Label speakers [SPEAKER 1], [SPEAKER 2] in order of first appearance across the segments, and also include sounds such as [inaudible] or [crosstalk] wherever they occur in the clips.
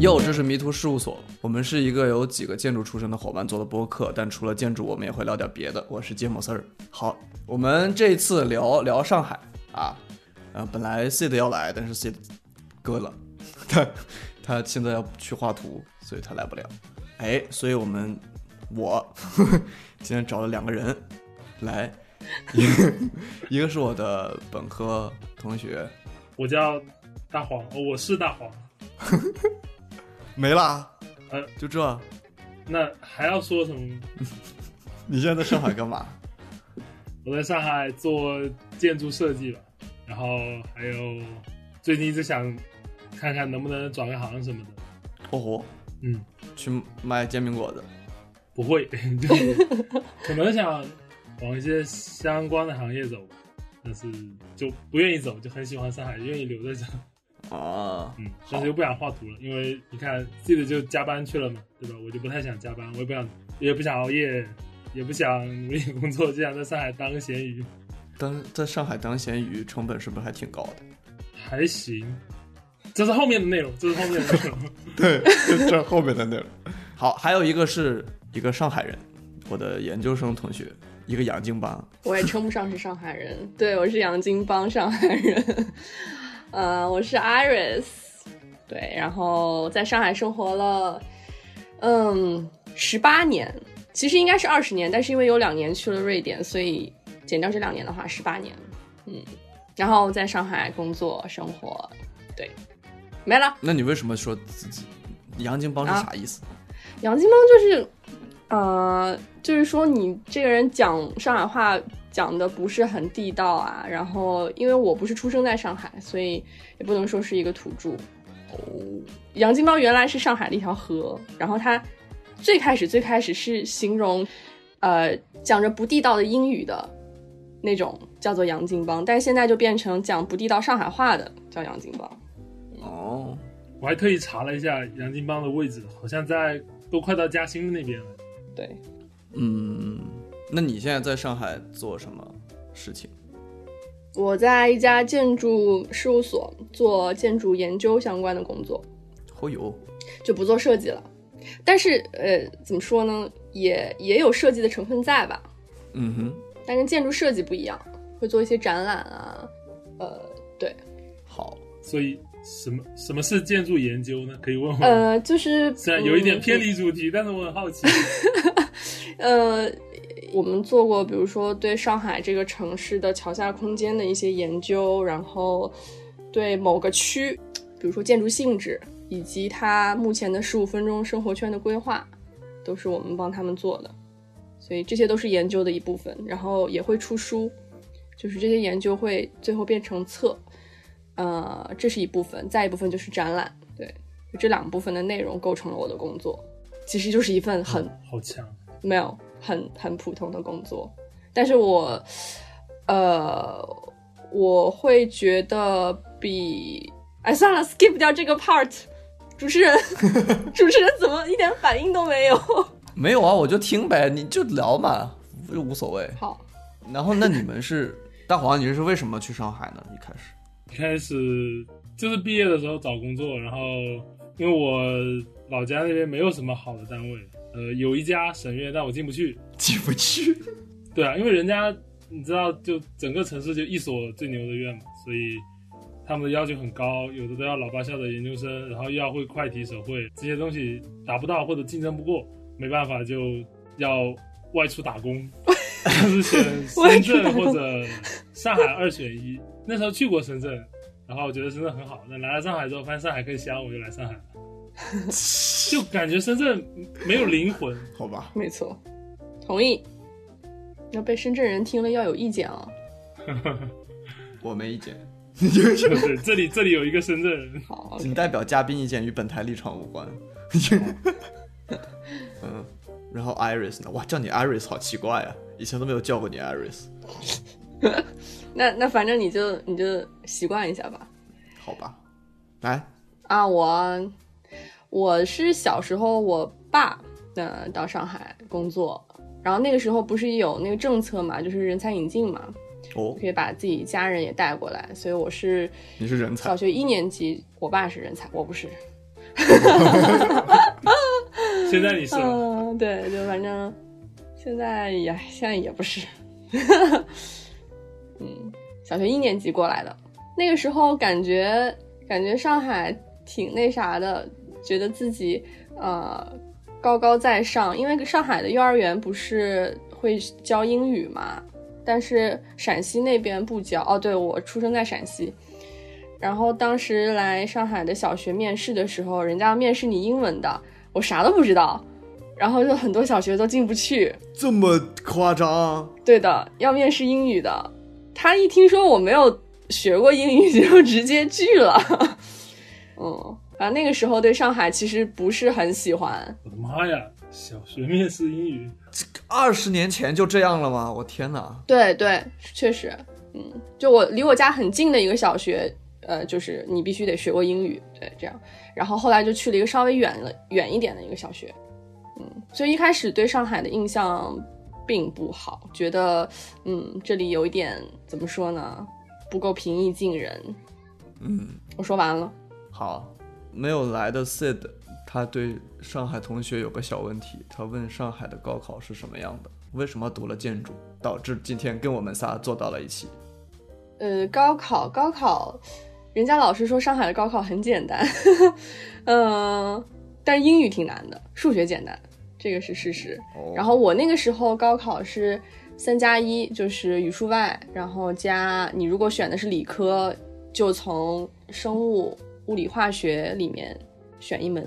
[SPEAKER 1] 哟，这是迷途事务所。我们是一个由几个建筑出身的伙伴做的播客，但除了建筑，我们也会聊点别的。我是芥末丝儿。好，我们这次聊聊上海啊，呃，本来 Sid 要来，但是 Sid 割了， [laughs] 他他现在要去画图，所以他来不了。哎，所以我们我 [laughs] 今天找了两个人来，一个 [laughs] 一个是我的本科同学，
[SPEAKER 2] 我叫大黄，哦我是大黄。
[SPEAKER 1] 没啦，
[SPEAKER 2] 呃
[SPEAKER 1] 就这。
[SPEAKER 2] 那还要说什么？
[SPEAKER 1] 你现在在上海干嘛？
[SPEAKER 2] 我在上海做建筑设计吧，然后还有最近一直想看看能不能转个行什么的。
[SPEAKER 1] 哦吼，
[SPEAKER 2] 嗯，
[SPEAKER 1] 去卖煎饼果子。
[SPEAKER 2] 不会， [laughs] 就是可能想往一些相关的行业走吧，但是就不愿意走，就很喜欢上海，愿意留在这儿。
[SPEAKER 1] 啊，
[SPEAKER 2] 嗯，但是又不想画图了，因为你看记得就加班去了嘛，对吧？我就不太想加班，我也不想，也不想熬夜，也不想努力工作，就想在上海当个咸鱼，
[SPEAKER 1] 当在上海当咸鱼成本是不是还挺高的？
[SPEAKER 2] 还行。这是后面的内容，这是后面的内容。
[SPEAKER 1] [laughs] 对，就这后面的那种。好，还有一个是一个上海人，我的研究生同学，一个洋泾浜。
[SPEAKER 3] 我也称不上是上海人，对我是洋泾浜上海人，呃，我是 Iris，对，然后在上海生活了，嗯，十八年，其实应该是二十年，但是因为有两年去了瑞典，所以减掉这两年的话，十八年，嗯，然后在上海工作生活，对，没了。
[SPEAKER 1] 那你为什么说自己洋泾浜是啥意思？
[SPEAKER 3] 杨金邦就是，呃，就是说你这个人讲上海话讲的不是很地道啊。然后，因为我不是出生在上海，所以也不能说是一个土著。杨金邦原来是上海的一条河，然后它最开始最开始是形容，呃，讲着不地道的英语的那种叫做杨金帮，但是现在就变成讲不地道上海话的叫杨金帮。
[SPEAKER 1] 哦，
[SPEAKER 2] 我还特意查了一下杨金帮的位置，好像在都快到嘉兴那边了。
[SPEAKER 3] 对，
[SPEAKER 1] 嗯，那你现在在上海做什么事情？
[SPEAKER 3] 我在一家建筑事务所做建筑研究相关的工作，
[SPEAKER 1] 哦呦，
[SPEAKER 3] 就不做设计了。但是，呃，怎么说呢，也也有设计的成分在吧，
[SPEAKER 1] 嗯哼，
[SPEAKER 3] 但跟建筑设计不一样，会做一些展览啊，呃，
[SPEAKER 1] 好，
[SPEAKER 2] 所以什么什么是建筑研究呢？可以问我。
[SPEAKER 3] 呃，就是
[SPEAKER 2] 嗯虽然有一点偏
[SPEAKER 3] 离。
[SPEAKER 2] 离主题，但是我很好奇。
[SPEAKER 3] 呃，我们做过，比如说对上海这个城市的桥下空间的一些研究，然后对某个区，比如说建筑性质以及它目前的十五分钟生活圈的规划，都是我们帮他们做的，所以这些都是研究的一部分，然后也会出书，就是这些研究会最后变成册，呃，这是一部分，再一部分就是展览，对，就这两部分的内容构成了我的工作，其实就是一份很
[SPEAKER 2] 好强，
[SPEAKER 3] 没有很很普通的工作，但是我，呃，我会觉得比哎算了，skip 掉这个 part。主持人，主持人怎么一点反应都没有？ [laughs]
[SPEAKER 1] 没有啊，我就听呗，你就聊嘛，又无所谓。
[SPEAKER 3] 好，
[SPEAKER 1] 然后，那你们 [laughs] 是大黄，你是为什么去上海呢？一开始，
[SPEAKER 2] 一开始就是毕业的时候找工作，然后因为我老家那边没有什么好的单位，呃，有一家省院，但我进不去。
[SPEAKER 1] 进不去。
[SPEAKER 2] 对啊，因为人家你知道，就整个城市就一所最牛的院嘛，所以他们的要求很高，有的都要老八校的研究生，然后又要会会计手绘这些东西达不到或者竞争不过，没办法就要外出打工，就是选深圳或者上海二选一。那时候去过深圳，然后我觉得深圳很好，那来了上海之后发现上海更香，我就来上海了，就感觉深圳没有灵魂。
[SPEAKER 1] 好吧，
[SPEAKER 3] 没错，同意。要被深圳人听了要有意见啊！
[SPEAKER 1] 我没意见，
[SPEAKER 2] 对，这里这里有一个深圳人。
[SPEAKER 3] 好，
[SPEAKER 1] 仅代表嘉宾意见，与本台立场无关。 [laughs] 嗯，然后 Iris 呢？哇，叫你 Iris 好奇怪啊，以前都没有叫过你 Iris。
[SPEAKER 3] 那那反正你就你就习惯一下吧。
[SPEAKER 1] 好吧，来，
[SPEAKER 3] 啊，我我是小时候我爸呃到上海工作，然后那个时候不是有那个政策嘛，就是人才引进嘛，
[SPEAKER 1] 哦，
[SPEAKER 3] 可以把自己家人也带过来，所以我是
[SPEAKER 1] 你是人才
[SPEAKER 3] 小学一年级，我爸是人才，我不是。
[SPEAKER 2] 现在你是了，
[SPEAKER 3] 嗯，对，就反正现在也现在也不是，嗯，小学一年级过来的，那个时候感觉感觉上海挺那啥的，觉得自己呃高高在上，因为上海的幼儿园不是会教英语嘛，但是陕西那边不教。哦，对我出生在陕西。然后当时来上海的小学面试的时候，人家面试你英文的，我啥都不知道，然后就很多小学都进不去。
[SPEAKER 1] 这么夸张？
[SPEAKER 3] 对的，要面试英语的。他一听说我没有学过英语，就直接拒了。 [laughs] 嗯，反正那个时候对上海其实不是很喜欢。
[SPEAKER 2] 我的妈呀！小学面试英语，
[SPEAKER 1] 二十年前就这样了吗？我天哪！
[SPEAKER 3] 对对，确实，嗯，就我离我家很近的一个小学，呃，就是你必须得学过英语，对，这样。然后后来就去了一个稍微远了远一点的一个小学，嗯，所以一开始对上海的印象并不好，觉得嗯这里有一点怎么说呢，不够平易近人。
[SPEAKER 1] 嗯，
[SPEAKER 3] 我说完了，
[SPEAKER 1] 好，没有来的 Sid，他对上海同学有个小问题，他问上海的高考是什么样的？为什么读了建筑，导致今天跟我们仨坐到了一起？
[SPEAKER 3] 呃，高考高考，人家老师说上海的高考很简单， [laughs] 嗯、但是英语挺难的，数学简单，这个是事实。
[SPEAKER 1] 哦
[SPEAKER 3] 然后我那个时候高考是三加一，就是语数外，然后加你如果选的是理科，就从生物、物理、化学里面选一门；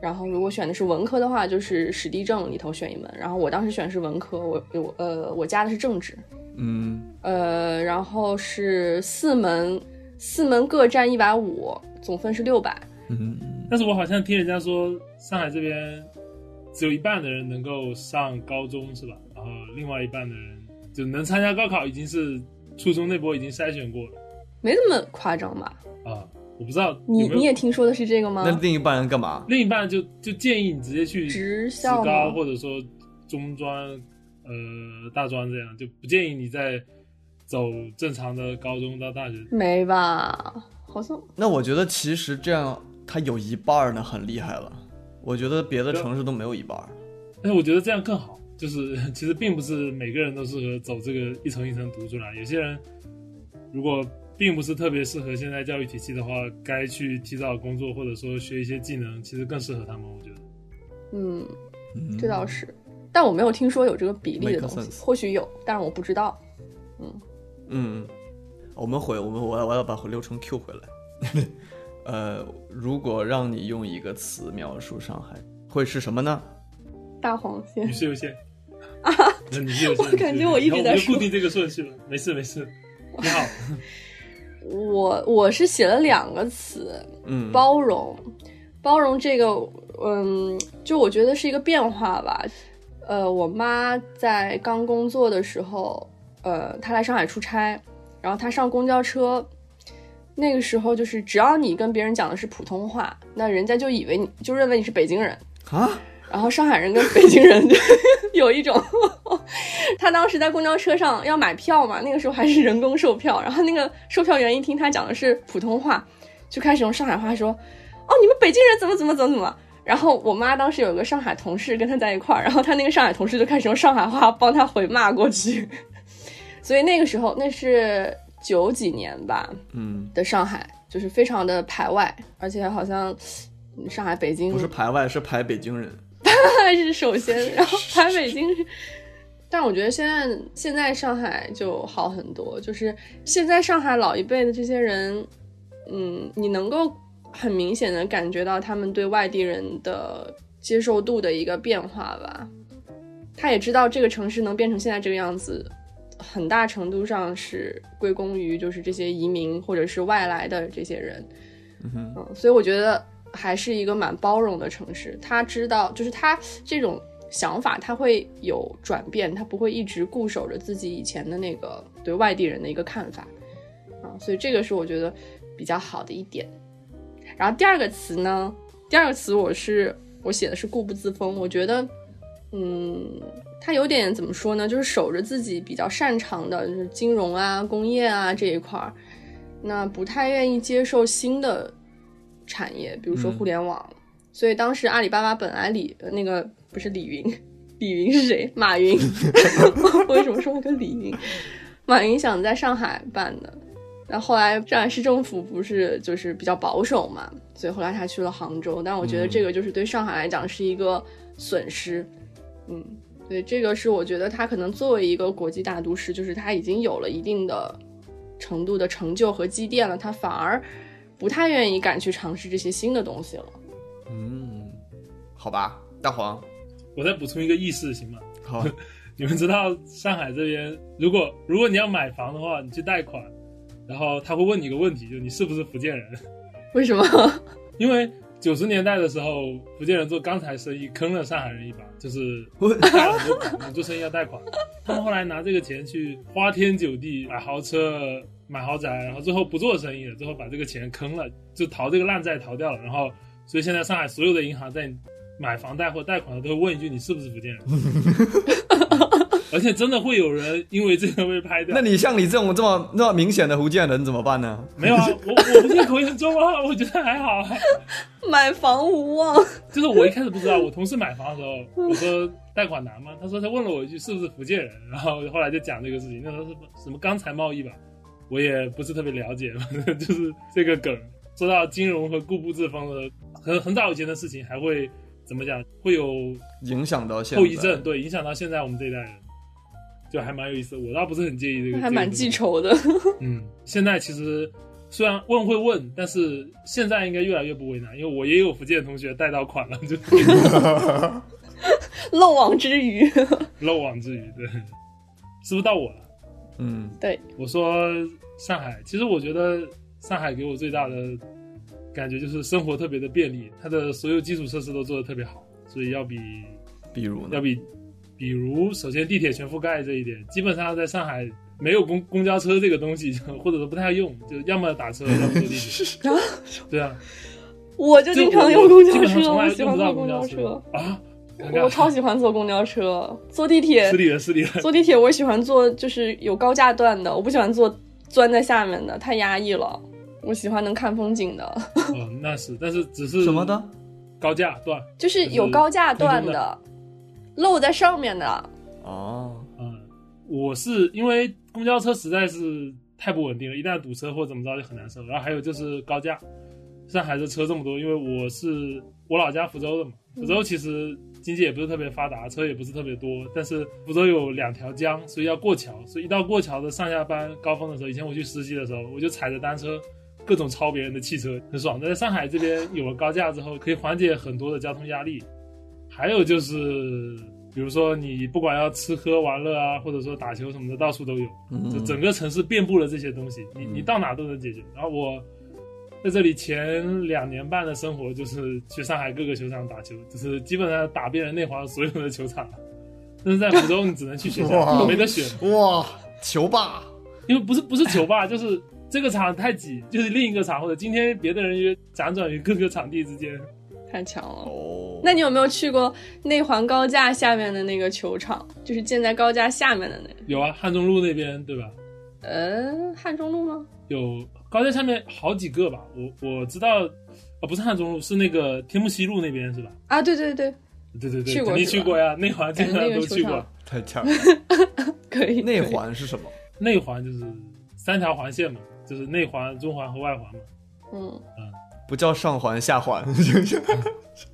[SPEAKER 3] 然后如果选的是文科的话，就是史地政里头选一门。然后我当时选的是文科，我我呃我加的是政治，
[SPEAKER 1] 嗯，
[SPEAKER 3] 呃，然后是四门，四门各占一百五，总分是六百。
[SPEAKER 1] 嗯，
[SPEAKER 2] 但是我好像听人家说，上海这边只有一半的人能够上高中，是吧？然后另外一半的人就能参加高考，已经是初中那波已经筛选过了
[SPEAKER 3] 没那么夸张吧？
[SPEAKER 2] 啊。我不知道
[SPEAKER 3] 你
[SPEAKER 2] 有没有
[SPEAKER 3] 你也听说的是这个
[SPEAKER 1] 那
[SPEAKER 3] 吗？
[SPEAKER 1] 另一半人干嘛？
[SPEAKER 2] 另一半就就建议你直接去
[SPEAKER 3] 职
[SPEAKER 2] 职
[SPEAKER 3] 校
[SPEAKER 2] 高
[SPEAKER 3] 吗？
[SPEAKER 2] 或者说中专、呃大专这样，就不建议你再走正常的高中到大学。
[SPEAKER 3] 没吧？好像
[SPEAKER 1] 那我觉得其实这样，他有一半儿呢，很厉害了。我觉得别的城市都没有一半儿。
[SPEAKER 2] 但是我觉得这样更好，就是 [laughs] 其实并不是每个人都适合走这个一层一层读出来，有些人如果并不是特别适合现在教育体系的话，该去提早工作或者说学一些技能，其实更适合他们。我觉得
[SPEAKER 3] 嗯，
[SPEAKER 1] 嗯，
[SPEAKER 3] 这倒是，但我没有听说有这个比例的
[SPEAKER 1] Make
[SPEAKER 3] 东西，
[SPEAKER 1] sense
[SPEAKER 3] 或许有，但是我不知道。
[SPEAKER 1] 嗯，我们回我们我要我要把流程 Q 回来。 [laughs] 呃，如果让你用一个词描述上海，会是什么呢？
[SPEAKER 3] 大黄
[SPEAKER 2] 女
[SPEAKER 3] 线，
[SPEAKER 2] 士优
[SPEAKER 3] [laughs]
[SPEAKER 2] 先那你是优先，
[SPEAKER 3] 我感觉
[SPEAKER 2] 你是优先
[SPEAKER 3] 我一直
[SPEAKER 2] 然后
[SPEAKER 3] 在
[SPEAKER 2] 我就
[SPEAKER 3] 说
[SPEAKER 2] 固定这个顺序了，没事没事。你好，
[SPEAKER 3] 我我是写了两个词，
[SPEAKER 1] 嗯，
[SPEAKER 3] 包容，包容这个，嗯，就我觉得是一个变化吧。呃，我妈在刚工作的时候，呃，她来上海出差，然后她上公交车，那个时候就是只要你跟别人讲的是普通话，那人家就以为你就认为你是北京人，
[SPEAKER 1] 啊，
[SPEAKER 3] 然后上海人跟北京人就 [laughs] 有一种， [laughs] 他当时在公交车上要买票嘛，那个时候还是人工售票，然后那个售票员一听他讲的是普通话，就开始用上海话说：“哦，你们北京人怎么怎么怎么怎么。”然后我妈当时有个上海同事跟她在一块儿，然后她那个上海同事就开始用上海话帮她回骂过去， [laughs] 所以那个时候那是九几年吧，
[SPEAKER 1] 嗯，
[SPEAKER 3] 的上海就是非常的排外，而且好像嗯上海、北京
[SPEAKER 1] 不是排外，是排北京人。
[SPEAKER 3] 但是首先，然后排北京是，但我觉得现在现在上海就好很多，就是现在上海老一辈的这些人，嗯，你能够很明显的感觉到他们对外地人的接受度的一个变化吧。他也知道这个城市能变成现在这个样子，很大程度上是归功于就是这些移民或者是外来的这些人。
[SPEAKER 1] 嗯哼，
[SPEAKER 3] 嗯，所以我觉得还是一个蛮包容的城市。他知道，就是他这种想法，他会有转变，他不会一直固守着自己以前的那个对外地人的一个看法啊、所以这个是我觉得比较好的一点。然后第二个词呢，第二个词我是我写的是固步自封，我觉得，嗯。他有点怎么说呢？就是守着自己比较擅长的，就是金融啊、工业啊这一块儿，那不太愿意接受新的产业，比如说
[SPEAKER 1] 嗯
[SPEAKER 3] 互联网。所以当时阿里巴巴本来李呃那个不是李云，李云是谁？马云。 [laughs] 为什么说个李云？马云想在上海办的，然后后来上海市政府不是就是比较保守嘛，所以后来他去了杭州。但我觉得
[SPEAKER 1] 嗯
[SPEAKER 3] 这个就是对上海来讲是一个损失，嗯，所以这个是我觉得它可能作为一个国际大都市，就是它已经有了一定的程度的成就和积淀了，它反而不太愿意敢去尝试这些新的东西了。
[SPEAKER 1] 嗯，好吧，大黄，
[SPEAKER 2] 我再补充一个意识行吗？
[SPEAKER 1] 好， [laughs]
[SPEAKER 2] 你们知道上海这边，如果如果你要买房的话，你去贷款，然后他会问你一个问题，就你是不是福建人？
[SPEAKER 3] 为什么？ [laughs]
[SPEAKER 2] 因为九十年代的时候，福建人做钢材生意坑了上海人一把，就是
[SPEAKER 1] 我
[SPEAKER 2] 贷了很多款，你做生意要贷款。他们后来拿这个钱去花天酒地，买豪车、买豪宅，然后最后不做生意了，最后把这个钱坑了，就逃这个烂债逃掉了。然后，所以现在上海所有的银行在你买房贷或贷款的都会问一句：“你是不是福建人？”而且真的会有人因为这个被拍掉
[SPEAKER 1] 那。你像你这种这么这么明显的福建人怎么办呢？
[SPEAKER 2] 没有啊，我我不是口音很重啊，我觉得还好啊。
[SPEAKER 3] 买房无望，
[SPEAKER 2] 就是我一开始不知道，我同事买房的时候，我说贷款难吗？他说他问了我一句是不是福建人，然后后来就讲这个事情，那时候是什么钢材贸易吧，我也不是特别了解，反正 [laughs] 就是这个梗。说到金融和固步自封的，很很早以前的事情，还会怎么讲？会有
[SPEAKER 1] 影响到现在
[SPEAKER 2] 后遗症，对，影响到现在我们这一代人，就还蛮有意思。我倒不是很介意这个，
[SPEAKER 3] 还
[SPEAKER 2] 这个
[SPEAKER 3] 蛮
[SPEAKER 2] 东西
[SPEAKER 3] 记仇的。 [laughs]
[SPEAKER 2] 嗯，现在其实虽然问会问，但是现在应该越来越不为难，因为我也有福建同学贷到款了，就是
[SPEAKER 3] 漏网之鱼，
[SPEAKER 2] 漏网之鱼，对，是不是到我了？
[SPEAKER 1] 嗯，
[SPEAKER 2] 我说上海，其实我觉得上海给我最大的感觉就是生活特别的便利，它的所有基础设施都做得特别好，所以要比
[SPEAKER 1] 比如呢
[SPEAKER 2] 要？比，比如首先地铁全覆盖这一点，基本上在上海没有公公交车这个东西，就或者都不太用，就要么打车，要么坐地铁。
[SPEAKER 3] [laughs] 然后
[SPEAKER 2] 对啊，
[SPEAKER 3] 我就
[SPEAKER 2] 就
[SPEAKER 3] 经常
[SPEAKER 2] 我
[SPEAKER 3] 用公
[SPEAKER 2] 基
[SPEAKER 3] 交
[SPEAKER 2] 本上
[SPEAKER 3] 车，
[SPEAKER 2] 从来
[SPEAKER 3] 我喜
[SPEAKER 2] 用
[SPEAKER 3] 欢
[SPEAKER 2] 不到
[SPEAKER 3] 坐公
[SPEAKER 2] 交
[SPEAKER 3] 交车，
[SPEAKER 2] 啊，尴尬
[SPEAKER 3] 我超喜欢坐公交车，坐地
[SPEAKER 2] [laughs]
[SPEAKER 3] 铁
[SPEAKER 2] 失礼了，失礼了。
[SPEAKER 3] 坐地铁我喜欢坐就是有高架段的，我不喜欢坐钻在下面的，太压抑了。我喜欢能看风景的，
[SPEAKER 2] 哦，那是，但是只是
[SPEAKER 1] 什么的？
[SPEAKER 2] 高架段
[SPEAKER 3] 就是有高架段
[SPEAKER 2] 就是
[SPEAKER 3] 的，露在上面的。
[SPEAKER 1] 哦，
[SPEAKER 2] 嗯，我是因为公交车实在是太不稳定了，一旦堵车或怎么着就很难受。然后还有就是高架，上海的车这么多，因为我是我老家福州的嘛，福州其实经济也不是特别发达，车也不是特别多，但是福州有两条江，所以要过桥，所以一到过桥的上下班高峰的时候，以前我去实习的时候，我就踩着单车。各种超别人的汽车很爽，但在上海这边有了高架之后，可以缓解很多的交通压力，还有就是，比如说你不管要吃喝玩乐啊，或者说打球什么的，到处都有，
[SPEAKER 1] 嗯
[SPEAKER 2] 就整个城市遍布了这些东西，你
[SPEAKER 1] 嗯
[SPEAKER 2] 你到哪都能解决。然后我在这里前两年半的生活就是去上海各个球场打球，就是基本上打遍了内华所有的球场了。但是在福州，你只能去学
[SPEAKER 1] [laughs]
[SPEAKER 2] 校，
[SPEAKER 1] 哇
[SPEAKER 2] 你没得选，
[SPEAKER 1] 哇，球霸，
[SPEAKER 2] 因为不是不是球吧，就是这个场太挤，就是另一个场，或者今天别的人约，辗转于各个场地之间。
[SPEAKER 3] 太强了。
[SPEAKER 1] 哦，
[SPEAKER 3] 那你有没有去过内环高架下面的那个球场？就是建在高架下面的那个？
[SPEAKER 2] 有啊，汉中路那边对吧？
[SPEAKER 3] 呃，汉中路吗？
[SPEAKER 2] 有高架下面好几个吧，我我知道，啊，不是汉中路，是那个天目西路那边是吧？
[SPEAKER 3] 啊，对对对，
[SPEAKER 2] 对对对，
[SPEAKER 3] 去过哎
[SPEAKER 2] 肯定
[SPEAKER 3] 是
[SPEAKER 2] 去
[SPEAKER 3] 吧
[SPEAKER 2] 过呀，内环基
[SPEAKER 3] 感
[SPEAKER 2] 本
[SPEAKER 3] 觉那
[SPEAKER 2] 上
[SPEAKER 3] 个
[SPEAKER 2] 都
[SPEAKER 3] 球
[SPEAKER 2] 去过
[SPEAKER 3] 场。
[SPEAKER 1] 太
[SPEAKER 2] [laughs]
[SPEAKER 1] 强了！
[SPEAKER 3] 可以。
[SPEAKER 1] 内
[SPEAKER 3] 可以
[SPEAKER 1] 环是什么？
[SPEAKER 2] 内环就是三条环线嘛，就是内环、中环和外环嘛。
[SPEAKER 3] 嗯，
[SPEAKER 1] 不叫上环下环， [laughs]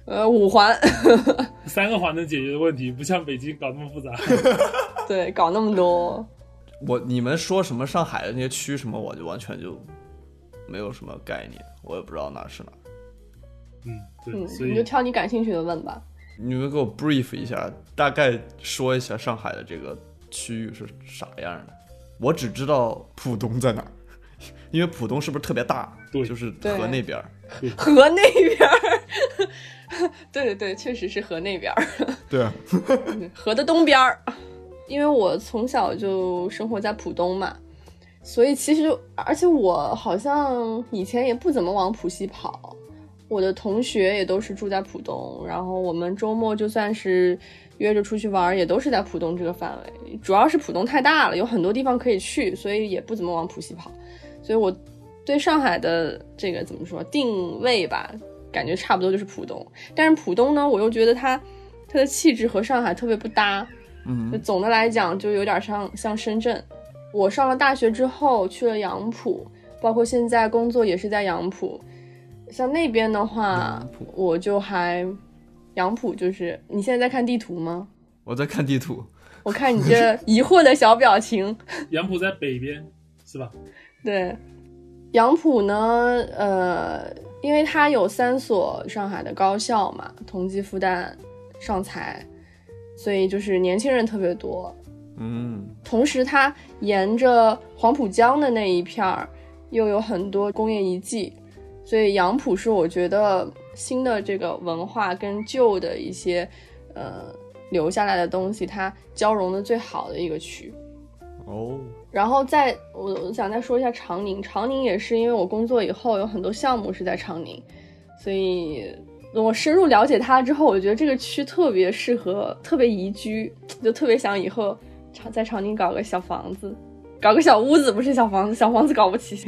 [SPEAKER 3] 呃，五环， [laughs]
[SPEAKER 2] 三个环能解决的问题，不像北京搞那么
[SPEAKER 3] [laughs]
[SPEAKER 2] 复杂。
[SPEAKER 3] 对，搞那么多。
[SPEAKER 1] 我你们说什么上海的那些区什么，我就完全就没有什么概念，我也不知道哪是哪。
[SPEAKER 2] 嗯，对，
[SPEAKER 3] 嗯，
[SPEAKER 2] 所
[SPEAKER 3] 你就
[SPEAKER 2] 以
[SPEAKER 3] 挑你感兴趣的问吧。
[SPEAKER 1] 你们给我 brief 一下，大概说一下上海的这个区域是啥样的？我只知道浦东在哪儿，因为浦东是不是特别大？
[SPEAKER 2] 对
[SPEAKER 1] 就是
[SPEAKER 3] 对
[SPEAKER 1] 河那边儿。
[SPEAKER 3] 河那边儿， [laughs] 对对对，确实是河那边儿，
[SPEAKER 1] 对啊，
[SPEAKER 3] 河的东边儿。因为我从小就生活在浦东嘛，所以其实而且我好像以前也不怎么往浦西跑，我的同学也都是住在浦东，然后我们周末就算是约着出去玩儿，也都是在浦东这个范围。主要是浦东太大了，有很多地方可以去，所以也不怎么往浦西跑。所以我对上海的这个怎么说定位吧，感觉差不多就是浦东。但是浦东呢，我又觉得它它的气质和上海特别不搭。就
[SPEAKER 1] 嗯，
[SPEAKER 3] 总的来讲，就有点像像深圳。我上了大学之后去了杨浦，包括现在工作也是在杨浦。像那边的话
[SPEAKER 1] 杨浦，
[SPEAKER 3] 我就还杨浦就是你现在在看地图吗？
[SPEAKER 1] [laughs] 我在看地图，
[SPEAKER 3] 我看你这疑惑的小表情，
[SPEAKER 2] 杨浦在北边是吧？
[SPEAKER 3] 对，杨浦呢，呃，因为它有三所上海的高校嘛，同济、复旦、上财，所以就是年轻人特别多。
[SPEAKER 1] 嗯，
[SPEAKER 3] 同时，它沿着黄浦江的那一片儿又有很多工业遗迹，所以杨浦是我觉得新的这个文化跟旧的一些呃留下来的东西，它交融的最好的一个区。
[SPEAKER 1] 哦，
[SPEAKER 3] 然后再我我想再说一下长宁，长宁也是因为我工作以后有很多项目是在长宁，所以呃我深入了解它之后，我觉得这个区特别适合，特别宜居，就特别想以后长在长宁搞个小房子，搞个小屋子，不是小房子，小房子搞不起。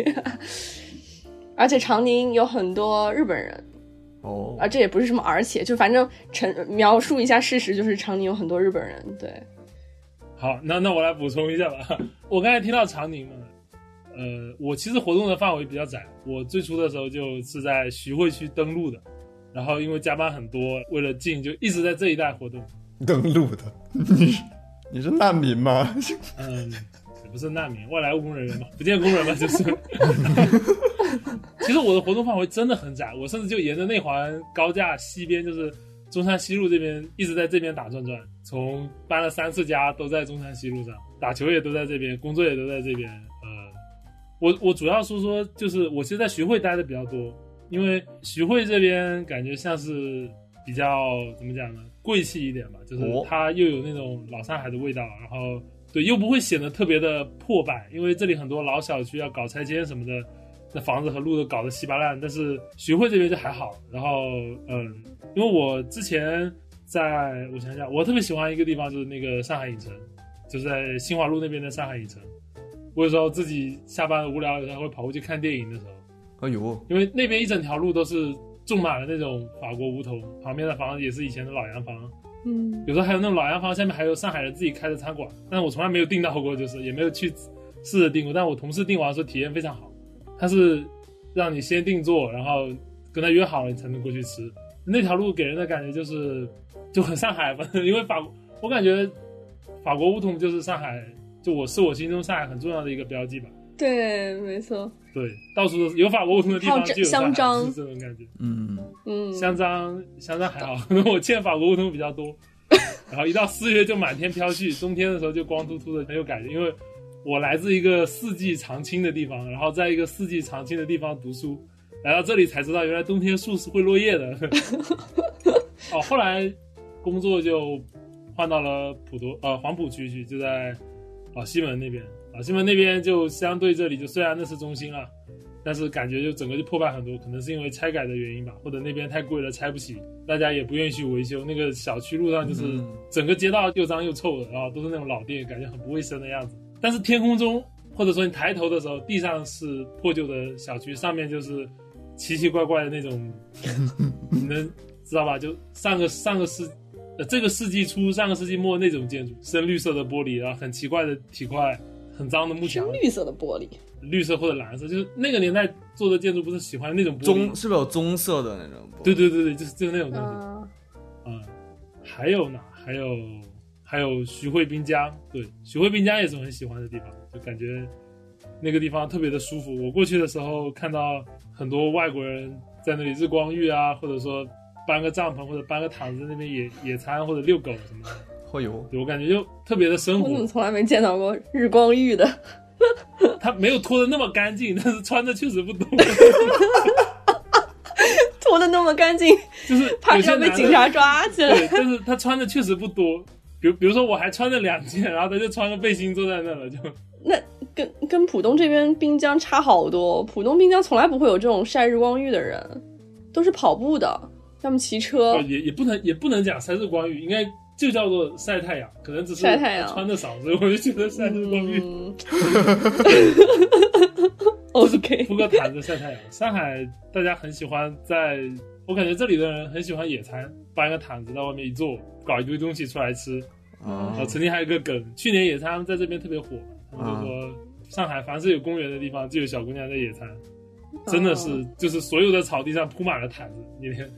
[SPEAKER 3] [laughs] 而且长宁有很多日本人，
[SPEAKER 1] 哦，
[SPEAKER 3] 啊，这也不是什么，而且就反正陈描述一下事实，就是长宁有很多日本人，对，
[SPEAKER 2] 好，那那我来补充一下吧。 [laughs] 我刚才听到长宁嘛，呃，我其实活动的范围比较窄。我最初的时候就是在徐汇区登陆的，然后因为加班很多，为了近就一直在这一带活动。
[SPEAKER 4] 登录的， [laughs] 你是难民
[SPEAKER 1] [laughs]
[SPEAKER 4] 吗？
[SPEAKER 2] 嗯，也不是难民，外来务工人员嘛， [laughs] 不见工人嘛，就是。其实我的活动范围真的很窄，我甚至就沿着内环高架西边，就是中山西路这边，一直在这边打转转。从搬了三次家，都在中山西路上，打球也都在这边，工作也都在这边。呃，我我主要说说，就是我其实在徐汇待的比较多，因为徐汇这边感觉像是比较怎么讲呢，贵气一点吧，就是
[SPEAKER 1] 哦
[SPEAKER 2] 它又有那种老上海的味道，然后对又不会显得特别的破败，因为这里很多老小区要搞拆迁什么的，那房子和路都搞得稀巴烂。但是徐汇这边就还好，然后嗯，因为我之前在我想想，我特别喜欢一个地方就是那个上海影城，就是在新华路那边的上海影城。我有时候自己下班无聊的时候会跑过去看电影的时候，
[SPEAKER 1] 哎呦，
[SPEAKER 2] 因为那边一整条路都是种满了那种法国梧桐，旁边的房子也是以前的老洋房，
[SPEAKER 3] 嗯，
[SPEAKER 2] 有时候还有那种老洋房下面还有上海人自己开的餐馆，但是我从来没有订到过，就是也没有去试着订过，但我同事订完说体验非常好，他是让你先定做，然后跟他约好了你才能过去吃。那条路给人的感觉就是就很上海吧，因为法国，我感觉法国梧桐就是上海，就我是我心中上海很重要的一个标记吧。
[SPEAKER 3] 对，没错，
[SPEAKER 2] 对，到处都是有法国梧桐的地
[SPEAKER 3] 还
[SPEAKER 2] 方
[SPEAKER 3] 有这
[SPEAKER 2] 就有上海
[SPEAKER 3] 香樟
[SPEAKER 2] 就是这种感觉。
[SPEAKER 1] 嗯，
[SPEAKER 3] 嗯，
[SPEAKER 2] 香樟香樟还好， [laughs] 可能我欠法国梧桐比较
[SPEAKER 3] [laughs]
[SPEAKER 2] 多。然后一到四月就满天飘絮，冬天的时候就光秃秃的，很有感觉。因为我来自一个四季常青的地方，然后在一个四季常青的地方读书，来到这里才知道原来冬天树是会落叶的。哦，后来工作就换到了普陀呃黄浦区去，就在老西门那边。老西门那边就相对这里就虽然那是中心了，但是感觉就整个就破败很多，可能是因为拆改的原因吧，或者那边太贵了拆不起，大家也不愿意去维修。那个小区路上就是
[SPEAKER 1] 嗯
[SPEAKER 2] 整个街道又脏又臭的，然后都是那种老店，感觉很不卫生的样子。但是天空中，或者说你抬头的时候，地上是破旧的小区，上面就是奇奇怪怪的那种，你能知道吧？就上个上个世呃，这个世纪初、上个世纪末那种建筑，深绿色的玻璃，然后很奇怪的体块，很脏的木
[SPEAKER 3] 是
[SPEAKER 2] 墙，
[SPEAKER 3] 绿色的玻璃，
[SPEAKER 2] 绿色或者蓝色，就是那个年代做的建筑，不是喜欢那种玻璃
[SPEAKER 1] 棕是不是有棕色的那种？
[SPEAKER 2] 对，对对对，就是就是那种东西。
[SPEAKER 3] 嗯、
[SPEAKER 2] 嗯，还有呢，还有还有徐汇滨江，对，徐汇滨江也是我很喜欢的地方，就感觉那个地方特别的舒服。我过去的时候看到很多外国人在那里日光浴啊，或者说搬个帐篷或者搬个毯子在那边野野餐或者遛狗什么的，
[SPEAKER 1] 哎呦，
[SPEAKER 2] 对我感觉就特别的生
[SPEAKER 3] 我怎么
[SPEAKER 2] 活。
[SPEAKER 3] 从来没见到过日光浴的？ [laughs]
[SPEAKER 2] 它没有脱的那么干净，但是穿的确实不
[SPEAKER 3] [laughs]
[SPEAKER 2] 多，
[SPEAKER 3] 涂的那么干净，
[SPEAKER 2] 就是
[SPEAKER 3] 怕
[SPEAKER 2] 有些
[SPEAKER 3] 要被
[SPEAKER 2] 男的
[SPEAKER 3] 警察抓起来。
[SPEAKER 2] 对，但是他穿的确实不多。比如，比如说我还穿着两件，然后他就穿个背心坐在那了，就
[SPEAKER 3] 跟跟浦东这边滨江差好多，浦东滨江从来不会有这种晒日光浴的人，都是跑步的，要么骑车哦
[SPEAKER 2] 呃哦，也也不能也不能讲三日光浴，应该就叫做晒太阳，可能只是
[SPEAKER 3] 晒太阳
[SPEAKER 2] 穿的少，所以我就觉得晒日光浴。
[SPEAKER 3] 嗯 [laughs] ，OK，
[SPEAKER 2] 铺个毯子晒太阳。上海大家很喜欢在，我感觉这里的人很喜欢野餐，搬个毯子到外面一坐，搞一堆东西出来吃。
[SPEAKER 1] 嗯
[SPEAKER 2] 啊，曾经还有一个梗，去年野餐在这边特别火，他们就
[SPEAKER 3] 嗯
[SPEAKER 2] 说上海凡是有公园的地方就有小姑娘在野餐，
[SPEAKER 3] 嗯
[SPEAKER 2] 真的是就是所有的草地上铺满了毯子，你连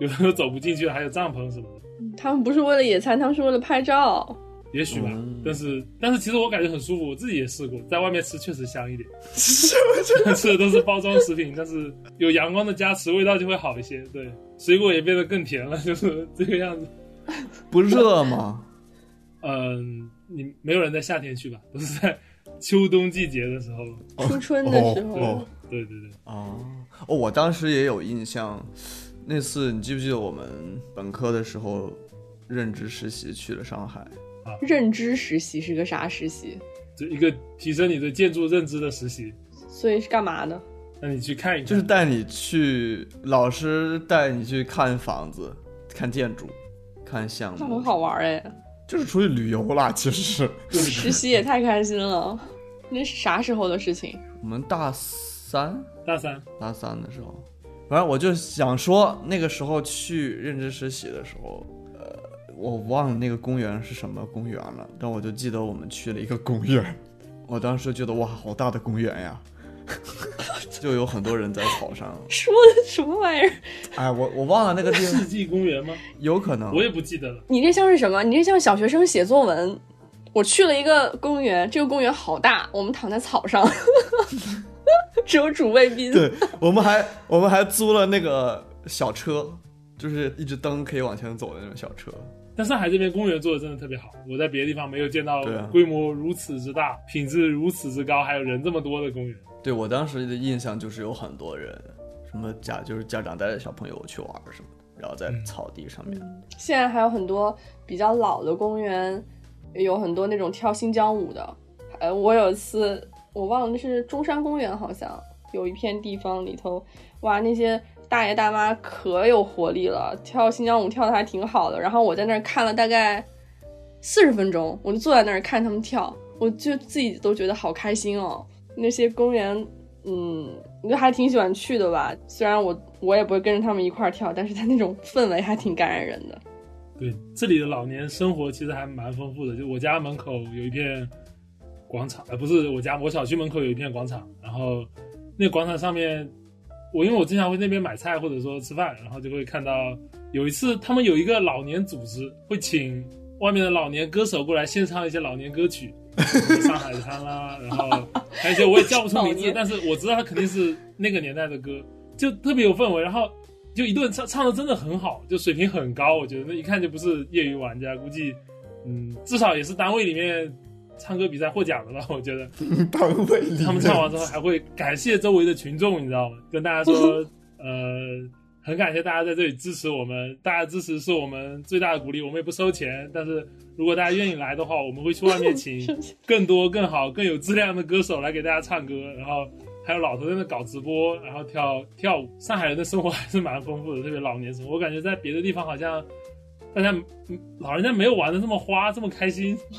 [SPEAKER 2] 有的都走不进去，还有帐篷什么的。
[SPEAKER 3] 他们不是为了野餐，他们是为了拍照。
[SPEAKER 2] 也许吧，
[SPEAKER 1] 嗯
[SPEAKER 2] 但是但是其实我感觉很舒服，我自己也试过，在外面吃确实香一点。 [laughs] 吃的都是包装食品，但是有阳光的加持，味道就会好一些。对，水果也变得更甜了， [laughs] 就是这个样子。
[SPEAKER 1] [laughs] 不热吗？
[SPEAKER 2] 嗯，你没有人在夏天去吧？都是在秋冬季节的时候。
[SPEAKER 3] 初春的时候，
[SPEAKER 4] 哦
[SPEAKER 2] 对对对，
[SPEAKER 1] 哦，哦，我当时也有印象，那次你记不记得我们本科的时候任职实习去了上海？
[SPEAKER 3] 认知实习是个啥实习？
[SPEAKER 2] 就一个提升你对建筑认知的实习，
[SPEAKER 3] 所以是干嘛的？
[SPEAKER 2] 让你去看一看。
[SPEAKER 1] 就是带你去，老师带你去看房子、看建筑、看项
[SPEAKER 3] 那很
[SPEAKER 1] 目，
[SPEAKER 3] 好玩哎，
[SPEAKER 4] 就是出去旅游啦，其实是。
[SPEAKER 3] 实习也太开心了。那是啥时候的事情？ [laughs]
[SPEAKER 1] 我们大三
[SPEAKER 2] 大三，
[SPEAKER 1] 大三的时候，反正我就想说，那个时候去任职实习的时候，呃，我忘了那个公园是什么公园了，但我就记得我们去了一个公园， [laughs] 我当时觉得哇，好大的公园呀， [laughs] 就有很多人在草上，
[SPEAKER 3] 说的什么玩意儿？
[SPEAKER 1] 哎，我我忘了那个地方 [laughs]
[SPEAKER 2] 世，纪公园吗？
[SPEAKER 1] 有可能
[SPEAKER 2] 我也不记得了。
[SPEAKER 3] 你这像是什么？你这像小学生写作文。我去了一个公园，这个公园好大，我们躺在草上， [laughs] 只有主谓宾。
[SPEAKER 1] 对，我们还我们还租了那个小车，就是一直蹬可以往前走的那种小车，
[SPEAKER 2] 但上海这边公园做的真的特别好，我在别的地方没有见到
[SPEAKER 1] 对啊
[SPEAKER 2] 规模如此之大、品质如此之高，还有人这么多的公园。
[SPEAKER 1] 对我当时的印象就是有很多人，什么家就是家长带着小朋友去玩儿什么的，然后在
[SPEAKER 2] 嗯
[SPEAKER 1] 草地上面。
[SPEAKER 3] 现在还有很多比较老的公园，有很多那种跳新疆舞的。呃，我有一次我忘了那是中山公园，好像有一片地方里头，哇，那些大爷大妈可有活力了，跳新疆舞跳的还挺好的。然后我在那儿看了大概四十分钟，我就坐在那儿看他们跳，我就自己都觉得好开心哦。那些公园，嗯，我就还挺喜欢去的吧。虽然我我也不会跟着他们一块儿跳，但是他那种氛围还挺感染人的。
[SPEAKER 2] 对，
[SPEAKER 1] 嗯
[SPEAKER 2] 这里的老年生活其实还蛮丰富的。就我家门口有一片广场，呃，不是我家，我小区门口有一片广场。然后那广场上面，我因为我经常会那边买菜或者说吃饭，然后就会看到有一次他们有一个老年组织会请外面的老年歌手过来献唱一些老年歌曲，什么上海滩啦，然后还有一些我也叫不出名
[SPEAKER 3] 老
[SPEAKER 2] 字
[SPEAKER 3] 年，
[SPEAKER 2] 但是我知道他肯定是那个年代的歌，就特别有氛围。然后就一顿唱，唱的真的很好，就水平很高，我觉得那一看就不是业余玩家，估计嗯，至少也是单位里面唱歌比赛获奖的吧，我觉得。
[SPEAKER 4] 单位里面
[SPEAKER 2] [laughs] 他们唱完之后还会感谢周围的群众，你知道吗？跟大家说，呃，很感谢大家在这里支持我们，大家支持是我们最大的鼓励，我们也不收钱，但是如果大家愿意来的话，我们会去外面
[SPEAKER 3] [laughs]
[SPEAKER 2] 请更多、更好、更有质量的歌手来给大家唱歌，然后。还有老头在那搞直播，然后跳跳舞。上海人的生活还是蛮丰富的，特别老年生活。我感觉在别的地方好像大家嗯老人家没有玩的这么花，这么开心。
[SPEAKER 3] [laughs]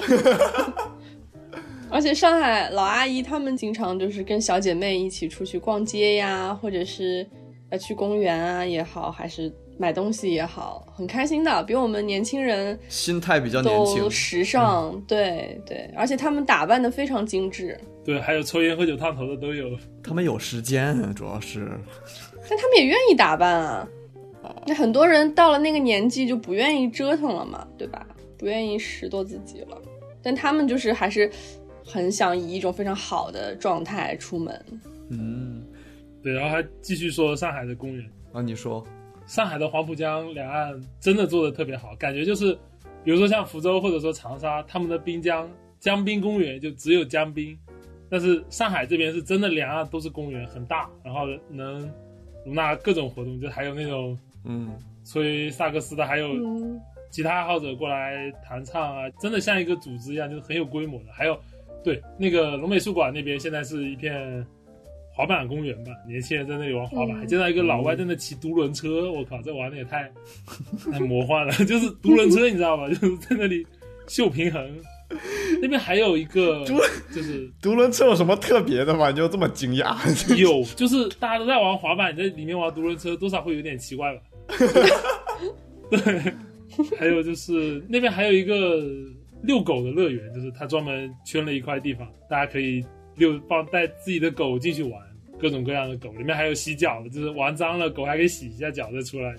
[SPEAKER 3] 而且上海老阿姨她们经常就是跟小姐妹一起出去逛街呀，或者是呃去公园啊也好，还是买东西也好，很开心的，比我们年轻人
[SPEAKER 1] 心态比较年轻嗯
[SPEAKER 3] 都，时尚。对对，而且她们打扮的非常精致，
[SPEAKER 2] 对，还有抽烟、喝酒、烫头的都有。
[SPEAKER 1] 他们有时间，主要是
[SPEAKER 3] 但她们也愿意打扮啊。那很多人到了那个年纪就不愿意折腾了嘛，对吧？不愿意拾掇自己了，但她们就是还是很想以一种非常好的状态出门。
[SPEAKER 1] 嗯
[SPEAKER 2] 对，然后还继续说上海的公园，
[SPEAKER 1] 啊，你说
[SPEAKER 2] 上海的黄浦江两岸真的做的特别好，感觉就是，比如说像福州或者说长沙，他们的滨江江滨公园就只有江滨，但是上海这边是真的两岸都是公园，很大，然后能容纳各种活动，就还有那种
[SPEAKER 1] 嗯
[SPEAKER 2] 吹萨克斯的，还有
[SPEAKER 3] 嗯。
[SPEAKER 2] 吉他爱好者过来弹唱啊，真的像一个组织一样，就是很有规模的。还有，对那个龙美术馆那边现在是一片滑板公园吧，年轻人在那里玩滑板，
[SPEAKER 3] 嗯
[SPEAKER 2] 还见到一个老外在那骑独轮车，我靠，这玩的也太太魔幻了，就是独轮车，你知道吧？就是在那里秀平衡。那边还有一个，就是
[SPEAKER 4] 独轮车有什么特别的吗？你就这么惊讶？ [laughs]
[SPEAKER 2] 有， [laughs] 就是大家都在玩滑板，你在里面玩独轮车，多少会有点奇怪吧？ [laughs] 对，还有就是那边还有一个遛狗的乐园，就是他专门圈了一块地方，大家可以遛放带自己的狗进去玩。各种各样的狗，里面还有洗脚的，就是玩脏了，狗还可以洗一下脚再出来。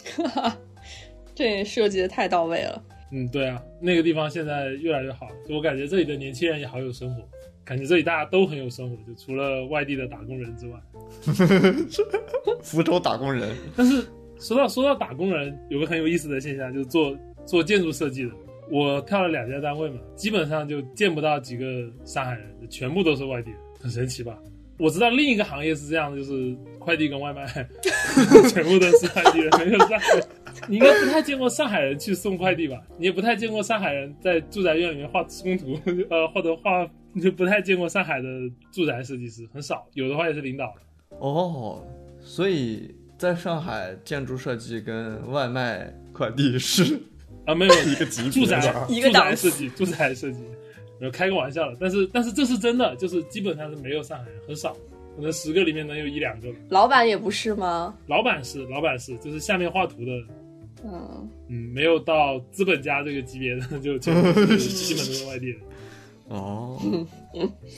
[SPEAKER 3] 这设计的太到位了。
[SPEAKER 2] 嗯，对啊，那个地方现在越来越好，就我感觉这里的年轻人也好有生活，感觉这里大家都很有生活，就除了外地的打工人之外。
[SPEAKER 4] 福州打工人，
[SPEAKER 2] 但是说到说到打工人，有个很有意思的现象，就是做做建筑设计的。我跳了两家单位嘛，基本上就见不到几个上海人，全部都是外地人，很神奇吧？我知道另一个行业是这样的，就是快递跟外卖， [laughs] 全部都是外地人，没有上海人。你应该不太见过上海人去送快递吧？你也不太见过上海人在住宅院里面画施工图， [laughs] 呃，或者画，你就不太见过上海的住宅设计师，很少，有的话也是领导。
[SPEAKER 1] 哦，所以在上海建筑设计跟外卖
[SPEAKER 4] 快 [laughs] 递是
[SPEAKER 2] 啊，没有 [laughs]
[SPEAKER 4] 一个啊级别
[SPEAKER 2] 住宅
[SPEAKER 4] 的
[SPEAKER 3] 一个
[SPEAKER 2] 住
[SPEAKER 3] 档
[SPEAKER 2] 宅
[SPEAKER 3] 次
[SPEAKER 2] 设计，住宅设计，没有开个玩笑了。但是但是这是真的，就是基本上是没有上海人，很少，可能十个里面能有一两个。
[SPEAKER 3] 老板也不是吗？
[SPEAKER 2] 老板是老板是，就是下面画图的，
[SPEAKER 3] 嗯，
[SPEAKER 2] 嗯，没有到资本家这个级别的，就全部就是基本都是外地人，
[SPEAKER 1] 哦，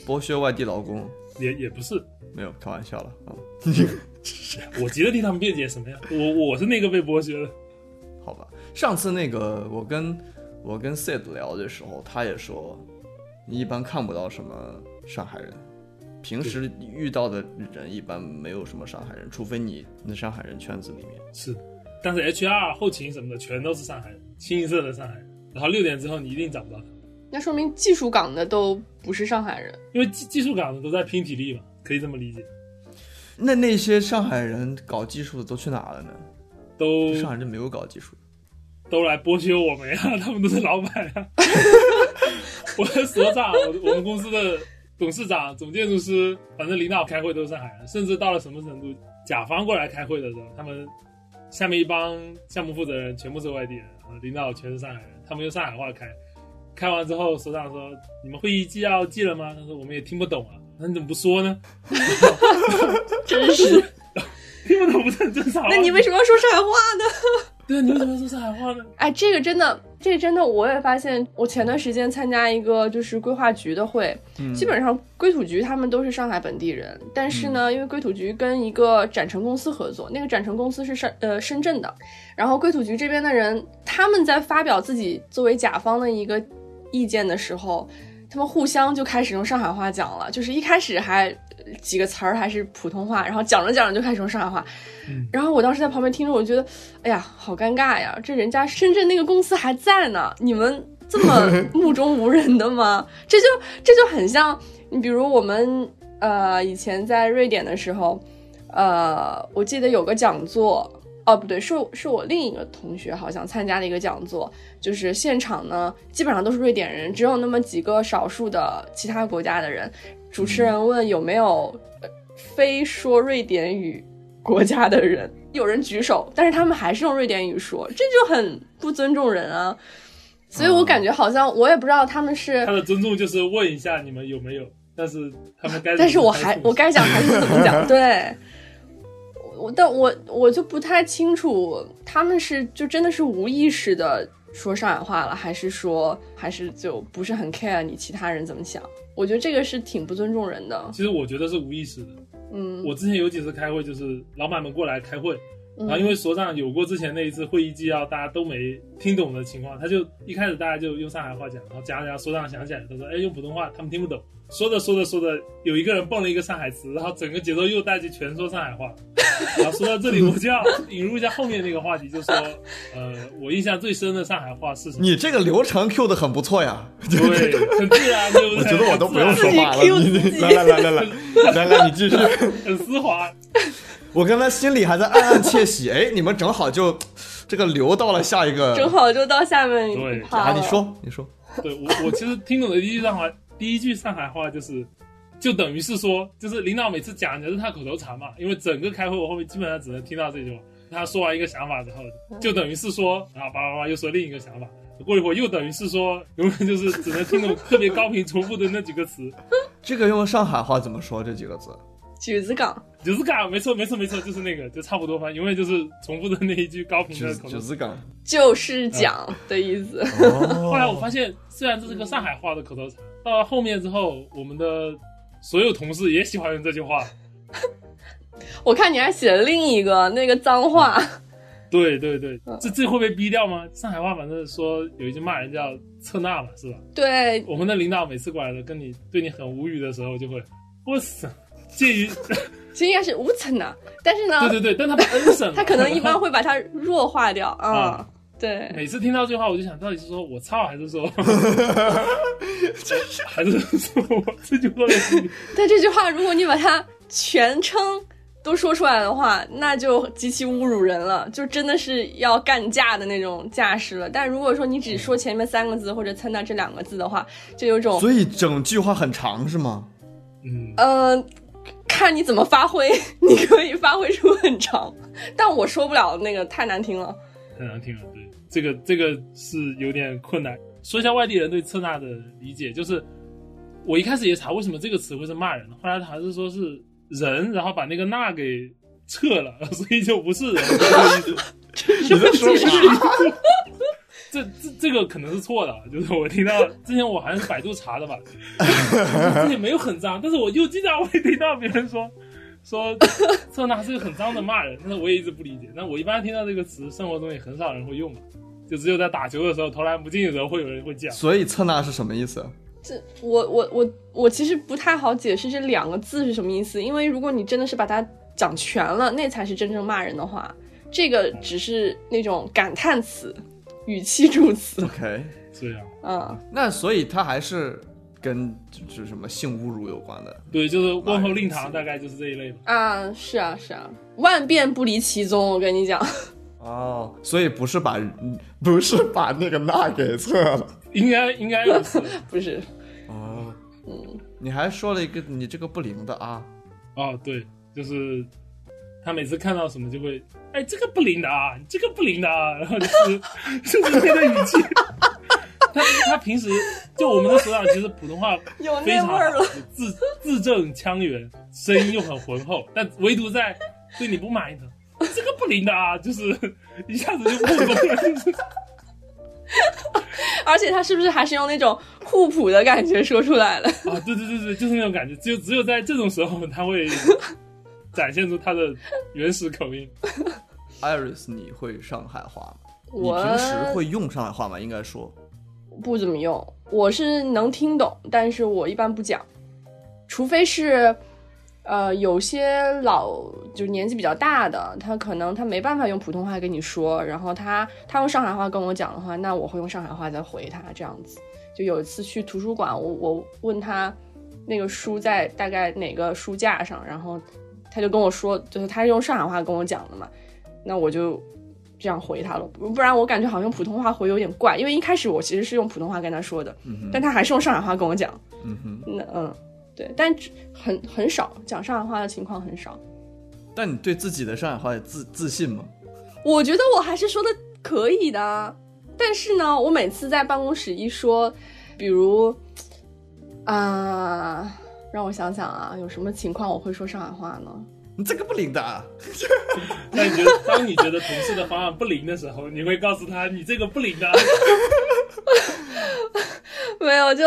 [SPEAKER 1] 剥削外地劳工，
[SPEAKER 2] 也也不是。
[SPEAKER 1] 没有开玩笑了啊、
[SPEAKER 2] 我急着替他们辩解什么呀？我我是那个被剥削的。
[SPEAKER 1] 好吧。上次那个我跟我跟 Sid 聊的时候，他也说，你一般看不到什么上海人，平时遇到的人一般没有什么上海人，除非你那上海人圈子里面。
[SPEAKER 2] 是，但是 HR 后勤什么的全都是上海人，清一色的上海人。然后六点之后你一定找不到他，
[SPEAKER 3] 那说明技术岗的都不是上海人。
[SPEAKER 2] 因为技技术岗的都在拼体力嘛，可以这么理解。
[SPEAKER 1] 那那些上海人搞技术的都去哪了呢？
[SPEAKER 2] 都
[SPEAKER 1] 上海人没有搞技术，
[SPEAKER 2] 都来剥削我们呀， [laughs] 他们都是老板呀。我的所长，我我们公司的董事长、总建筑师，反正领导开会都是上海人，甚至到了什么程度，甲方过来开会的时候，他们下面一帮项目负责人全部是外地人，然后领导全是上海人，他们用上海话开。开完之后，所长说：“你们会议纪要记了吗？”他说：“我们也听不懂啊。”那你怎么不说呢？
[SPEAKER 3] [laughs] 真是。
[SPEAKER 2] [laughs] 听不懂不是很正常吗？
[SPEAKER 3] 那你为什么要说上海话呢？
[SPEAKER 2] 对，你为什么说上海话呢？
[SPEAKER 3] 哎，这个真的，这个真的，我也发现，我前段时间参加一个就是规划局的会，
[SPEAKER 1] 嗯
[SPEAKER 3] 基本上归土局他们都是上海本地人，但是呢，因为归土局跟一个展城公司合作，那个展城公司是深呃深圳的，然后归土局这边的人，他们在发表自己作为甲方的一个意见的时候，他们互相就开始用上海话讲了，就是一开始还呃几个词儿还是普通话，然后讲着讲着就开始用上海话，
[SPEAKER 2] 嗯
[SPEAKER 3] 然后我当时在旁边听着，我觉得，哎呀，好尴尬呀，这人家深圳那个公司还在呢，你们这么目中无人的吗？这就这就很像，你比如我们呃以前在瑞典的时候，呃，我记得有个讲座。哦，不对，是我是我另一个同学好像参加了一个讲座，就是现场呢基本上都是瑞典人，只有那么几个少数的其他国家的人。主持人问有没有呃非说瑞典语国家的人，有人举手，但是他们还是用瑞典语说，这就很不尊重人啊。所以我感觉好像我也不知道他们是
[SPEAKER 2] 他的尊重就是问一下你们有没有，但是他们该怎么开除，
[SPEAKER 3] [laughs] 但是
[SPEAKER 2] [laughs]
[SPEAKER 3] 我还我该讲还是怎么讲，对。我但我我就不太清楚，他们是就真的是无意识的说上海话了，还是说还是就不是很 care 你其他人怎么想？我觉得这个是挺不尊重人的。
[SPEAKER 2] 其实我觉得是无意识的。
[SPEAKER 3] 嗯，
[SPEAKER 2] 我之前有几次开会，就是老板们过来开会，然后
[SPEAKER 3] 嗯
[SPEAKER 2] 因为所长有过之前那一次会议纪要，大家都没听懂的情况，他就一开始大家就用上海话讲，然后讲着讲着，所长想起来，他说：“哎，用普通话，他们听不懂。”说着说着说着，有一个人蹦了一个上海词，然后整个节奏又带去全说上海话。然后说到这里，我就要引入一下后面那个话题，就说：“呃，我印象最深的上海话是什么
[SPEAKER 4] 你这个流程 Q 的很不错呀，？”
[SPEAKER 2] 对，很自然，对不对？
[SPEAKER 4] 我觉得我都不用
[SPEAKER 2] 很自
[SPEAKER 4] 说
[SPEAKER 2] 然
[SPEAKER 4] 话了。
[SPEAKER 3] 自己 cue
[SPEAKER 4] 你
[SPEAKER 3] 自己
[SPEAKER 4] 来来来来来来来，你继续。 [laughs]
[SPEAKER 2] 很丝滑，
[SPEAKER 4] 我刚才心里还在暗暗窃喜，哎，你们正好就这个流到了下一个。
[SPEAKER 3] 正好就到下面一
[SPEAKER 2] 对
[SPEAKER 3] 趴
[SPEAKER 4] 啊，
[SPEAKER 3] 了。
[SPEAKER 4] 你说你说，
[SPEAKER 2] 对我，我其实听懂的第一句上海，第一句上海话就是就等于是说，就是领导每次讲的是他口头禅嘛，因为整个开会我后面基本上只能听到这句话。他说啊完一个想法之后，就等于是说啊，叭叭叭又说另一个想法，过一会儿又等于是说，永远就是只能听懂特别高频重复的那几个词。
[SPEAKER 1] 这个用上海话怎么说这几个字？
[SPEAKER 3] 橘子港，
[SPEAKER 2] 九字嘎，没错没错没错，就是那个，就差不多，反正永远就是重复的那一句高频
[SPEAKER 4] 九
[SPEAKER 2] 的口头
[SPEAKER 4] 九
[SPEAKER 2] 禅。
[SPEAKER 4] 字港，
[SPEAKER 2] 嗯
[SPEAKER 3] 就是讲的意思。
[SPEAKER 1] 哦
[SPEAKER 2] 后来我发现，虽然这是个上海话的口头禅，到了后面之后，我们的所有同事也喜欢用这句话。
[SPEAKER 3] 我看你还写了另一个那个脏话，
[SPEAKER 2] 嗯对对对
[SPEAKER 3] 嗯，
[SPEAKER 2] 这这会被逼掉吗？上海话反正说有一句骂人叫“撤那”嘛，是吧？
[SPEAKER 3] 对，
[SPEAKER 2] 我们的领导每次过来了，跟你对你很无语的时候，就会“我操”，介
[SPEAKER 3] [laughs]
[SPEAKER 2] 于
[SPEAKER 3] 其实应该是无层的，但是呢，
[SPEAKER 2] 对对对，但他不
[SPEAKER 3] [laughs]
[SPEAKER 2] 恩省了，
[SPEAKER 3] 他可能一
[SPEAKER 2] 然
[SPEAKER 3] 般
[SPEAKER 2] 后
[SPEAKER 3] 会把它弱化掉啊、
[SPEAKER 2] 啊
[SPEAKER 3] 对，
[SPEAKER 2] [laughs] 每次听到这句话，我就想到底是说我操，还是
[SPEAKER 3] [laughs]
[SPEAKER 2] 说，还是说我这句话的意义
[SPEAKER 3] [laughs] 但这句话如果你把它全称都说出来的话，那就极其侮辱人了，就真的是要干架的那种架势了。但如果说你只说前面三个字或者参加这两个字的话，就有种
[SPEAKER 4] 所以整句话很长是吗？
[SPEAKER 2] 嗯，
[SPEAKER 3] 嗯，看你怎么发挥， [laughs] 你可以发挥出很长，但我说不了那个太难听了。
[SPEAKER 2] 很难听了。啊对，这个这个是有点困难。说一下外地人对“撤那”的理解，就是我一开始也查为什么这个词会是骂人，后来还是说是人，然后把那个“那”给撤了， [laughs] 所以就不是人这个意思。
[SPEAKER 4] 你在说啥？
[SPEAKER 2] 这这这个可能是错的，啊就是我听到之前我好像是百度查的吧，这也没有很脏，但是我就经常会听到别人说说这那是个很脏的骂人，但是我也一直不理解。那我一般听到这个词，生活中也很少人会用嘛，就只有在打球的时候投篮不进的时候会有人会讲。
[SPEAKER 4] 所以侧那是什么意思？
[SPEAKER 3] 这我我我我其实不太好解释这两个字是什么意思，因为如果你真的是把它讲全了，那才是真正骂人的话。这个只是那种感叹词、语气助词，
[SPEAKER 4] OK，
[SPEAKER 2] 这样，
[SPEAKER 3] 嗯，
[SPEAKER 4] 那所以它还是跟就是什么性侮辱有关的。
[SPEAKER 2] 对，就是问候令堂，大概就是这一类吧。
[SPEAKER 3] 啊，是啊是啊，万变不离其宗，我跟你讲，
[SPEAKER 4] 哦，所以不是把不是把那个那给测了。
[SPEAKER 2] 应该应该不是
[SPEAKER 3] 不是，
[SPEAKER 4] 哦，
[SPEAKER 3] 嗯，
[SPEAKER 4] 你还说了一个你这个不灵的啊，
[SPEAKER 2] 哦，对，就是他每次看到什么就会，哎，这个不灵的啊，你这个不灵的啊，然后就是就是那个语气。他他平时就我们的首长其实普通话
[SPEAKER 3] 有
[SPEAKER 2] 非
[SPEAKER 3] 那
[SPEAKER 2] 常好
[SPEAKER 3] 味儿了，
[SPEAKER 2] 字字正腔圆，声音又很浑厚，但唯独在对你不满意的，这个不灵的啊，就是一下子就不懂了，就是
[SPEAKER 3] 而且他是不是还是用那种互补的感觉说出来了？
[SPEAKER 2] 啊，对对对对，就是那种感觉，只有只有在这种时候他会展现出他的原始口音。
[SPEAKER 1] ，Iris，你会上海话吗？你
[SPEAKER 3] 我
[SPEAKER 1] 平时会用上海话吗？应该说，
[SPEAKER 3] 不怎么用，我是能听懂，但是我一般不讲，除非是，呃，有些老就年纪比较大的，他可能他没办法用普通话跟你说，然后他他用上海话跟我讲的话，那我会用上海话再回他这样子。就有一次去图书馆，我我问他那个书在大概哪个书架上，然后他就跟我说，就是他是用上海话跟我讲的嘛，那我就这样回他了，不不然我感觉好像普通话回有点怪，因为一开始我其实是用普通话跟他说的，但他还是用上海话跟我讲，
[SPEAKER 4] 嗯哼。
[SPEAKER 3] 那嗯，对，但只很很少讲上海话的情况很少，
[SPEAKER 4] 但你对自己的上海话有自自信吗？
[SPEAKER 3] 我觉得我还是说的可以的啊，但是呢，我每次在办公室一说，比如啊、让我想想啊，有什么情况我会说上海话呢？
[SPEAKER 4] 你这个不灵的啊。
[SPEAKER 2] 那你觉得，当你觉得同事的方案不灵的时候，你会告诉他你这个不灵的啊，
[SPEAKER 3] [laughs]
[SPEAKER 2] [laughs]
[SPEAKER 3] 没有，就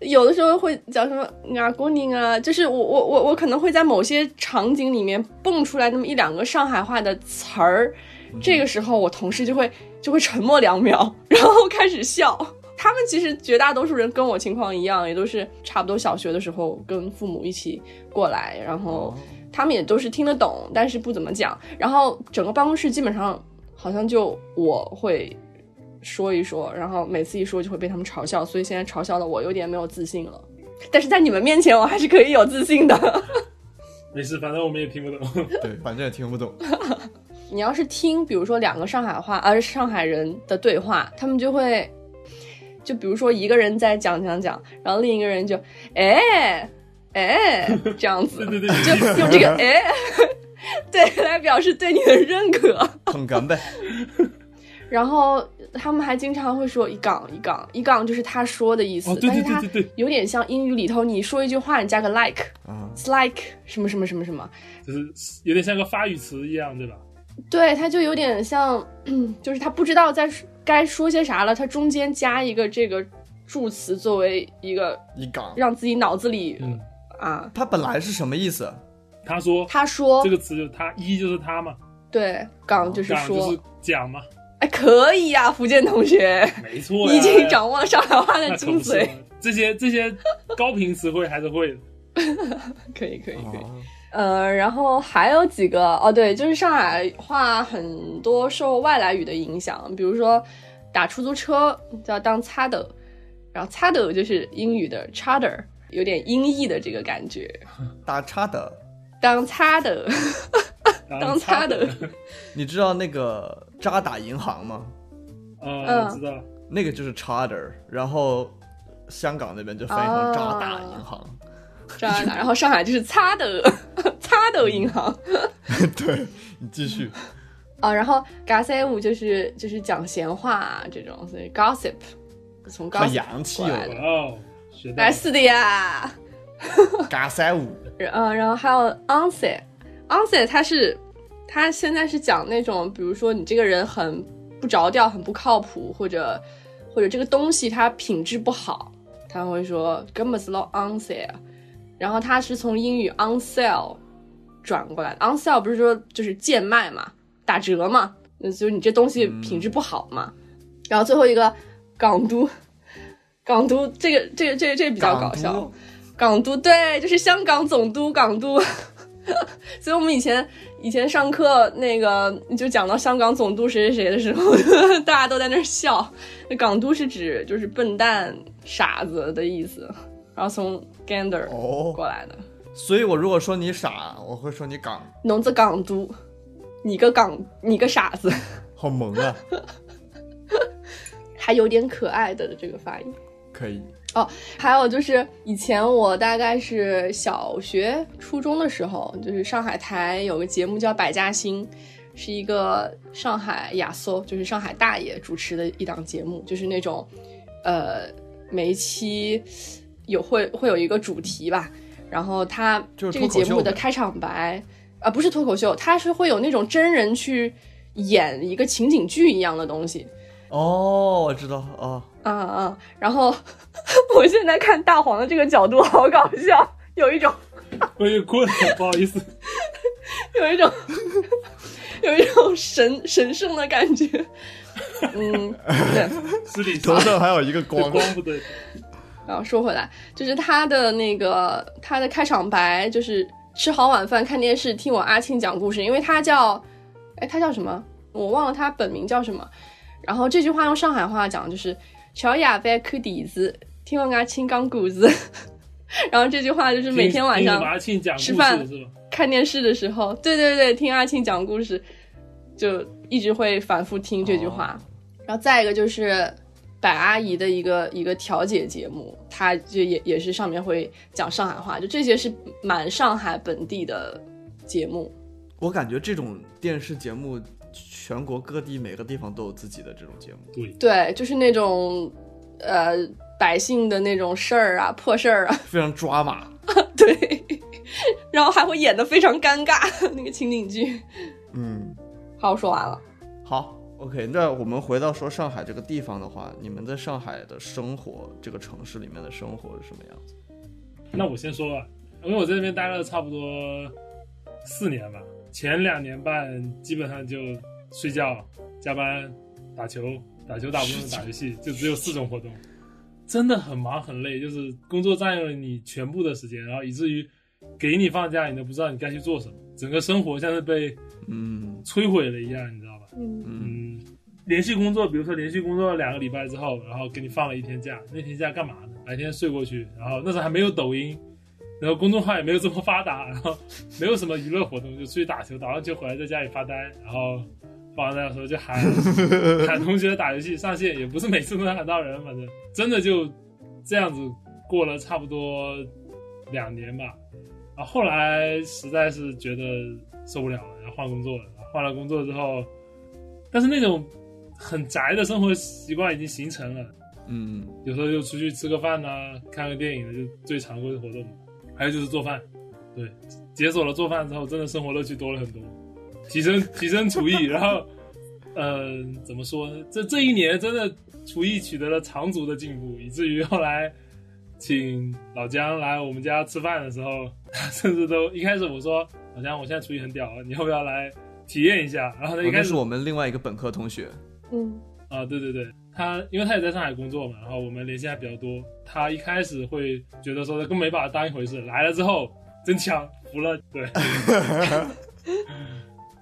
[SPEAKER 3] 有的时候会讲什么啊，姑娘啊，就是我我我我可能会在某些场景里面蹦出来那么一两个上海话的词儿，这个时候我同事就会就会沉默两秒， [laughs] 然后开始笑。他们其实绝大多数人跟我情况一样，也都是差不多小学的时候跟父母一起过来，然后他们也都是听得懂，但是不怎么讲。然后整个办公室基本上好像就我会说一说，然后每次一说就会被他们嘲笑，所以现在嘲笑的我有点没有自信了。但是在你们面前，我还是可以有自信的。 [laughs]
[SPEAKER 2] 没事，反正我们也听不懂。
[SPEAKER 4] [laughs] 对，反正也听不懂。
[SPEAKER 3] 你要是听，比如说两个上海话，而、上海人的对话，他们就会，就比如说一个人在讲讲讲，然后另一个人就，哎，哎，这样子，
[SPEAKER 2] 对对
[SPEAKER 3] 就
[SPEAKER 2] 对，
[SPEAKER 3] 用这个哎， [laughs] 对，来表示对你的认可。
[SPEAKER 4] 捧哏呗，
[SPEAKER 3] 然后他们还经常会说一杠一杠一杠，就是他说的意思，
[SPEAKER 2] 哦对对
[SPEAKER 3] 但
[SPEAKER 2] 对
[SPEAKER 3] 是
[SPEAKER 2] 对
[SPEAKER 3] 它
[SPEAKER 2] 对
[SPEAKER 3] 有点像英语里头你说一句话，你加个 like，
[SPEAKER 4] 啊
[SPEAKER 3] it's like 什么什么什么什么，
[SPEAKER 2] 就是有点像个发语词一样，对吧？
[SPEAKER 3] 对，他就有点像， [clears throat] 就是他不知道在说该说些啥了，他中间加一个这个助词作为一个
[SPEAKER 4] 一杠。
[SPEAKER 3] 让自己脑子里、
[SPEAKER 2] 嗯，
[SPEAKER 3] 啊，
[SPEAKER 4] 它本来是什么意思？
[SPEAKER 2] 他说
[SPEAKER 3] 他说、
[SPEAKER 2] 这个词就是他，一就是他嘛，
[SPEAKER 3] 对，刚就是
[SPEAKER 2] 讲
[SPEAKER 3] 说，
[SPEAKER 2] 就是讲嘛，
[SPEAKER 3] 哎，可以呀、福建同学，
[SPEAKER 2] 没错呀，
[SPEAKER 3] 你已经掌握了上海话
[SPEAKER 2] 啊那
[SPEAKER 3] 的
[SPEAKER 2] 可
[SPEAKER 3] 精
[SPEAKER 2] 不是
[SPEAKER 3] 髓，
[SPEAKER 2] 嘛这些这些高频词汇还是会的，
[SPEAKER 3] 可以可以可以。
[SPEAKER 4] 啊
[SPEAKER 3] 呃，然后还有几个哦，对，就是上海话很多受外来语的影响，比如说打出租车叫当擦的，然后擦的就是英语的 charter，有点音译的这个感觉，
[SPEAKER 4] 打叉的。
[SPEAKER 3] 当擦
[SPEAKER 4] [laughs]
[SPEAKER 3] 的，
[SPEAKER 2] 当
[SPEAKER 3] 当擦的，
[SPEAKER 2] [laughs]
[SPEAKER 4] 你知道那个渣打银行吗？
[SPEAKER 2] 呃，
[SPEAKER 3] 嗯
[SPEAKER 2] 我知道，
[SPEAKER 4] 那个就是 charter，然后香港那边就翻译成渣打银行。
[SPEAKER 3] 这样的，然后上海就是擦的， [laughs] 擦的银行。
[SPEAKER 4] 对你继续，
[SPEAKER 3] 啊、然后 gossip 就是就是讲闲话、啊、这种，所以 gossip 从
[SPEAKER 4] 好
[SPEAKER 3] gossip
[SPEAKER 4] 洋气
[SPEAKER 3] 过来
[SPEAKER 4] 哦，
[SPEAKER 3] 的，
[SPEAKER 2] 哇哦，学到
[SPEAKER 3] 来
[SPEAKER 2] 了
[SPEAKER 3] 是的呀。
[SPEAKER 4] 嘎塞舞
[SPEAKER 3] 然嗯，然后还有 onset，onset 它是它现在是讲那种，比如说你这个人很不着调、很不靠谱，或者或者这个东西它品质不好，他会说根本是 low on sale。然后它是从英语 on sale 转过来的，on sale 不是说就是贱卖嘛，打折嘛，那就是你这东西品质不好嘛。然后最后一个港都，港都这个这个这个、这个比较
[SPEAKER 4] 港
[SPEAKER 3] 搞笑。
[SPEAKER 4] 督
[SPEAKER 3] 港督，对，就是香港总督港督。所以我们以前以前上课那个就讲到香港总督谁谁谁的时候，大家都在那儿笑。那港督是指就是笨蛋、傻子的意思，然后从 gander
[SPEAKER 4] 哦。
[SPEAKER 3] 过来的。
[SPEAKER 4] 所以我如果说你傻，我会说你港，
[SPEAKER 3] 侬子港督，你个港，你个傻子， [laughs]
[SPEAKER 4] 好萌啊！
[SPEAKER 3] 还有点可爱的这个发音。
[SPEAKER 4] 可以，
[SPEAKER 3] 还有就是以前我大概是小学、初中的时候，就是上海台有个节目叫《百家星》，是一个上海亚搜，就是上海大爷主持的一档节目，就是那种，呃，每一期有会会有一个主题吧，然后他
[SPEAKER 4] 就
[SPEAKER 3] 这
[SPEAKER 4] 是脱
[SPEAKER 3] 个
[SPEAKER 4] 口
[SPEAKER 3] 节
[SPEAKER 4] 秀
[SPEAKER 3] 目的
[SPEAKER 4] 呗
[SPEAKER 3] 开场白啊、不是脱口秀，他是会有那种真人去演一个情景剧一样的东西，
[SPEAKER 4] 哦，我知道哦，
[SPEAKER 3] 啊啊！然后 [laughs] 我现在看大黄的这个角度好搞笑，有一种
[SPEAKER 2] 我有点困了，不好意思， [laughs]
[SPEAKER 3] 有一种 [laughs] 有一种神神圣的感觉。嗯，对。
[SPEAKER 2] 是你
[SPEAKER 4] [laughs] 头
[SPEAKER 5] 哎
[SPEAKER 4] 上还有一个
[SPEAKER 2] 对
[SPEAKER 4] 光，
[SPEAKER 2] 光不对，
[SPEAKER 3] 然后啊说回来，就是他的那个他的开场白就是吃好晚饭看电视，听我阿庆讲故事，因为他叫，哎，他叫什么？我忘了他本名叫什么。然后这句话用上海话讲就是乔亚饭看底子，听我阿庆讲故事。 [laughs] 然后这句话 [laughs] 就是每天晚
[SPEAKER 2] 听
[SPEAKER 3] 上
[SPEAKER 2] 听马庆讲故
[SPEAKER 3] 吃饭
[SPEAKER 2] 事是吧？
[SPEAKER 3] 看电视的时候， [laughs] 对对对，听阿庆讲故事，就一直会反复听这句话。然后再一个就是百阿姨的一个一个调解节目，她就也也是上面会讲上海话，就这些是蛮上海本地的节目。
[SPEAKER 4] 我感觉这种电视节目，全国各地每个地方都有自己的这种节目。
[SPEAKER 2] 对，
[SPEAKER 3] 对，就是那种呃百姓的那种事儿啊，破事儿啊， [laughs]
[SPEAKER 4] 非常抓马。
[SPEAKER 3] 对，然后还会演的非常尴尬 [laughs] 那个情景剧。
[SPEAKER 4] 嗯，
[SPEAKER 3] 好，我说完了。
[SPEAKER 4] 好，OK，那我们回到说上海这个地方的话，你们在上海的生活，这个城市里面的生活是什么样子？
[SPEAKER 2] 那我先说吧，因为我在这边待了差不多四年吧，前两年半基本上就睡觉、加班、打球，打球打不动，打游戏，就只有四种活动，真的很忙很累，就是工作占用了你全部的时间，然后以至于给你放假，你都不知道你该去做什么，整个生活像是被
[SPEAKER 4] 嗯
[SPEAKER 2] 摧毁了一样，你知道吧？
[SPEAKER 3] 嗯
[SPEAKER 4] 嗯，
[SPEAKER 2] 嗯，连续工作，比如说连续工作了两个礼拜之后，然后给你放了一天假，那天假干嘛呢？白天睡过去，然后那时候还没有抖音，然后公众号也没有这么发达，然后没有什么娱乐活动，就出去打球，打完球回来在家里发呆，然后发完呆的时候就喊 [laughs] 喊同学打游戏上线，也不是每次都能喊到人，反正真的就这样子过了差不多两年吧，然后后来实在是觉得受不了了，然后换工作了。然后换了工作之后，但是那种很宅的生活习惯已经形成了，
[SPEAKER 1] 嗯，
[SPEAKER 2] 有时候就出去吃个饭呐、看个电影的，就最常规的活动嘛。还有就是做饭，对，解锁了做饭之后，真的生活乐趣多了很多，提 [laughs] 升提升厨艺，然后，呃，怎么说呢？这这一年真的厨艺取得了长足的进步，以至于后来请老姜来我们家吃饭的时候， [laughs] 他甚至都一开始我说老姜，我现在厨艺很屌，啊你要不要来体验一下？然后他一
[SPEAKER 1] 哦那
[SPEAKER 2] 开
[SPEAKER 1] 是
[SPEAKER 2] 始
[SPEAKER 1] 我们另外一个本科同学，
[SPEAKER 3] 嗯
[SPEAKER 2] 啊，对对对，他因为他也在上海工作嘛，然后我们联系还比较多。他一开始会觉得说根本没把他当一回事，来了之后真强，服了，对。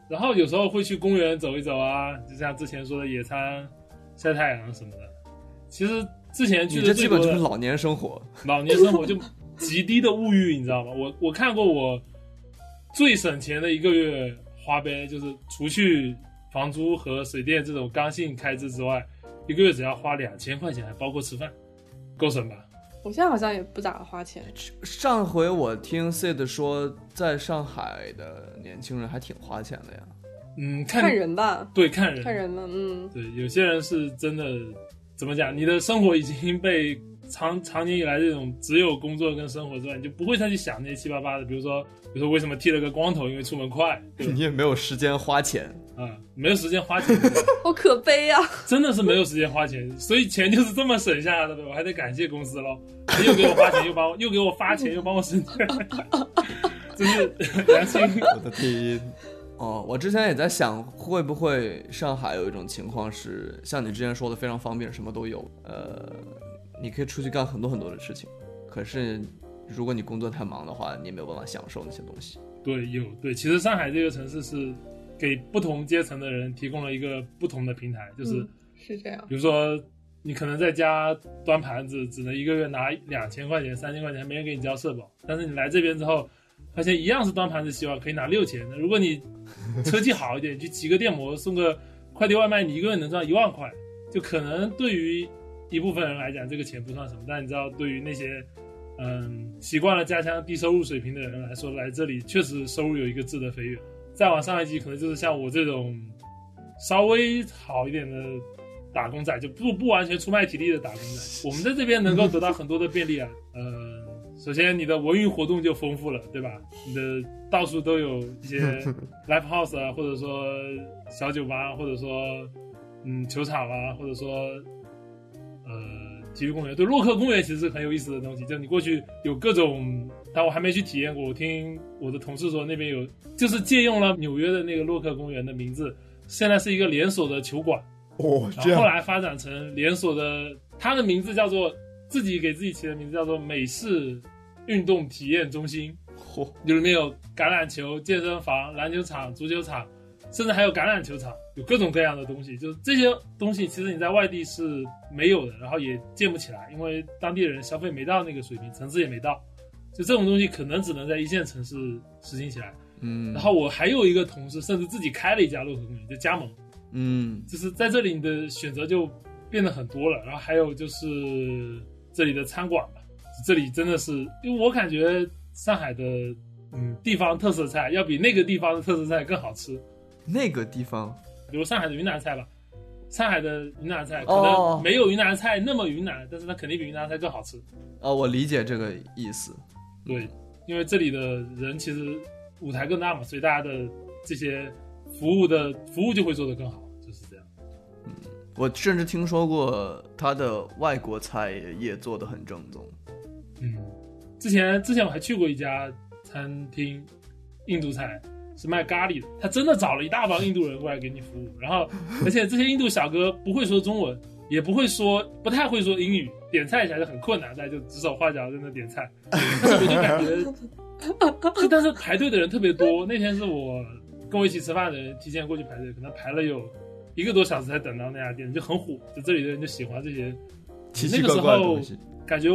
[SPEAKER 2] 然后有时候会去公园走一走啊，就像之前说的野餐、晒太阳什么的。其实之前去
[SPEAKER 1] 你
[SPEAKER 2] 的
[SPEAKER 1] 这
[SPEAKER 2] 最
[SPEAKER 1] 基
[SPEAKER 2] 多
[SPEAKER 1] 本
[SPEAKER 2] 的
[SPEAKER 1] 就是老年生活。
[SPEAKER 2] 老年生活就极低的物欲，你知道吗？我我看过我最省钱的一个月花呗，就是除去房租和水电这种刚性开支之外，一个月只要花两千块钱，还包括吃饭，够省吧？
[SPEAKER 3] 我现在好像也不咋花钱，
[SPEAKER 1] 上回我听 Sid 说，在上海的年轻人还挺花钱的呀。
[SPEAKER 2] 嗯，看
[SPEAKER 3] 看人吧，
[SPEAKER 2] 对看人
[SPEAKER 3] 看人吧，嗯，
[SPEAKER 2] 对，有些人是真的怎么讲，你的生活已经被长长年以来这种只有工作跟生活之外，你就不会再去想那些七八八的，比如说比如说为什么剃了个光头，因为出门快，对吧？
[SPEAKER 1] 你也没有时间花钱，
[SPEAKER 2] 啊、没有时间花钱。
[SPEAKER 3] 好可悲啊！
[SPEAKER 2] 真的是没有时间花钱，所以钱就是这么省下来的呗。我还得感谢公司喽，又给我花钱，又帮我，又给我发钱，又帮我省钱， [laughs] 真是良心。
[SPEAKER 4] 我的天，
[SPEAKER 1] 哦，我之前也在想，会不会上海有一种情况是，像你之前说的非常方便，什么都有，呃，你可以出去干很多很多的事情，可是如果你工作太忙的话，你也没有办法享受那些东西。
[SPEAKER 2] 对，有对，其实上海这个城市是给不同阶层的人提供了一个不同的平台，就是、
[SPEAKER 3] 嗯是这样，
[SPEAKER 2] 比如说你可能在家端盘子，只能一个月拿两千块钱、三千块钱，没人给你交社保，但是你来这边之后。发现一样是端盘子洗碗，可以拿六千。如果你车技好一点，你去骑个电摩，送个快递外卖，你一个月能赚一万块，就可能对于一部分人来讲，这个钱不算什么，但你知道，对于那些嗯习惯了家乡低收入水平的人来说，来这里确实收入有一个质的飞跃。再往上一级，可能就是像我这种稍微好一点的打工仔，就不不完全出卖体力的打工仔，我们在这边能够得到很多的便利啊。嗯，首先你的文娱活动就丰富了，对吧？你的到处都有一些 live house 啊，或者说小酒吧，或者说嗯球场啊，或者说呃体育公园。对，洛克公园其实是很有意思的东西，就你过去有各种，但我还没去体验过。我听我的同事说那边有，就是借用了纽约的那个洛克公园的名字，现在是一个连锁的球馆。
[SPEAKER 4] 哦，
[SPEAKER 2] 然后后来发展成连锁的，它的名字叫做自己给自己起的名字叫做美式运动体验中心。嚯、里面有橄榄球、健身房、篮球场、足球场，甚至还有橄榄球场，有各种各样的东西。就是这些东西，其实你在外地是没有的，然后也建不起来，因为当地人消费没到那个水平，层次也没到。就这种东西，可能只能在一线城市实行起来。
[SPEAKER 1] 嗯
[SPEAKER 2] 然后我还有一个同事，甚至自己开了一家洛克公园，就加盟。
[SPEAKER 1] 嗯，
[SPEAKER 2] 就是在这里你的选择就变得很多了。然后还有就是这里的餐馆吧，这里真的是，因为我感觉上海的嗯地方特色菜要比那个地方的特色菜更好吃，
[SPEAKER 1] 那个地方
[SPEAKER 2] 比如上海的云南菜吧。上海的云南菜可
[SPEAKER 1] 哦
[SPEAKER 2] 能没有云南菜那么云南，但是它肯定比云南菜更好吃。
[SPEAKER 1] 哦，我理解这个意思。
[SPEAKER 2] 对，因为这里的人其实舞台更大嘛，所以大家的这些服务的服务就会做得更好，就是这样。
[SPEAKER 1] 我甚至听说过他的外国菜也做得很正宗。
[SPEAKER 2] 嗯，之前之前我还去过一家餐厅，印度菜是卖咖喱的，他真的找了一大帮印度人过来给你服务，然后而且这些印度小哥不会说中文，也不会说不太会说英语，点菜起来就很困难，大家就指手画脚在那点菜，但是我就感觉，就但是排队的人特别多，那天是我跟我一起吃饭的人提前过去排队，可能排了有。一个多小时才等到那家店，就很火，就这里的人就喜欢这些
[SPEAKER 4] 奇奇怪怪的东西，
[SPEAKER 2] 感觉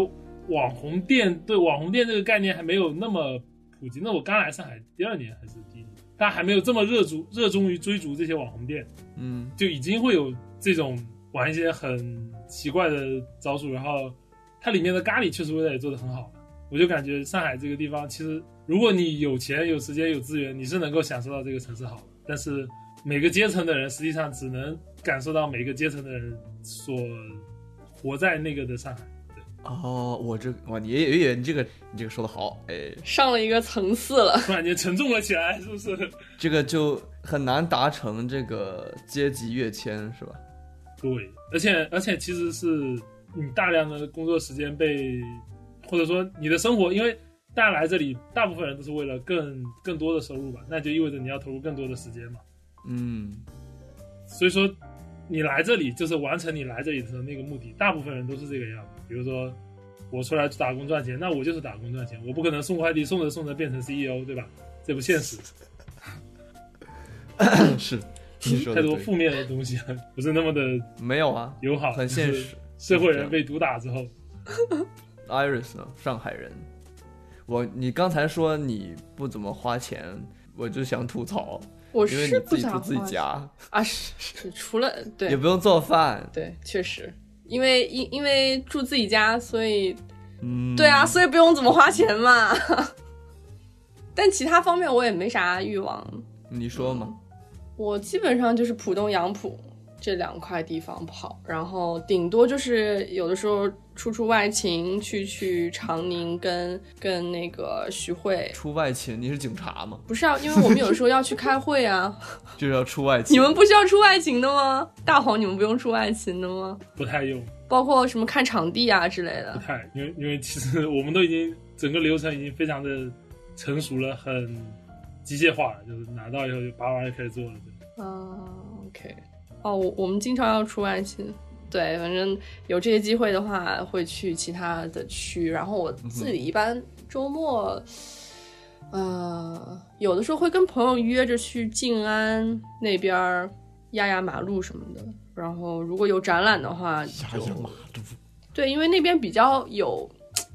[SPEAKER 2] 网红店对网红店这个概念还没有那么普及。那我刚来上海第二年还是第一年，大家还没有这么热衷热衷于追逐这些网红店，
[SPEAKER 1] 嗯，
[SPEAKER 2] 就已经会有这种玩一些很奇怪的招数。然后它里面的咖喱确实味道也做得很好，我就感觉上海这个地方，其实如果你有钱、有时间、有资源，你是能够享受到这个城市好的。但是每个阶层的人，实际上只能感受到每个阶层的人所活在那个的上海。
[SPEAKER 1] 哦，我这哇，你爷爷，你这个你这个说的好，哎，
[SPEAKER 3] 上了一个层次了。
[SPEAKER 2] 突然间沉重了起来，是
[SPEAKER 1] [laughs]
[SPEAKER 2] 不是？
[SPEAKER 1] 这个就很难达成这个阶级跃迁，是吧？
[SPEAKER 2] 对，而且而且其实是你大量的工作时间被，或者说你的生活，因为大家来这里，大部分人都是为了更更多的收入吧，那就意味着你要投入更多的时间嘛。
[SPEAKER 1] 嗯， [coughs]
[SPEAKER 2] 所以说你来这里就是完成你来这里的那个目的，大部分人都是这个样子。比如说我出来打工赚钱，那我就是打工赚钱，我不可能送快递送着送着变成 CEO，对吧？这不现实，
[SPEAKER 1] 是，你说
[SPEAKER 2] 太
[SPEAKER 1] 的
[SPEAKER 2] 多
[SPEAKER 1] 对
[SPEAKER 2] 负面的东西不是那么的
[SPEAKER 1] 没有啊，
[SPEAKER 2] 友好，
[SPEAKER 1] 很现实。
[SPEAKER 2] 社会人被毒打之后，
[SPEAKER 1] Iris 呢？上海人，我你刚才说你不怎么花钱，我就想吐槽，
[SPEAKER 3] 我
[SPEAKER 1] 因为
[SPEAKER 3] 是
[SPEAKER 1] 你
[SPEAKER 3] 不
[SPEAKER 1] 自己
[SPEAKER 3] 想
[SPEAKER 1] 住自己
[SPEAKER 3] 花钱
[SPEAKER 1] 家，
[SPEAKER 3] 啊，是是，除了对
[SPEAKER 1] 也不用做饭，
[SPEAKER 3] 对，确实，因为因因为住自己家，所以
[SPEAKER 1] 嗯，
[SPEAKER 3] 对啊，，所以不用怎么花钱嘛。 [laughs] 但其他方面我也没啥欲望，
[SPEAKER 1] 你说嘛，
[SPEAKER 3] 我基本上就是浦东、杨浦这两块地方跑，然后顶多就是有的时候出出外勤，去去长宁跟跟那个徐汇。
[SPEAKER 1] 出外勤，你是警察吗？
[SPEAKER 3] 不是啊，因为我们有时候要去开会啊。
[SPEAKER 1] 就是要出外勤，
[SPEAKER 3] [laughs] 你们不需要出外勤的吗？大黄，你们不用出外勤的吗？
[SPEAKER 2] 不太用。
[SPEAKER 3] 包括什么看场地啊之类
[SPEAKER 2] 不
[SPEAKER 3] 的。
[SPEAKER 2] 太，因为因为其实我们都已经整个流程已经非常的成熟了，很机械化了，就是拿到以后就叭叭就开始做了。对
[SPEAKER 3] 啊，OK，哦，我我们经常要出外勤，对，反正有这些机会的话，会去其他的区。然后我自己一般周末，呃，有的时候会跟朋友约着去静安那边儿压压马路什么的。然后如果有展览的话，就
[SPEAKER 1] 路，
[SPEAKER 3] 对，因为那边比较有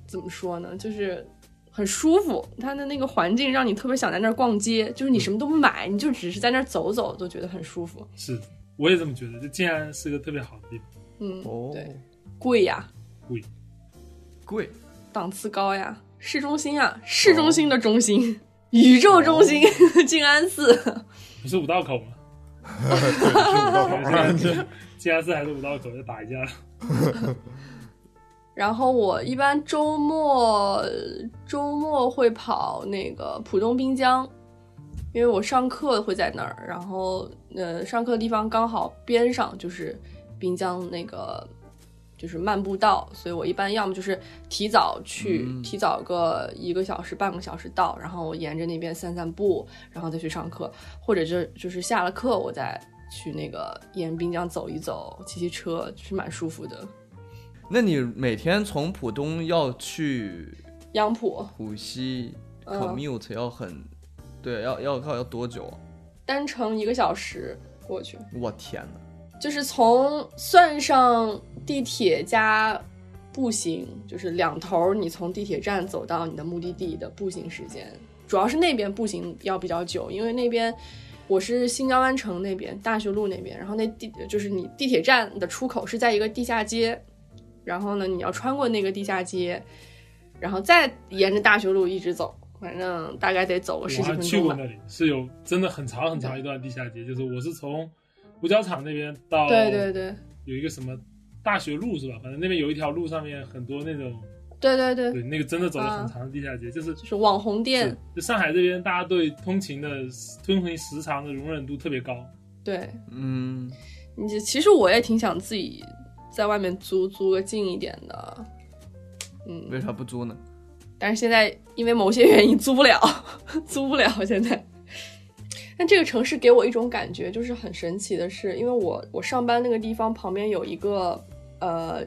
[SPEAKER 3] 怎么说呢，就是很舒服，它的那个环境让你特别想在那儿逛街，就是你什么都不买，你就只是在那儿走走，都觉得很舒服。
[SPEAKER 2] 是，我也这么觉得。就静安是个特别好的地方，
[SPEAKER 3] 嗯，
[SPEAKER 1] 哦，
[SPEAKER 3] 对，贵呀，
[SPEAKER 2] 贵，
[SPEAKER 1] 贵，
[SPEAKER 3] 档次高呀，市中心啊，市中心的中心，宇宙中心， [laughs] 静安寺。
[SPEAKER 2] 不是五道口
[SPEAKER 3] [laughs]
[SPEAKER 2] 吗？
[SPEAKER 4] 对，是五道口
[SPEAKER 2] 静安寺，静安寺还是五道口，就打一架。
[SPEAKER 3] 然后我一般周末周末会跑那个浦东滨江，因为我上课会在那儿，然后呃上课的地方刚好边上就是滨江那个就是漫步道，所以我一般要么就是提早去，
[SPEAKER 1] 嗯
[SPEAKER 3] 提早个一个小时半个小时到，然后沿着那边散散步，然后再去上课，或者就就是下了课我再去那个沿滨江走一走，骑骑车，就是蛮舒服的。
[SPEAKER 1] 那你每天从浦东要去
[SPEAKER 3] 杨浦。
[SPEAKER 1] 浦西
[SPEAKER 3] 嗯
[SPEAKER 1] commute 要很，对，要要要要多久啊？
[SPEAKER 3] 单程一个小时过去，
[SPEAKER 1] 我天哪！
[SPEAKER 3] 就是从算上地铁加步行，就是两头儿你从地铁站走到你的目的地的步行时间，主要是那边步行要比较久，因为那边我是新疆湾城那边大学路那边，然后那地就是你地铁站的出口是在一个地下街，然后呢你要穿过那个地下街，然后再沿着大学路一直走，反正大概得走个十
[SPEAKER 2] 我
[SPEAKER 3] 几
[SPEAKER 2] 还
[SPEAKER 3] 分
[SPEAKER 2] 去
[SPEAKER 3] 钟
[SPEAKER 2] 过
[SPEAKER 3] 吧。
[SPEAKER 2] 那里，是有真的很长很长一段地下街，就是我是从五角场那边到
[SPEAKER 3] 对对对
[SPEAKER 2] 有一个什么大学路是吧？反正那边有一条路上面很多那种，
[SPEAKER 3] 对对对，
[SPEAKER 2] 对，那个真的走了
[SPEAKER 3] 啊
[SPEAKER 2] 很长的地下街，就是
[SPEAKER 3] 就是网红店
[SPEAKER 2] 是，，就上海这边，大家对通勤的通勤时长的容忍度特别高。
[SPEAKER 3] 对
[SPEAKER 1] 嗯，
[SPEAKER 3] 你这其实我也挺想自己在外面租租个近一点的，嗯，
[SPEAKER 1] 为啥不
[SPEAKER 4] [laughs]
[SPEAKER 1] 租呢？
[SPEAKER 3] 但是现在因为某些原因租不了， [laughs] 租不了现在。但这个城市给我一种感觉，就是很神奇的是，因为我我上班那个地方旁边有一个呃，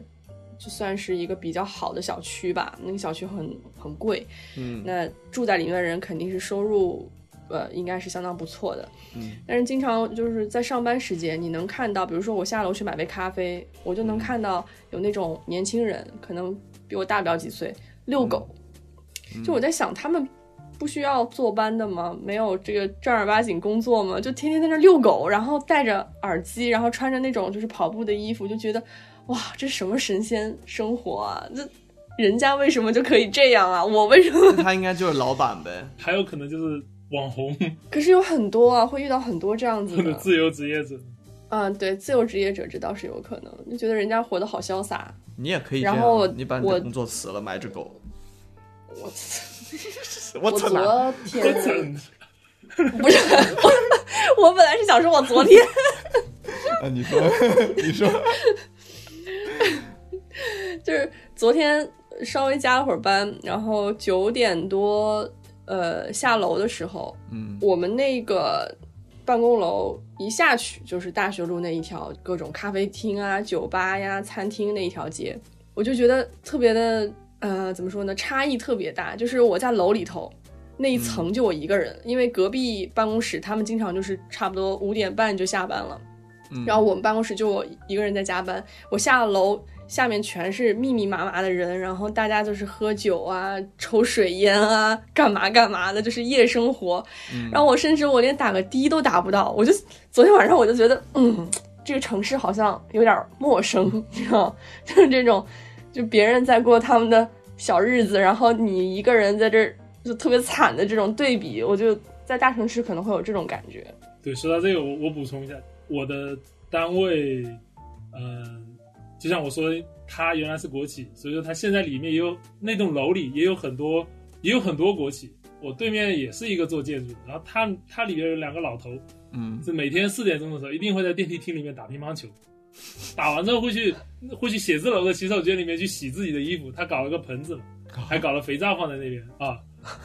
[SPEAKER 3] 就算是一个比较好的小区吧，那个小区很很贵，
[SPEAKER 1] 嗯
[SPEAKER 3] 那住在里面的人肯定是收入，呃，应该是相当不错的。
[SPEAKER 1] 嗯，
[SPEAKER 3] 但是经常就是在上班时间，你能看到，比如说我下楼去买杯咖啡，我就
[SPEAKER 1] 嗯
[SPEAKER 3] 能看到有那种年轻人，可能比我大不了几岁，
[SPEAKER 1] 嗯
[SPEAKER 3] 遛狗。就
[SPEAKER 4] 嗯
[SPEAKER 3] 我在想，他们不需要坐班的吗？没有这个正儿八经工作吗？就天天在那遛狗，然后戴着耳机，然后穿着那种就是跑步的衣服，就觉得哇，这什么神仙生活啊！这人家为什么就可以这样啊？我为什么？ [laughs]
[SPEAKER 4] 他应该就是老板呗。
[SPEAKER 2] 还有可能就是网红
[SPEAKER 3] 可是有很多啊，会遇到很多这样子
[SPEAKER 2] 或者
[SPEAKER 3] 的。
[SPEAKER 2] 自由职业者，
[SPEAKER 3] 嗯，对，自由职业者这倒是有可能，就觉得人家活得好潇洒。
[SPEAKER 4] 你也可以这
[SPEAKER 3] 然后
[SPEAKER 4] 样，你把你
[SPEAKER 3] 我
[SPEAKER 4] 的工作辞了，买只狗。
[SPEAKER 3] 我
[SPEAKER 4] [laughs] 我
[SPEAKER 3] 我
[SPEAKER 4] 操！
[SPEAKER 3] 昨
[SPEAKER 2] 真
[SPEAKER 3] 天
[SPEAKER 2] 惨，
[SPEAKER 3] 不是 [laughs] 我，我本来是想说，我昨天
[SPEAKER 4] [laughs] 啊，你说， [laughs] 你说，
[SPEAKER 3] 就是昨天稍微加了会儿班，然后九点多呃下楼的时候，
[SPEAKER 4] 嗯，
[SPEAKER 3] 我们那个办公楼一下去就是大学路那一条各种咖啡厅啊、酒吧呀、餐厅那一条街，我就觉得特别的呃，怎么说呢，差异特别大。就是我在楼里头那一
[SPEAKER 4] 嗯
[SPEAKER 3] 层就我一个人，因为隔壁办公室他们经常就是差不多五点半就下班了，
[SPEAKER 4] 嗯
[SPEAKER 3] 然后我们办公室就我一个人在加班，我下了楼。下面全是密密麻麻的人，然后大家就是喝酒啊、抽水烟啊、干嘛干嘛的，就是夜生活。然后我甚至我连打个的都打不到，我就昨天晚上我就觉得，嗯，这个城市好像有点陌生， [laughs] 你知道吗，就是这种，就别人在过他们的小日子，然后你一个人在这儿就特别惨的这种对比，我就在大城市可能会有这种感觉。
[SPEAKER 2] [laughs] 对，说到这个，我我补充一下，我的单位，嗯、就像我说，它原来是国企，所以说它现在里面也有那栋楼里也有很多也有很多国企。我对面也是一个做建筑的，然后他他里边有两个老头，
[SPEAKER 4] 嗯，
[SPEAKER 2] 是每天四点钟的时候一定会在电梯厅里面打乒乓球，打完之后会去 [laughs] 会去写字楼的洗手间里面去洗自己的衣服，他搞了个盆子嘛，还搞了肥皂放在那边啊。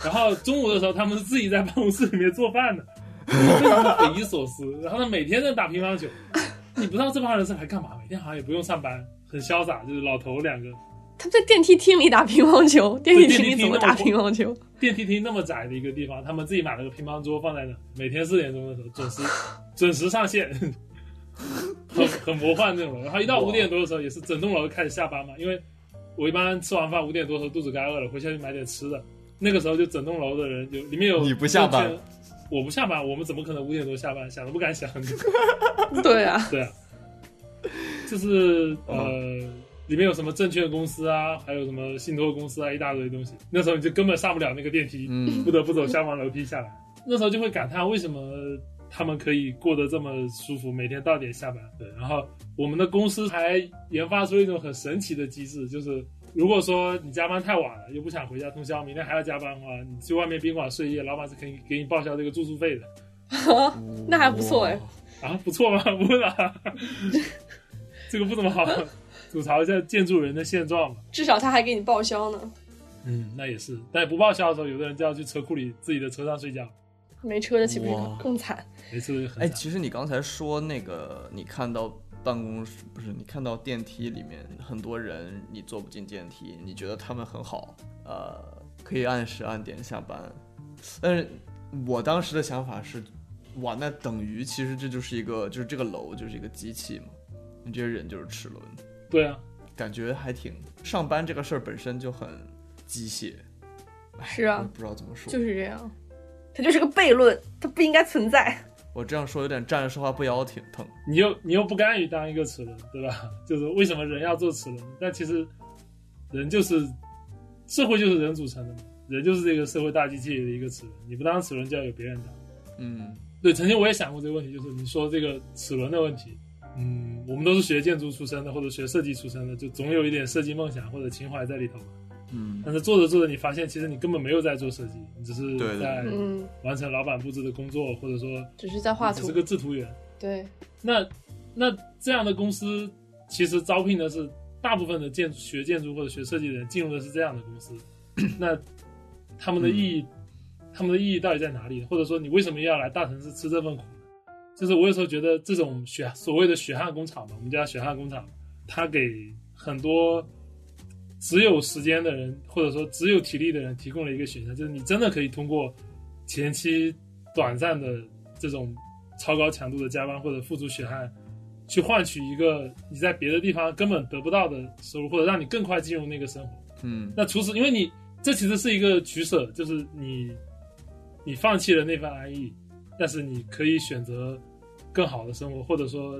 [SPEAKER 2] 然后中午的时候他们是自己在办公室里面做饭的，非常的匪夷所思。然后他每天在打乒乓球，你不知道这帮人是来干嘛，每天好像也不用上班，很潇洒，就是老头两个。
[SPEAKER 3] 他们在电梯厅里打乒乓球，电梯厅里怎么打乒乓球？ [laughs]
[SPEAKER 2] 电梯厅那么窄的一个地方，他们自己买了个乒乓桌放在那，每天四点钟的时候准
[SPEAKER 4] [laughs]
[SPEAKER 2] 时准时上线， [laughs] 很很魔幻那种。然后一到
[SPEAKER 4] 哇
[SPEAKER 2] 五点多的时候，也是整栋楼开始下班嘛，因为我一般吃完饭五点多的时候肚子该饿了，回下去买点吃的。那个时候就整栋楼的人有里面有
[SPEAKER 4] 你不下班
[SPEAKER 2] 六千，我不下班，我们怎么可能五点多下班？想都不敢想。
[SPEAKER 3] 对啊，
[SPEAKER 2] 对啊，就是呃，里面有什么证券公司啊，还有什么信托公司啊，一大堆东西。那时候你就根本上不了那个电梯，
[SPEAKER 4] 嗯
[SPEAKER 2] 不得不走消防楼梯下来。那时候就会感叹为什么他们可以过得这么舒服，每天到点下班。对，然后我们的公司还研发出一种很神奇的机制，就是如果说你加班太晚了，又不想回家通宵，明天还要加班的话，你去外面宾馆睡一夜，老板是可以给你报销这个住宿费的。
[SPEAKER 3] [laughs] 那还不错哎
[SPEAKER 4] 哇。
[SPEAKER 2] 啊，不错吗？ [laughs] 不会吧？这个不怎么好， [laughs] 吐槽一下建筑人的现状吧。
[SPEAKER 3] 至少他还给你报销呢。
[SPEAKER 2] 嗯，那也是，但不报销的时候，有的人就要去车库里自己的车上睡觉，
[SPEAKER 3] 没车的岂不是
[SPEAKER 4] 哇
[SPEAKER 3] 更惨？
[SPEAKER 2] 没事
[SPEAKER 4] 哎，
[SPEAKER 2] 很惨。
[SPEAKER 4] 其实你刚才说那个，你看到办公室不是你看到电梯里面很多人，你坐不进电梯，你觉得他们很好，呃，可以按时按点下班。但是我当时的想法是，哇，那等于其实这就是一个，就是这个楼就是一个机器嘛，你这些人就是齿轮，
[SPEAKER 2] 对啊，
[SPEAKER 4] 感觉还挺上班这个事儿本身就很机械。哎
[SPEAKER 3] 是啊
[SPEAKER 4] 我不知道怎么说，
[SPEAKER 3] 就是这样，它就是个悖论，它不应该存在。
[SPEAKER 4] 我这样说有点站着说话不腰挺疼。
[SPEAKER 2] 你又你又不甘于当一个齿轮，对吧？ [laughs] 就是为什么人要做齿轮？但其实人就是社会就是人组成的嘛，人就是这个社会大机器里的一个齿轮。你不当齿轮，就要有别人当。
[SPEAKER 4] 嗯
[SPEAKER 2] 对，曾经我也想过这个问题，就是你说这个齿轮的问题，嗯，我们都是学建筑出身的，或者学设计出身的，就总有一点设计梦想或者情怀在里头吧。
[SPEAKER 4] 嗯，
[SPEAKER 2] 但是做着做着，你发现其实你根本没有在做设计，你只是
[SPEAKER 4] 对对
[SPEAKER 2] 在
[SPEAKER 3] 嗯，
[SPEAKER 2] 完成老板布置的工作，或者说
[SPEAKER 3] 只是在画
[SPEAKER 2] 你只
[SPEAKER 3] 图
[SPEAKER 2] 是。个制图员。
[SPEAKER 3] 对，
[SPEAKER 2] 那那这样的公司其实招聘的是大部分的建学建筑或者学设计的人进入的是这样的公司，那他们的意义，他们的意义到底在哪里？或者说你为什么要来大城市吃这份苦？就是我有时候觉得这种血所谓的血汗工厂嘛，我们叫血汗工厂，它给很多只有时间的人或者说只有体力的人提供了一个选项，就是你真的可以通过前期短暂的这种超高强度的加班或者付出血汗，去换取一个你在别的地方根本得不到的收入，或者让你更快进入那个生活。
[SPEAKER 4] 嗯
[SPEAKER 2] 那除此，因为你这其实是一个取舍，就是你你放弃了那份安逸，但是你可以选择更好的生活，或者说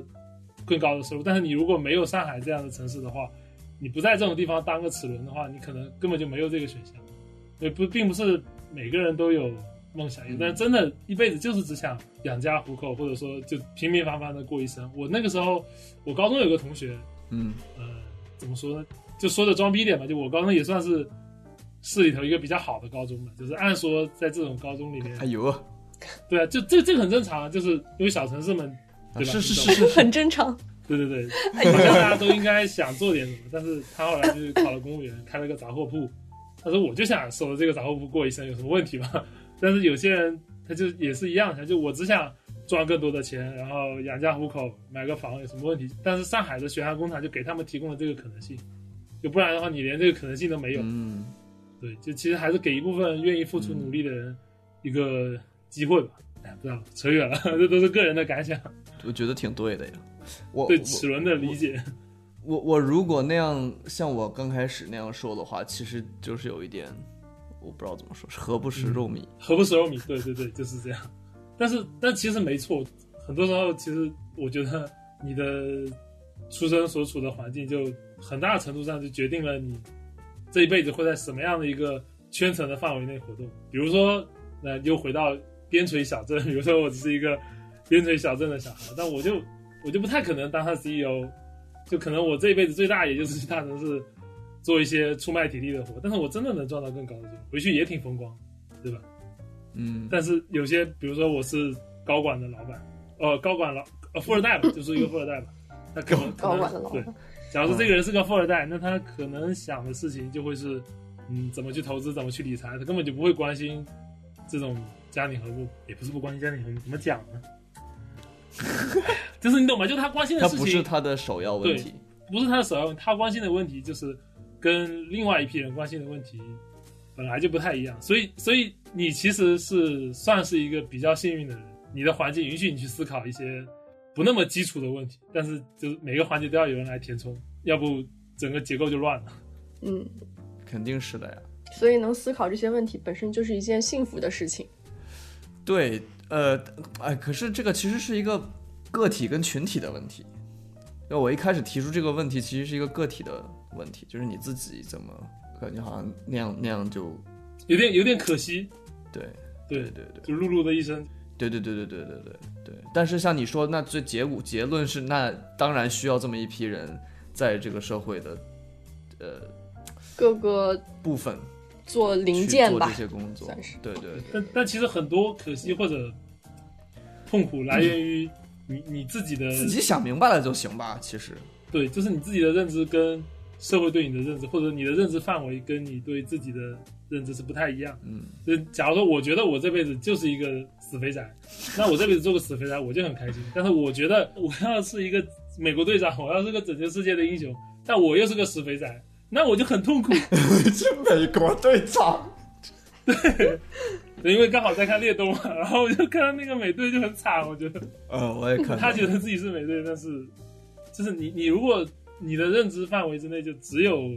[SPEAKER 2] 更高的收入。但是你如果没有上海这样的城市的话，你不在这种地方当个齿轮的话，你可能根本就没有这个选项。也不，并不是每个人都有梦想，有的人真的一辈子就是只想养家糊口，或者说就平平凡凡的过一生。我那个时候，我高中有个同学，
[SPEAKER 6] 嗯
[SPEAKER 2] 呃，怎么说呢？就说的装逼点吧，就我高中也算是市里头一个比较好的高中吧，就是按说在这种高中里面
[SPEAKER 1] 哎，呦，啊
[SPEAKER 2] 对啊，就这这个很正常啊，就是因为小城市们，对吧？
[SPEAKER 1] 啊是是
[SPEAKER 2] 你懂
[SPEAKER 1] 是是是，
[SPEAKER 3] 很正常。
[SPEAKER 2] 对对对，好像大家都应该想做点什么，但是他后来就是考了公务员，开了个杂货铺。他说我就想守着这个杂货铺过一生，有什么问题吗？ [laughs] 但是有些人他就也是一样，他就我只想赚更多的钱，然后养家糊口，买个房，有什么问题？但是上海的血汗工厂就给他们提供了这个可能性，就不然的话你连这个可能性都没有。
[SPEAKER 1] 嗯，
[SPEAKER 2] 对，就其实还是给一部分愿意付出努力的人一个机会吧。哎，不知道扯远了， [laughs] 这都是个人的感想，
[SPEAKER 1] 我觉得挺对的呀。我
[SPEAKER 2] 对
[SPEAKER 1] 我
[SPEAKER 2] 齿轮的理解。
[SPEAKER 1] 我我如果那样像我刚开始那样说的话，其实就是有一点，我不知道怎么说，何不食肉糜。
[SPEAKER 2] 何不食肉 [laughs] 糜？对对对，就是这样。但是，但其实没错，很多时候其实我觉得你的出生所处的环境，就很大程度上就决定了你这一辈子会在什么样的一个圈层的范围内活动。比如说，那、又回到边陲小镇， [laughs] 比如说我只是一个边陲小镇的小孩，但我就我就不太可能当上 CEO，就可能我这一辈子最大也就是去大城市做一些出卖体力的活，但是我真的能赚到更高的收入，回去也挺风光，对吧？
[SPEAKER 1] 嗯，
[SPEAKER 2] 但是有些，比如说我是高管的老板，呃，高管老呃富二代吧，
[SPEAKER 3] [laughs]
[SPEAKER 2] 就是一个富二代吧，他可能
[SPEAKER 3] 高管的老
[SPEAKER 2] 可能
[SPEAKER 3] 板
[SPEAKER 2] 对。假如说这个人是个富二代，那他可能想的事情就会是，嗯，怎么去投资，怎么去理财，他根本就不会关心这种家庭和睦，也不是不关心家庭和睦，怎么讲呢？ [laughs] 就是你懂吗？就他关心的
[SPEAKER 1] 它
[SPEAKER 2] 事
[SPEAKER 1] 不
[SPEAKER 2] 情
[SPEAKER 1] 是他的首要问题。
[SPEAKER 2] 不是他的首要问题，他关心的问题就是跟另外一批人关心的问题本来就不太一样，所以所以你其实是算是一个比较幸运的人，你的环境允许你去思考一些不那么基础的问题，但是就是每个环节都要有人来填充，要不整个结构就乱了。 [laughs]
[SPEAKER 3] 嗯，
[SPEAKER 1] 肯定是的呀。
[SPEAKER 3] 所以能思考这些问题本身就是一件幸福的事情。
[SPEAKER 1] 对，呃，哎，可是这个其实是一个个体跟群体的问题。那我一开始提出这个问题，其实是一个个体的问题，就是你自己怎么感觉好像那样那样就
[SPEAKER 2] 有点有点可惜，
[SPEAKER 1] 对
[SPEAKER 2] 对
[SPEAKER 1] 对对对
[SPEAKER 2] 就露露的一生，
[SPEAKER 1] 对对对对对对对对。但是像你说，那最结果结论是，那当然需要这么一批人在这个社会的呃
[SPEAKER 3] 各个
[SPEAKER 1] 部分
[SPEAKER 3] 做零
[SPEAKER 1] 去
[SPEAKER 3] 件
[SPEAKER 1] 做这
[SPEAKER 3] 吧，
[SPEAKER 1] 些工作
[SPEAKER 3] 算是。
[SPEAKER 1] 对对对
[SPEAKER 2] 但但其实很多可惜或者嗯 [laughs] 痛苦来源于你你自己的
[SPEAKER 1] 自己想明白了就行吧。其实，
[SPEAKER 2] 对，就是你自己的认知跟社会对你的认知，或者你的认知范围跟你对自己的认知是不太一样。
[SPEAKER 1] 嗯，
[SPEAKER 2] 就是假如说我觉得我这辈子就是一个死肥宅，那我这辈子做个死肥宅我就很开心。但是我觉得我要是一个美国队长，我要是个拯救世界的英雄，但我又是个死肥宅，那我就很痛苦。 [laughs]
[SPEAKER 1] 是美国队长。
[SPEAKER 2] 因为刚好在看猎冬嘛，然后我就看到那个美队就很惨，我觉得。
[SPEAKER 1] 呃，我也 [laughs] 看
[SPEAKER 2] 他觉得自己是美队，但是就是你你如果你的认知范围之内就只有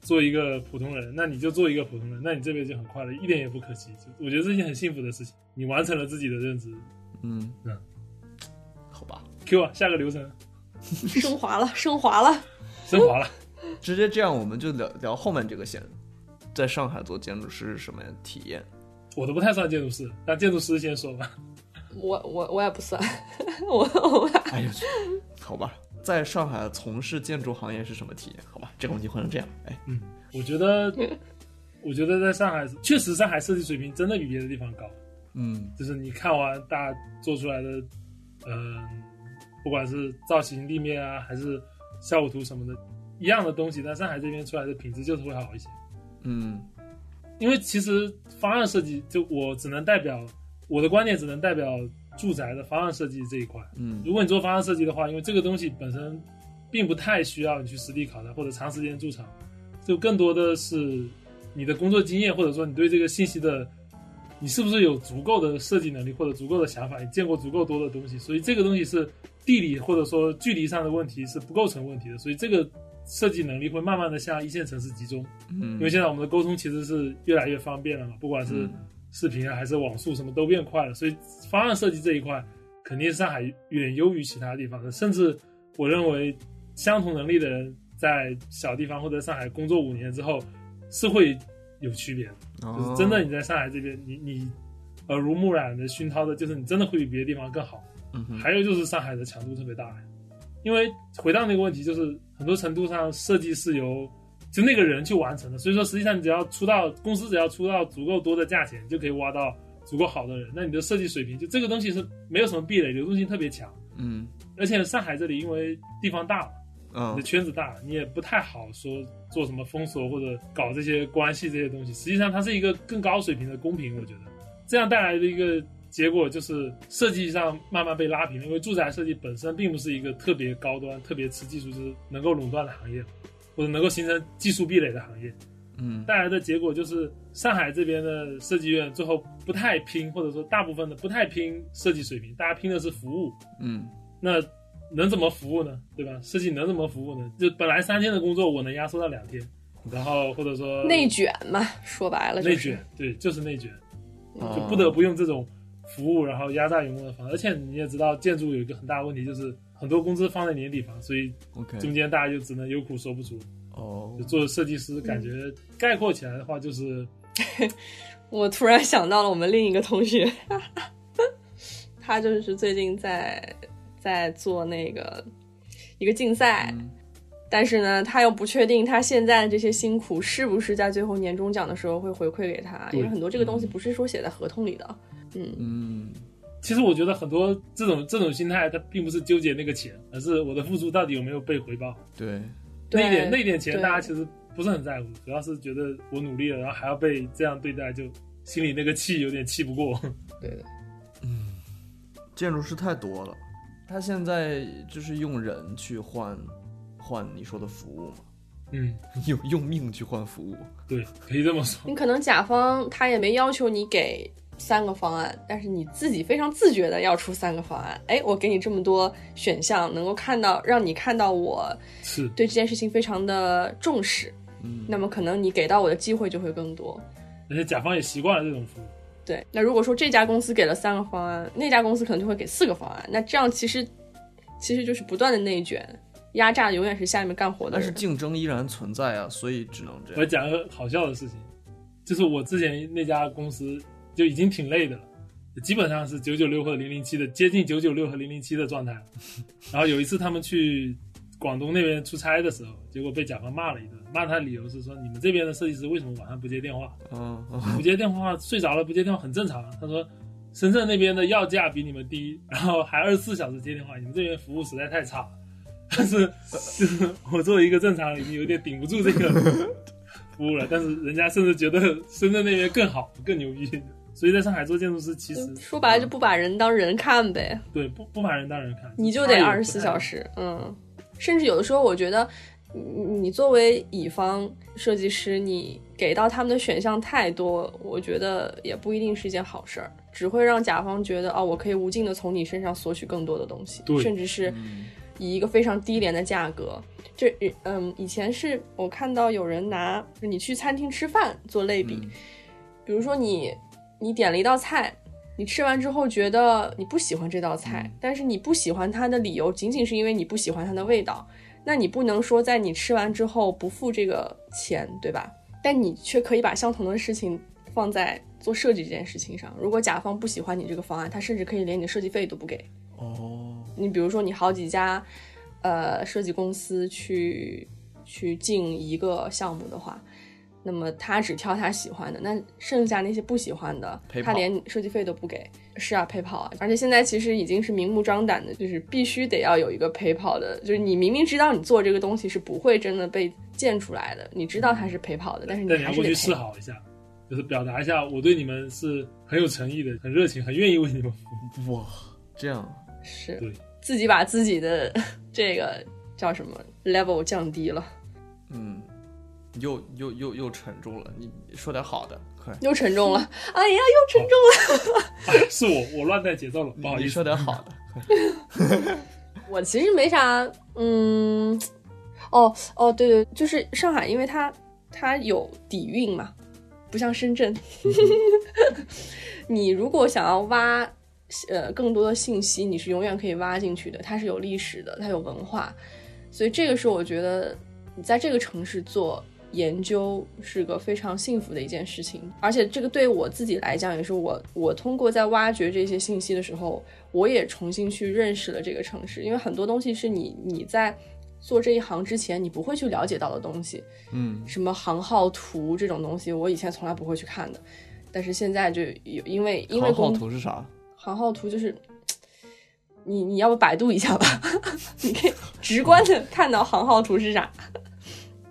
[SPEAKER 2] 做一个普通人，那你就做一个普通人，那你这辈子就很快乐，一点也不可惜。就我觉得这是一件很幸福的事情，你完成了自己的认知。
[SPEAKER 1] 嗯
[SPEAKER 2] 嗯，
[SPEAKER 1] 好吧，
[SPEAKER 2] Q 啊，下个流程
[SPEAKER 3] 升华了，升华了。
[SPEAKER 2] 升华了，
[SPEAKER 1] 直接这样我们就聊聊后面这个线，在上海做建筑师是什么体验？
[SPEAKER 2] 我都不太算建筑师，那建筑师先说吧。
[SPEAKER 3] 我我我也不算， [laughs] 我我
[SPEAKER 2] 呃
[SPEAKER 1] 哎呦，好吧，在上海从事建筑行业是什么体验？好吧，这个问题换成这样，哎，
[SPEAKER 2] 嗯，我觉得， [laughs] 我觉得在上海，确实上海设计水平真的比别的地方高。
[SPEAKER 1] 嗯
[SPEAKER 2] 就是你看完大家做出来的，嗯、不管是造型、立面啊，还是效果图什么的，一样的东西，但上海这边出来的品质就是会好一些。
[SPEAKER 1] 嗯
[SPEAKER 2] 因为其实方案设计，就我只能代表我的观点，只能代表住宅的方案设计这一块。
[SPEAKER 1] 嗯
[SPEAKER 2] 如果你做方案设计的话，因为这个东西本身并不太需要你去实地考察或者长时间驻场，就更多的是你的工作经验，或者说你对这个信息的，你是不是有足够的设计能力或者足够的想法，你见过足够多的东西，所以这个东西是地理或者说距离上的问题是不构成问题的，所以这个设计能力会慢慢的向一线城市集中，因为
[SPEAKER 1] 嗯，
[SPEAKER 2] 现在我们的沟通其实是越来越方便了嘛，不管是视频啊，还是网速什么都变快了，所以方案设计这一块肯定上海远优于其他地方的。甚至我认为，相同能力的人在小地方或者上海工作五年之后，是会有区别的。
[SPEAKER 1] 嗯
[SPEAKER 2] 就是真
[SPEAKER 1] 哦
[SPEAKER 2] 的，你在上海这边，你你耳濡目染的熏陶的，就是你真的会比别的地方更好。
[SPEAKER 4] 嗯哼
[SPEAKER 2] 还有就是上海的强度特别大，因为回到那个问题，就是很多程度上设计是由就那个人去完成的，所以说实际上你只要出到公司，只要出到足够多的价钱，你就可以挖到足够好的人。那你的设计水平，就这个东西是没有什么壁垒，流动性特别强。
[SPEAKER 4] 嗯
[SPEAKER 2] 而且上海这里因为地方大嘛，你的
[SPEAKER 1] 啊
[SPEAKER 4] 嗯
[SPEAKER 2] 圈子大，你也不太好说做什么封锁或者搞这些关系这些东西。实际上，它是一个更高水平的公平，我觉得这样带来的一个结果就是设计上慢慢被拉平了，因为住宅设计本身并不是一个特别高端、特别吃技术就是能够垄断的行业，或者能够形成技术壁垒的行业。
[SPEAKER 4] 嗯
[SPEAKER 2] 带来的结果就是上海这边的设计院最后不太拼，或者说大部分的不太拼设计水平，大家拼的是服务。
[SPEAKER 4] 嗯
[SPEAKER 2] 那能怎么服务呢？对吧？设计能怎么服务呢？就本来三天的工作，我能压缩到两天，然后或者说
[SPEAKER 3] 内卷嘛，说白了、就是、
[SPEAKER 2] 内卷，对，就是内卷，
[SPEAKER 1] 哦
[SPEAKER 2] 就
[SPEAKER 4] 嗯
[SPEAKER 2] 不得不用这种服务，然后压榨员工的方式。而且你也知道，建筑有一个很大的问题，就是很多工资放在年底发，所以中
[SPEAKER 4] 哦，OK，
[SPEAKER 2] 间大家就只能有苦说不出。
[SPEAKER 4] 哦
[SPEAKER 2] 就，做设计师，感觉概括起来的话，就是
[SPEAKER 3] 我突然想到了我们另一个同学，他就是最近在在做那个一个竞赛，
[SPEAKER 2] 嗯
[SPEAKER 3] 但是呢，他又不确定他现在的这些辛苦是不是在最后年终奖的时候会回馈给他，
[SPEAKER 2] 对嗯
[SPEAKER 3] 因为很多这个东西不是说写在合同里的。
[SPEAKER 4] 嗯
[SPEAKER 2] 其实我觉得很多这种这种心态，它并不是纠结那个钱，而是我的付出到底有没有被回报。
[SPEAKER 4] 对，
[SPEAKER 3] 对
[SPEAKER 2] 那一点那一点钱，
[SPEAKER 3] 对
[SPEAKER 2] 大家其实不是很在乎，主要是觉得我努力了，然后还要被这样对待，就心里那个气有点气不过。
[SPEAKER 3] 对的，
[SPEAKER 4] 建筑师太多了，他现在就是用人去换换你说的服务嘛，
[SPEAKER 2] 嗯，
[SPEAKER 4] 用用命去换服务，
[SPEAKER 2] [laughs] 对，可以这么说。
[SPEAKER 3] 你可能甲方他也没要求你给三个方案，但是你自己非常自觉的要出三个方案。哎，我给你这么多选项，能够看到让你看到我
[SPEAKER 2] 是，
[SPEAKER 3] 对这件事情非常的重视，
[SPEAKER 4] 嗯
[SPEAKER 3] 那么可能你给到我的机会就会更多。
[SPEAKER 2] 而且甲方也习惯了这种服务。
[SPEAKER 3] 对，那如果说这家公司给了三个方案，那家公司可能就会给四个方案，那这样其实其实就是不断的内卷，压榨永远是下面干活的
[SPEAKER 4] 但是
[SPEAKER 3] 人。
[SPEAKER 4] 竞争依然存在啊，所以只能这
[SPEAKER 2] 我
[SPEAKER 4] 样。
[SPEAKER 2] 讲个好笑的事情，就是我之前那家公司就已经挺累的了，基本上是九九六和零零七的，接近九九六和零零七的
[SPEAKER 3] [laughs]
[SPEAKER 2] 状态。然后有一次他们去广东那边出差的时候，结果被甲方骂了一顿，骂他理由是说你们这边的设计师为什么晚上不接电话？
[SPEAKER 4] 嗯嗯
[SPEAKER 2] 不接电话，睡着了不接电话很正常。啊他说，深圳那边的要价比你们低，然后还二十四小时接电话，你们这边服务实在太差了。但是， [laughs] 就是我作为一个正常人，已经有点顶不住这个服务了。但是人家甚至觉得深圳那边更好、更牛逼，所以在上海做建筑师，其实
[SPEAKER 3] 就说白了就不把人当人看呗，
[SPEAKER 2] 对不不把人当人看，
[SPEAKER 3] 你就
[SPEAKER 2] 他
[SPEAKER 3] 得
[SPEAKER 2] 也不
[SPEAKER 3] 二十四
[SPEAKER 2] 太
[SPEAKER 3] 小。时，嗯，甚至有的时候我觉得你你作为乙方设计师，你给到他们的选项太多，我觉得也不一定是一件好事儿，只会让甲方觉得哦，我可以无尽的从你身上索取更多的东西
[SPEAKER 2] 对，
[SPEAKER 3] 甚至是以一个非常低廉的价格。这嗯，以前是我看到有人拿你去餐厅吃饭做类比，
[SPEAKER 4] 嗯
[SPEAKER 3] 比如说你你点了一道菜，你吃完之后觉得你不喜欢这道菜，但是你不喜欢它的理由仅仅是因为你不喜欢它的味道，那你不能说在你吃完之后不付这个钱，对吧？但你却可以把相同的事情放在做设计这件事情上。如果甲方不喜欢你这个方案，他甚至可以连你的设计费都不给。
[SPEAKER 4] 哦，
[SPEAKER 3] 你比如说你好几家，呃，设计公司去去进一个项目的话，那么他只挑他喜欢的，那剩下那些不喜欢的，
[SPEAKER 4] 陪跑
[SPEAKER 3] 他连设计费都不给。是啊，陪跑啊，而且现在其实已经是明目张胆的，就是必须得要有一个陪跑的，就是你明明知道你做这个东西是不会真的被建出来的，你知道它是陪跑的，但是你
[SPEAKER 2] 但你要
[SPEAKER 3] 还是
[SPEAKER 2] 过去
[SPEAKER 3] 得
[SPEAKER 2] 示
[SPEAKER 3] 陪。
[SPEAKER 2] 好一下，就是表达一下我对你们是很有诚意的，很热情，很愿意为你们服务。
[SPEAKER 4] 哇，这样
[SPEAKER 3] 是
[SPEAKER 2] 对
[SPEAKER 3] 自己把自己的 [laughs] 这个叫什么 level 降低了，
[SPEAKER 4] 嗯，又又又又沉重了。你说点好的，快，
[SPEAKER 3] 又沉重了， [laughs] 哎呀，又沉重了。
[SPEAKER 2] 哎是我我乱带节奏了，不好意
[SPEAKER 4] 你
[SPEAKER 2] 思
[SPEAKER 4] 说。点好的，
[SPEAKER 3] 我其实没啥，嗯，哦哦，对对，就是上海，因为它它有底蕴嘛，不像深圳。 [laughs] 你如果想要挖呃更多的信息，你是永远可以挖进去的，它是有历史的，它有文化，所以这个是我觉得你在这个城市做研究是个非常幸福的一件事情，而且这个对我自己来讲也是我我通过在挖掘这些信息的时候，我也重新去认识了这个城市，因为很多东西是你你在做这一行之前你不会去了解到的东西，
[SPEAKER 4] 嗯，
[SPEAKER 3] 什么行号图这种东西，我以前从来不会去看的，但是现在就有因为因为
[SPEAKER 4] 行号
[SPEAKER 3] 工
[SPEAKER 4] 图是啥？
[SPEAKER 3] 行号图就是，你你要不百度一下吧， [laughs] 你可以直观的看到行号图是啥。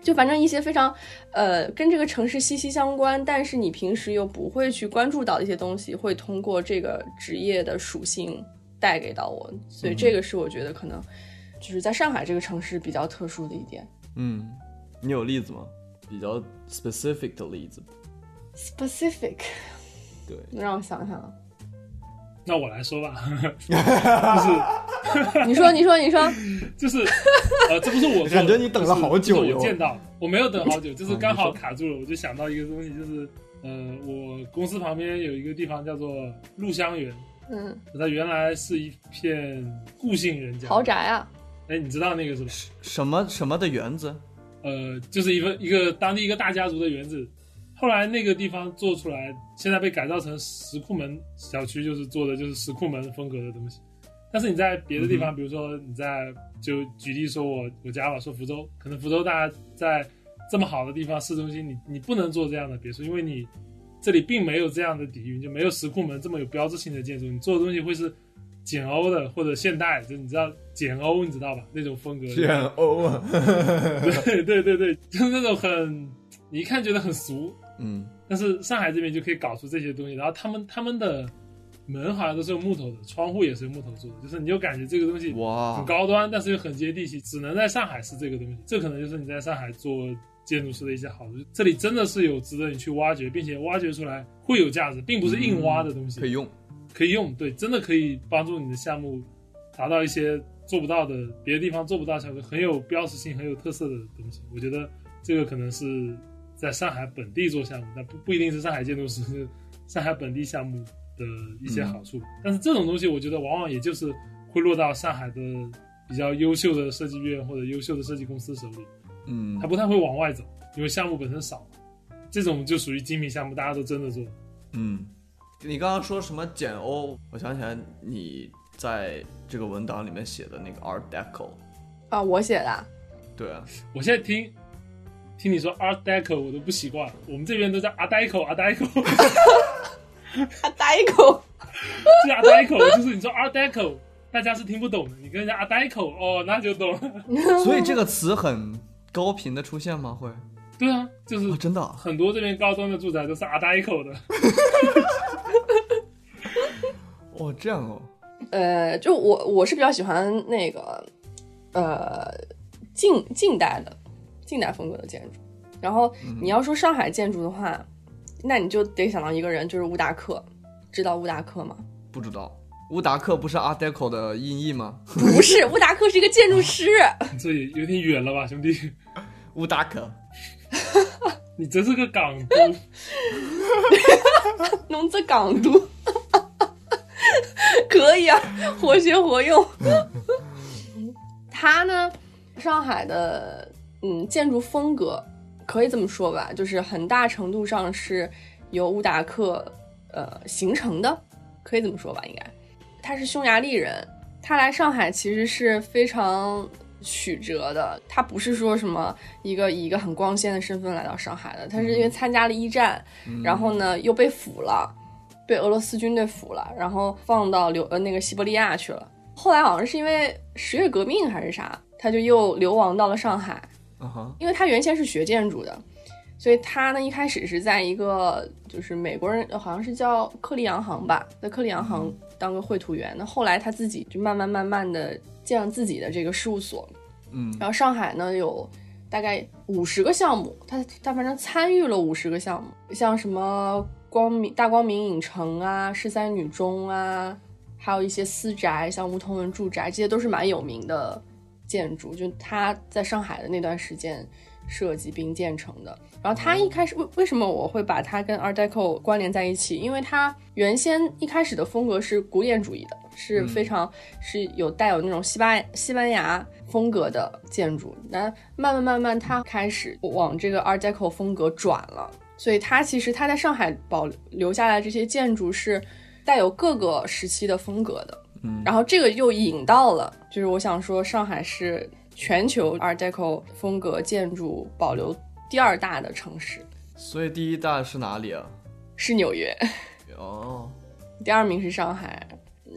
[SPEAKER 3] 就反正一些非常呃跟这个城市息息相关，但是你平时又不会去关注到的一些东西，会通过这个职业的属性带给到我，所以这个是我觉得可能就是在上海这个城市比较特殊的一点。
[SPEAKER 4] 嗯，你有例子吗？比较 specific 的例子？
[SPEAKER 3] Specific，
[SPEAKER 4] 对，
[SPEAKER 3] [laughs] 让我想想啊，
[SPEAKER 2] 那我来说吧，
[SPEAKER 3] 你说你说你说， [laughs]
[SPEAKER 2] 就是，呃，这不是我做的
[SPEAKER 4] 感觉你等了好
[SPEAKER 2] 就
[SPEAKER 4] 久
[SPEAKER 2] 是
[SPEAKER 4] 哟
[SPEAKER 2] 我见到，我没有等好久，就是刚
[SPEAKER 4] 啊
[SPEAKER 2] 好
[SPEAKER 4] 你
[SPEAKER 2] 卡住了，我就想到一个东西，就是，呃，我公司旁边有一个地方叫做陆香园，
[SPEAKER 3] 嗯，
[SPEAKER 2] 它原来是一片顾姓人家
[SPEAKER 3] 豪，宅啊，
[SPEAKER 2] 哎，你知道那个是吧？
[SPEAKER 4] 什么什么的园子？
[SPEAKER 2] 呃，就是一个一个当地一个大家族的园子。后来那个地方做出来，现在被改造成石库门小区，就是做的就是石库门风格的东西。但是你在别的地方，比如说你在就举例说我我家吧，说福州，可能福州大家在这么好的地方市中心，你你不能做这样的别墅，因为你这里并没有这样的底蕴，就没有石库门这么有标志性的建筑。你做的东西会是简欧的或者现代，就你知道简欧，你知道吧？那种风
[SPEAKER 4] [laughs]
[SPEAKER 2] 格，
[SPEAKER 5] [laughs]
[SPEAKER 4] 欧啊！ [laughs]
[SPEAKER 2] 对对对对，就是那种很你一看觉得很俗，
[SPEAKER 4] 嗯
[SPEAKER 2] 但是上海这边就可以搞出这些东西。然后他们他们的门好像都是用木头的，窗户也是用木头做的，就是你就感觉这个东西
[SPEAKER 4] 哇
[SPEAKER 2] 很，高端，但是又很接地气，只能在上海是这个东西。这可能就是你在上海做建筑师的一些好处。这里真的是有值得你去挖掘，并且挖掘出来会有价值，并不是硬挖的东西。
[SPEAKER 4] 可以用。
[SPEAKER 2] 可以用，对，真的可以帮助你的项目达到一些做不到的别的地方做不到的效果，很有标识性、很有特色的东西。我觉得这个可能是在上海本地做项目，但不不一定是上海建筑师，是上海本地项目的一些好处。但是这种东西，我觉得往往也就是会落到上海的比较优秀的设计院或者优秀的设计公司手里。
[SPEAKER 4] 嗯
[SPEAKER 2] 它不太会往外走，因为项目本身少。这种就属于精品项目，大家都争着做。
[SPEAKER 4] 嗯，你刚刚说什么简欧？我想起来你在这个文档里面写的那个 Art Deco。
[SPEAKER 3] 啊，我写的啊、
[SPEAKER 4] 对啊，
[SPEAKER 2] 我现在听听你说 Art Deco 我都不习惯，我们这边都叫 Art Deco Art Deco，
[SPEAKER 3] 啊，打一口。
[SPEAKER 2] 这 Art Deco 就是你说 Art Deco，大家是听不懂的，你跟人家 Art Deco 哦，那就懂了。 [laughs]
[SPEAKER 4] 所以这个词很高频的出现吗？会
[SPEAKER 2] 对啊，就是
[SPEAKER 4] 啊，真的啊
[SPEAKER 2] 很多这边高端的住宅都是 Art Deco 的， [laughs]
[SPEAKER 4] 哦，这样哦，
[SPEAKER 3] 呃，就我我是比较喜欢那个呃近近代的近代风格的建筑。然后你要说上海建筑的话，那你就得想到一个人，就是乌达克。知道乌达克吗？
[SPEAKER 4] 不知道。乌达克不是 Art Deco 的音译吗？
[SPEAKER 3] 不是，乌达克是一个建筑师。
[SPEAKER 2] 这也有点远了吧，兄弟， [laughs]
[SPEAKER 4] 乌达克，
[SPEAKER 2] 你真是个港都。
[SPEAKER 3] 弄这港都， [laughs] 可以啊，活学活用。他呢，上海的嗯建筑风格可以这么说吧，就是很大程度上是由乌达克呃形成的，可以这么说吧，应该。他是匈牙利人，他来上海其实是非常曲折的，他不是说什么一个以一个很光鲜的身份来到上海的，他是因为参加了一战，然后呢又被俘了，被俄罗斯军队俘了，然后放到流呃那个西伯利亚去了。后来好像是因为十月革命还是啥，他就又流亡到了上海，
[SPEAKER 4] 啊哈，
[SPEAKER 3] 因为他原先是学建筑的，所以他呢一开始是在一个就是美国人好像是叫克利洋行吧，在克利洋行当个绘图员。那后来他自己就慢慢慢慢的建了自己的这个事务所，
[SPEAKER 4] 嗯
[SPEAKER 3] 然后上海呢有大概五十个项目，他他反正参与了五十个项目，像什么光明大光明影城啊、十三女中啊，还有一些私宅，像梧桐文住宅，这些都是蛮有名的建筑。就他在上海的那段时间，设计并建成的。然后它一开始为为什么我会把它跟 Art Deco 关联在一起？因为它原先一开始的风格是古典主义的，是非常、是有带有那种西班西班牙风格的建筑。那慢慢慢慢，它开始往这个 Art Deco 风格转了。所以它其实它在上海保留下来这些建筑是带有各个时期的风格的。
[SPEAKER 4] 嗯
[SPEAKER 3] 然后这个又引到了，就是我想说，上海是全球 Art Deco 风格建筑保留第二大的城市，
[SPEAKER 4] 所以第一大是哪里啊？
[SPEAKER 3] 是纽约，
[SPEAKER 4] 哦，
[SPEAKER 3] 第二名是上海。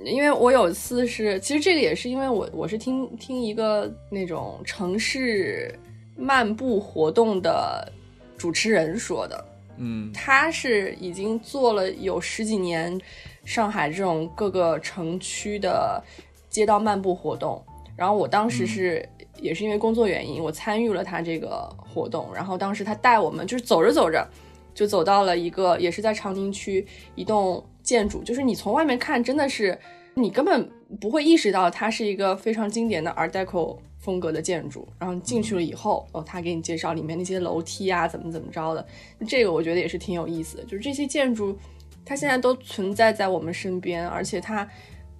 [SPEAKER 3] 因为我有一次是，其实这个也是因为我我是听听一个那种城市漫步活动的主持人说的，
[SPEAKER 4] 嗯
[SPEAKER 3] 他是已经做了有十几年上海这种各个城区的街道漫步活动，然后我当时是、也是因为工作原因，我参与了他这个活动，然后当时他带我们就是走着走着就走到了一个也是在长宁区一栋建筑，就是你从外面看真的是你根本不会意识到它是一个非常经典的 Art Deco 风格的建筑，然后你进去了以后，哦，他给你介绍里面那些楼梯啊，怎么怎么着的，这个我觉得也是挺有意思的，就是这些建筑，它现在都存在在我们身边，而且它，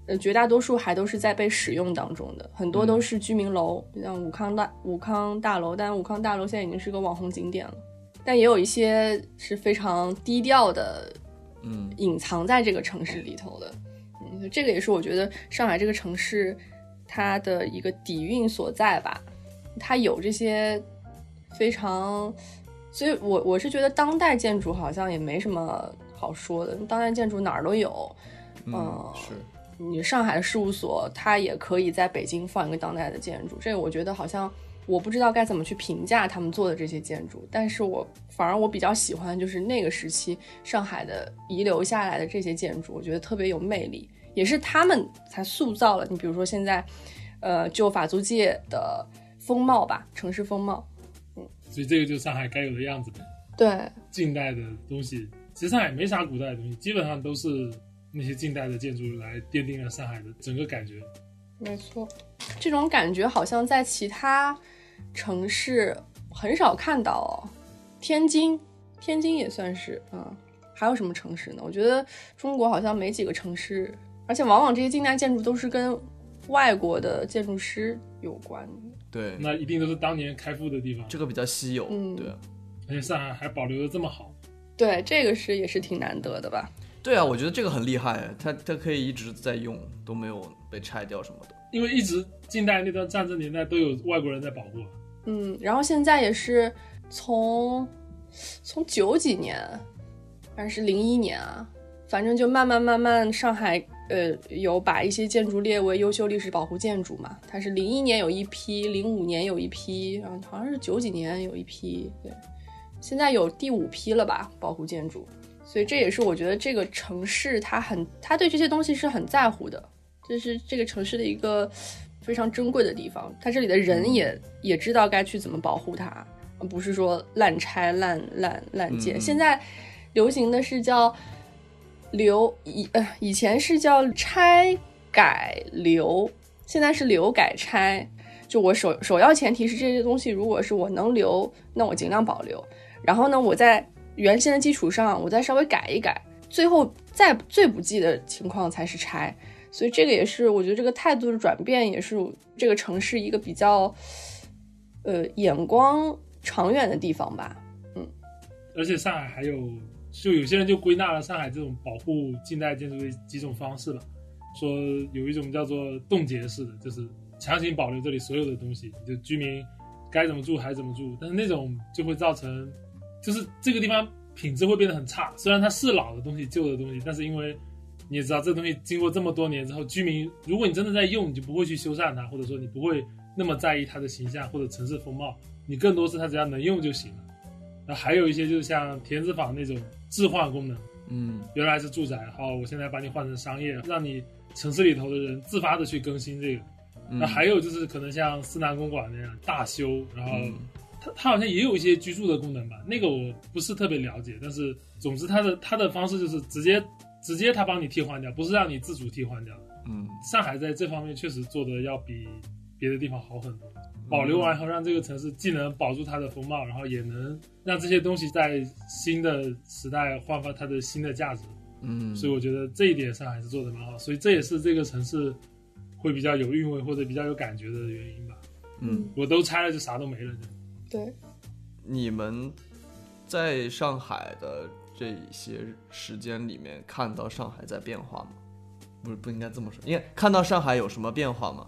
[SPEAKER 3] 呃，绝大多数还都是在被使用当中的，很多都是居民楼，像武康大武康大楼，但武康大楼现在已经是个网红景点了，但也有一些是非常低调的，
[SPEAKER 4] 嗯，
[SPEAKER 3] 隐藏在这个城市里头的，嗯，所以这个也是我觉得上海这个城市它的一个底蕴所在吧，它有这些非常，所以我我是觉得当代建筑好像也没什么好说的，当代建筑哪儿都有。
[SPEAKER 4] 嗯
[SPEAKER 3] 哦
[SPEAKER 4] 是，
[SPEAKER 3] 你上海的事务所，它也可以在北京放一个当代的建筑，这个我觉得好像我不知道该怎么去评价他们做的这些建筑，但是我反而我比较喜欢就是那个时期上海的遗留下来的这些建筑，我觉得特别有魅力，也是他们才塑造了你比如说现在，呃，旧法租界的风貌吧，城市风貌，
[SPEAKER 2] [laughs] 所以这个就是上海该有的样子呗。
[SPEAKER 3] 对，
[SPEAKER 2] 近代的东西，其实上海没啥古代的东西，基本上都是那些近代的建筑来奠定了上海的整个感觉。
[SPEAKER 3] 没错，这种感觉好像在其他城市很少看到哦。天津，天津也算是，嗯，还有什么城市呢？我觉得中国好像没几个城市，而且往往这些近代建筑都是跟外国的建筑师有关的。
[SPEAKER 4] 对，
[SPEAKER 2] 那一定都是当年开埠的地方，
[SPEAKER 4] 这个比较稀有，
[SPEAKER 3] 嗯
[SPEAKER 4] 对啊
[SPEAKER 2] 而且上海还保留的这么好。
[SPEAKER 3] 对，这个是也是挺难得的吧？
[SPEAKER 4] 对啊，我觉得这个很厉害，它它可以一直在用，都没有被拆掉什么的。
[SPEAKER 2] 因为一直近代那段战争年代都有外国人在保护啊，
[SPEAKER 3] 嗯，然后现在也是从从九几年还是零一年啊，反正就慢慢慢慢，上海呃有把一些建筑列为优秀历史保护建筑嘛。它是零一年有一批，零五年有一批，然后好像是九几年有一批，对，现在有第五批了吧保护建筑。所以这也是我觉得这个城市它很，它对这些东西是很在乎的，这是这个城市的一个非常珍贵的地方。它这里的
[SPEAKER 4] 嗯
[SPEAKER 3] 人也也知道该去怎么保护它，不是说滥拆滥滥滥建。
[SPEAKER 4] 嗯
[SPEAKER 3] 现在流行的是叫留以呃以前是叫拆改留，现在是留改拆。就我首首要前提是这些东西，如果是我能留，那我尽量保留。然后呢，我在原先的基础上，我再稍微改一改，最后再最不济的情况才是拆。所以这个也是我觉得这个态度的转变，也是这个城市一个比较，呃，眼光长远的地方吧。
[SPEAKER 2] 而且上海还有，就有些人就归纳了上海这种保护近代建筑的几种方式吧，说有一种叫做冻结式的，就是强行保留这里所有的东西，就居民该怎么住还怎么住，但是那种就会造成，就是这个地方品质会变得很差。虽然它是老的东西、旧的东西，但是因为你也知道，这东西经过这么多年之后，居民如果你真的在用，你就不会去修缮它，或者说你不会那么在意它的形象或者城市风貌，你更多是它只要能用就行了。那还有一些就是像田子坊那种置换功能，
[SPEAKER 4] 嗯，
[SPEAKER 2] 原来是住宅，好，我现在把你换成商业，让你城市里头的人自发的去更新这个。
[SPEAKER 4] 嗯
[SPEAKER 2] 那还有就是可能像思南公馆那样大修，然后
[SPEAKER 4] 嗯
[SPEAKER 2] 它它好像也有一些居住的功能吧，那个我不是特别了解，但是总之它的它的方式就是直接直接它帮你替换掉，不是让你自主替换掉。
[SPEAKER 4] 嗯，
[SPEAKER 2] 上海在这方面确实做的要比别的地方好很多。保留
[SPEAKER 4] 嗯
[SPEAKER 2] 完以后，让这个城市既能保住它的风貌，然后也能让这些东西在新的时代焕发它的新的价值。
[SPEAKER 4] 嗯，
[SPEAKER 2] 所以我觉得这一点上还是做的蛮好，所以这也是这个城市会比较有韵味或者比较有感觉的原因吧。
[SPEAKER 4] 嗯，
[SPEAKER 2] 我都拆了就啥都没了，就
[SPEAKER 3] 对，
[SPEAKER 4] 你们在上海的这些时间里面看到上海在变化吗？不是，不应该这么说，应该看到上海有什么变化吗？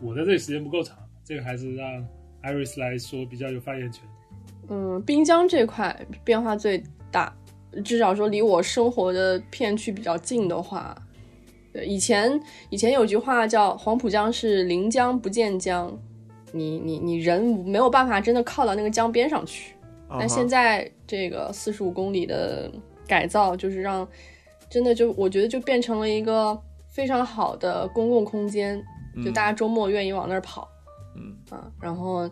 [SPEAKER 2] 我在这里时间不够长，这个还是让 Iris 来说比较有发言权。
[SPEAKER 3] 嗯，滨江这块变化最大，至少说离我生活的片区比较近的话，对，以前以前有句话叫“黄浦江是临江不见江”，你你你人没有办法真的靠到那个江边上去。
[SPEAKER 1] 嗯
[SPEAKER 4] 啊
[SPEAKER 3] 但现在这个四十五公里的改造，就是让真的就我觉得就变成了一个非常好的公共空间，就大家周末愿意往那儿跑。
[SPEAKER 4] 嗯
[SPEAKER 3] 啊，然后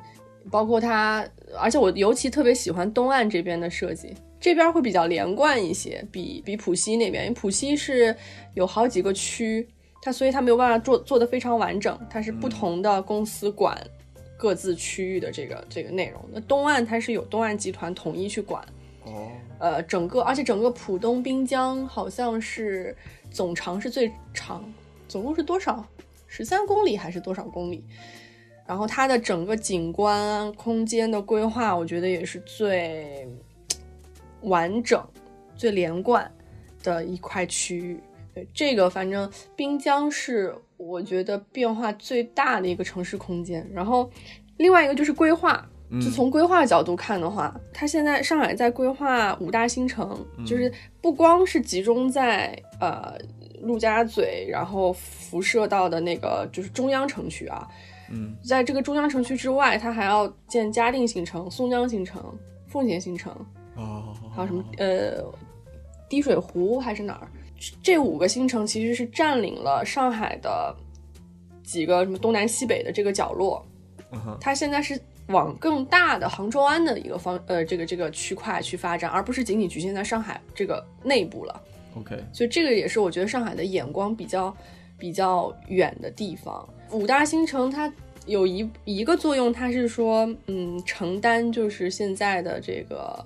[SPEAKER 3] 包括它，而且我尤其特别喜欢东岸这边的设计，这边会比较连贯一些，比比浦西那边，因为浦西是有好几个区，它所以它没有办法做做的非常完整，它是不同的公司管各自区域的这个这个内容。那东岸它是有东岸集团统一去管，
[SPEAKER 4] 哦，
[SPEAKER 3] 呃，整个而且整个浦东滨江好像是总长是最长，总共是多少？十三公里还是多少公里？然后它的整个景观空间的规划，我觉得也是最完整、最连贯的一块区域。对，这个反正滨江是我觉得变化最大的一个城市空间。然后另外一个就是规划，就从规划角度看的话，它现在上海在规划五大新城，就是不光是集中在呃陆家嘴，然后辐射到的那个就是中央城区啊，
[SPEAKER 4] 嗯，
[SPEAKER 3] 在这个中央城区之外，它还要建嘉定新城、松江新城、奉贤新城，
[SPEAKER 4] 哦，
[SPEAKER 3] 还有什么呃滴水湖还是哪儿？这五个新城其实是占领了上海的几个什么东南西北的这个角落，
[SPEAKER 4] 嗯哼
[SPEAKER 3] 它现在是往更大的杭州湾的一个方呃这个这个区块去发展，而不是仅仅局限在上海这个内部了。
[SPEAKER 4] ，OK，
[SPEAKER 3] 所以这个也是我觉得上海的眼光比较比较远的地方。五大新城它有一一个作用，它是说，嗯，承担就是现在的这个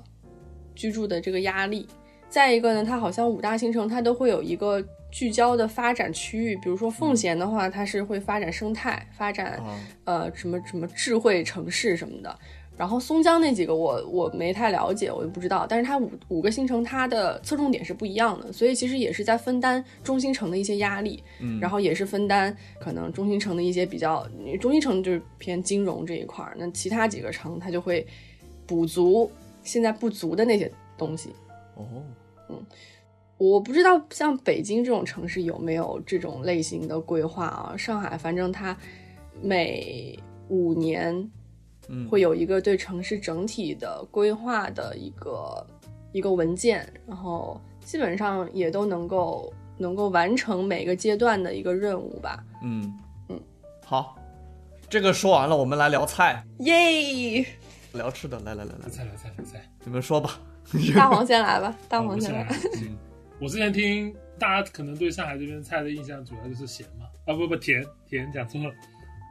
[SPEAKER 3] 居住的这个压力。再一个呢，它好像五大新城它都会有一个聚焦的发展区域，比如说奉贤的话，它是会发展生态，发展
[SPEAKER 4] 嗯啊，
[SPEAKER 3] 呃什么什么智慧城市什么的。然后松江那几个我我没太了解，我就不知道。但是它五五个新城它的侧重点是不一样的，所以其实也是在分担中心城的一些压力，
[SPEAKER 4] 嗯
[SPEAKER 3] 然后也是分担可能中心城的一些比较，中心城就是偏金融这一块儿，那其他几个城它就会补足现在不足的那些东西。
[SPEAKER 4] 哦，
[SPEAKER 3] 我不知道像北京这种城市有没有这种类型的规划啊？上海反正它每五年
[SPEAKER 4] 嗯，
[SPEAKER 3] 会有一个对城市整体的规划的一个一个文件，然后基本上也都能够能够完成每个阶段的一个任务吧。
[SPEAKER 4] 嗯
[SPEAKER 3] 嗯，
[SPEAKER 4] 好，这个说完了，我们来聊菜，
[SPEAKER 3] 耶！
[SPEAKER 4] 聊吃的，来来来来，
[SPEAKER 2] 猜来猜来猜，
[SPEAKER 4] 你们说吧。
[SPEAKER 3] 大黄先来吧，大
[SPEAKER 2] 哦我
[SPEAKER 3] 黄先
[SPEAKER 2] 先
[SPEAKER 3] 来
[SPEAKER 2] 来
[SPEAKER 3] 吧。。
[SPEAKER 4] 嗯
[SPEAKER 2] 我之前听大家可能对上海这边菜的印象主要就是咸嘛，啊不不甜甜讲错了，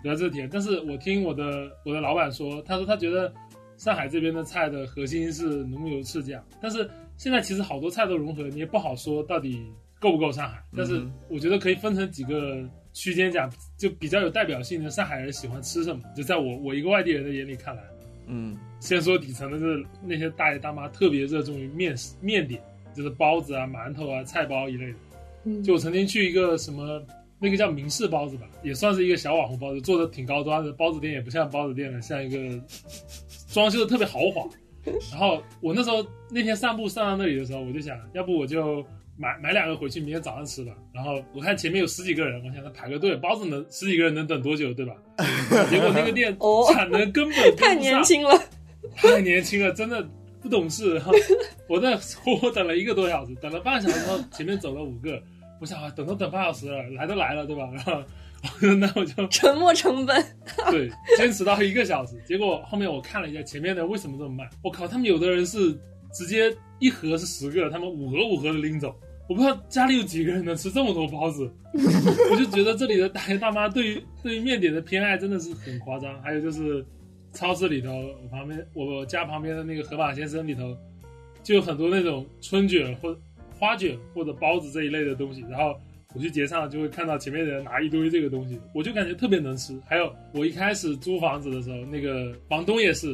[SPEAKER 2] 主要就是甜。但是我听我的我的老板说，他说他觉得上海这边的菜的核心是浓油赤酱，但是现在其实好多菜都融合，你也不好说到底够不够上海。但是
[SPEAKER 4] 嗯
[SPEAKER 2] 我觉得可以分成几个区间讲，就比较有代表性的上海人喜欢吃什么，就在我我一个外地人的眼里看来。
[SPEAKER 4] 嗯
[SPEAKER 2] 先说底层的，就是那些大爷大妈特别热衷于面食面点，就是包子啊、馒头啊、菜包一类的。
[SPEAKER 3] 嗯
[SPEAKER 2] 就我曾经去一个什么，那个叫明式包子吧，也算是一个小网红包子，做的挺高端的，包子店也不像包子店了，像一个装修的特别豪华。然后我那时候那天散步散到那里的时候，我就想，要不我就买买两个回去，明天早上吃吧。然后我看前面有十几个人，我想着排个队，包子能十几个人能等多久，对吧？结果那个店
[SPEAKER 3] [laughs] 哦
[SPEAKER 2] 产能根本跟不上
[SPEAKER 3] [laughs] 太年轻了，
[SPEAKER 2] [laughs] 太年轻了，真的不懂事。然后我在我我等了一个多小时，等了半小时之后，前面走了五个，我想啊，等都等半小时了，来都来了，对吧？然后 [laughs] 那我就
[SPEAKER 3] 沉没成本。
[SPEAKER 2] [laughs] 对坚持到一个小时，结果后面我看了一下前面的为什么这么慢，我靠，他们有的人是直接一盒是十个，他们五盒五盒的拎走，我不知道家里有几个人能吃这么多包子， [laughs] 我就觉得这里的大爷大妈对于对于面点的偏爱真的是很夸张。还有就是，超市里头，我旁边我家旁边的那个河马先生里头，就有很多那种春卷或花卷或者包子这一类的东西。然后我去结账就会看到前面的人拿一堆这个东西，我就感觉特别能吃。还有我一开始租房子的时候，那个房东也是，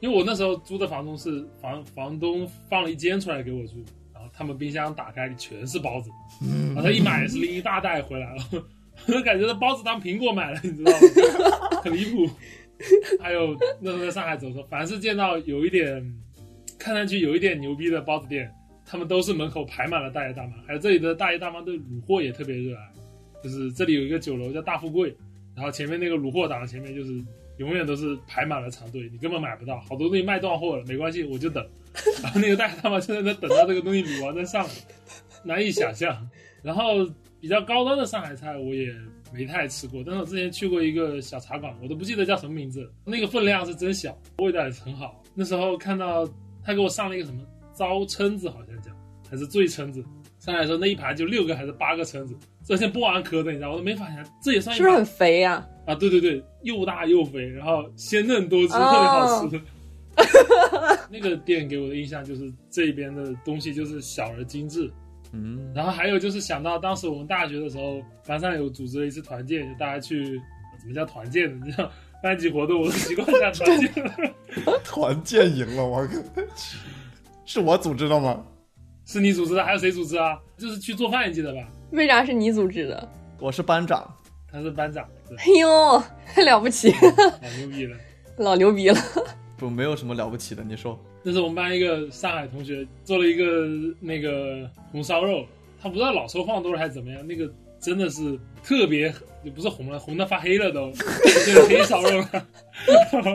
[SPEAKER 2] 因为我那时候租的房东是房房东放了一间出来给我住，然后他们冰箱打开里全是包子，然后他一买也是拎一大袋回来了， [laughs] 我就感觉这包子当苹果买了，你知道吗？很离谱。还有那时候在上海走的时候，凡是见到有一点看上去有一点牛逼的包子店，他们都是门口排满了大爷大妈，还有这里的大爷大妈对卤货也特别热爱，就是这里有一个酒楼叫大富贵，然后前面那个卤货档前面就是永远都是排满了长队，你根本买不到，好多东西卖断货了，没关系，我就等。然后那个大爷大妈就在那等到这个东西卤完再上，难以想象。然后比较高端的上海菜我也没太吃过，但是我之前去过一个小茶馆，我都不记得叫什么名字了，那个分量是真小，味道也很好。那时候看到他给我上了一个什么糟蛏子，好像叫还是醉蛏子。上来的时候那一盘就六个还是八个蛏子，这先剥完壳的，你知道，我都没法想象，这也算一
[SPEAKER 3] 是不
[SPEAKER 2] 盘
[SPEAKER 3] 是很肥呀、
[SPEAKER 2] 啊，对对对，又大又肥，然后鲜嫩多汁，特别
[SPEAKER 3] 哦
[SPEAKER 2] 好吃。 [laughs] 那个店给我的印象就是这边的东西就是小而精致，
[SPEAKER 4] 嗯，
[SPEAKER 2] 然后还有就是想到当时我们大学的时候，班上有组织了一次团建，就大家去怎么叫团建呢？ [laughs] 叫班级活动，我都习惯叫团建了。
[SPEAKER 5] 团建赢了，我靠，是我组织的吗？
[SPEAKER 2] [laughs] 是你组织的，还有谁组织啊？就是去做饭，你记得吧？
[SPEAKER 3] 为啥是你组织的？
[SPEAKER 4] 我是班长，
[SPEAKER 2] 他是班长，对，
[SPEAKER 3] 哎呦， [laughs] 太了不起， [laughs]
[SPEAKER 2] 老牛逼了。
[SPEAKER 3] 老牛逼了！
[SPEAKER 4] 不没有什么了不起的，你说
[SPEAKER 2] 那是我们班一个上海同学做了一个那个红烧肉，他不知道老抽放多了还是怎么样，那个真的是特别，也不是红了，红的发黑了都，变成黑烧肉了。然后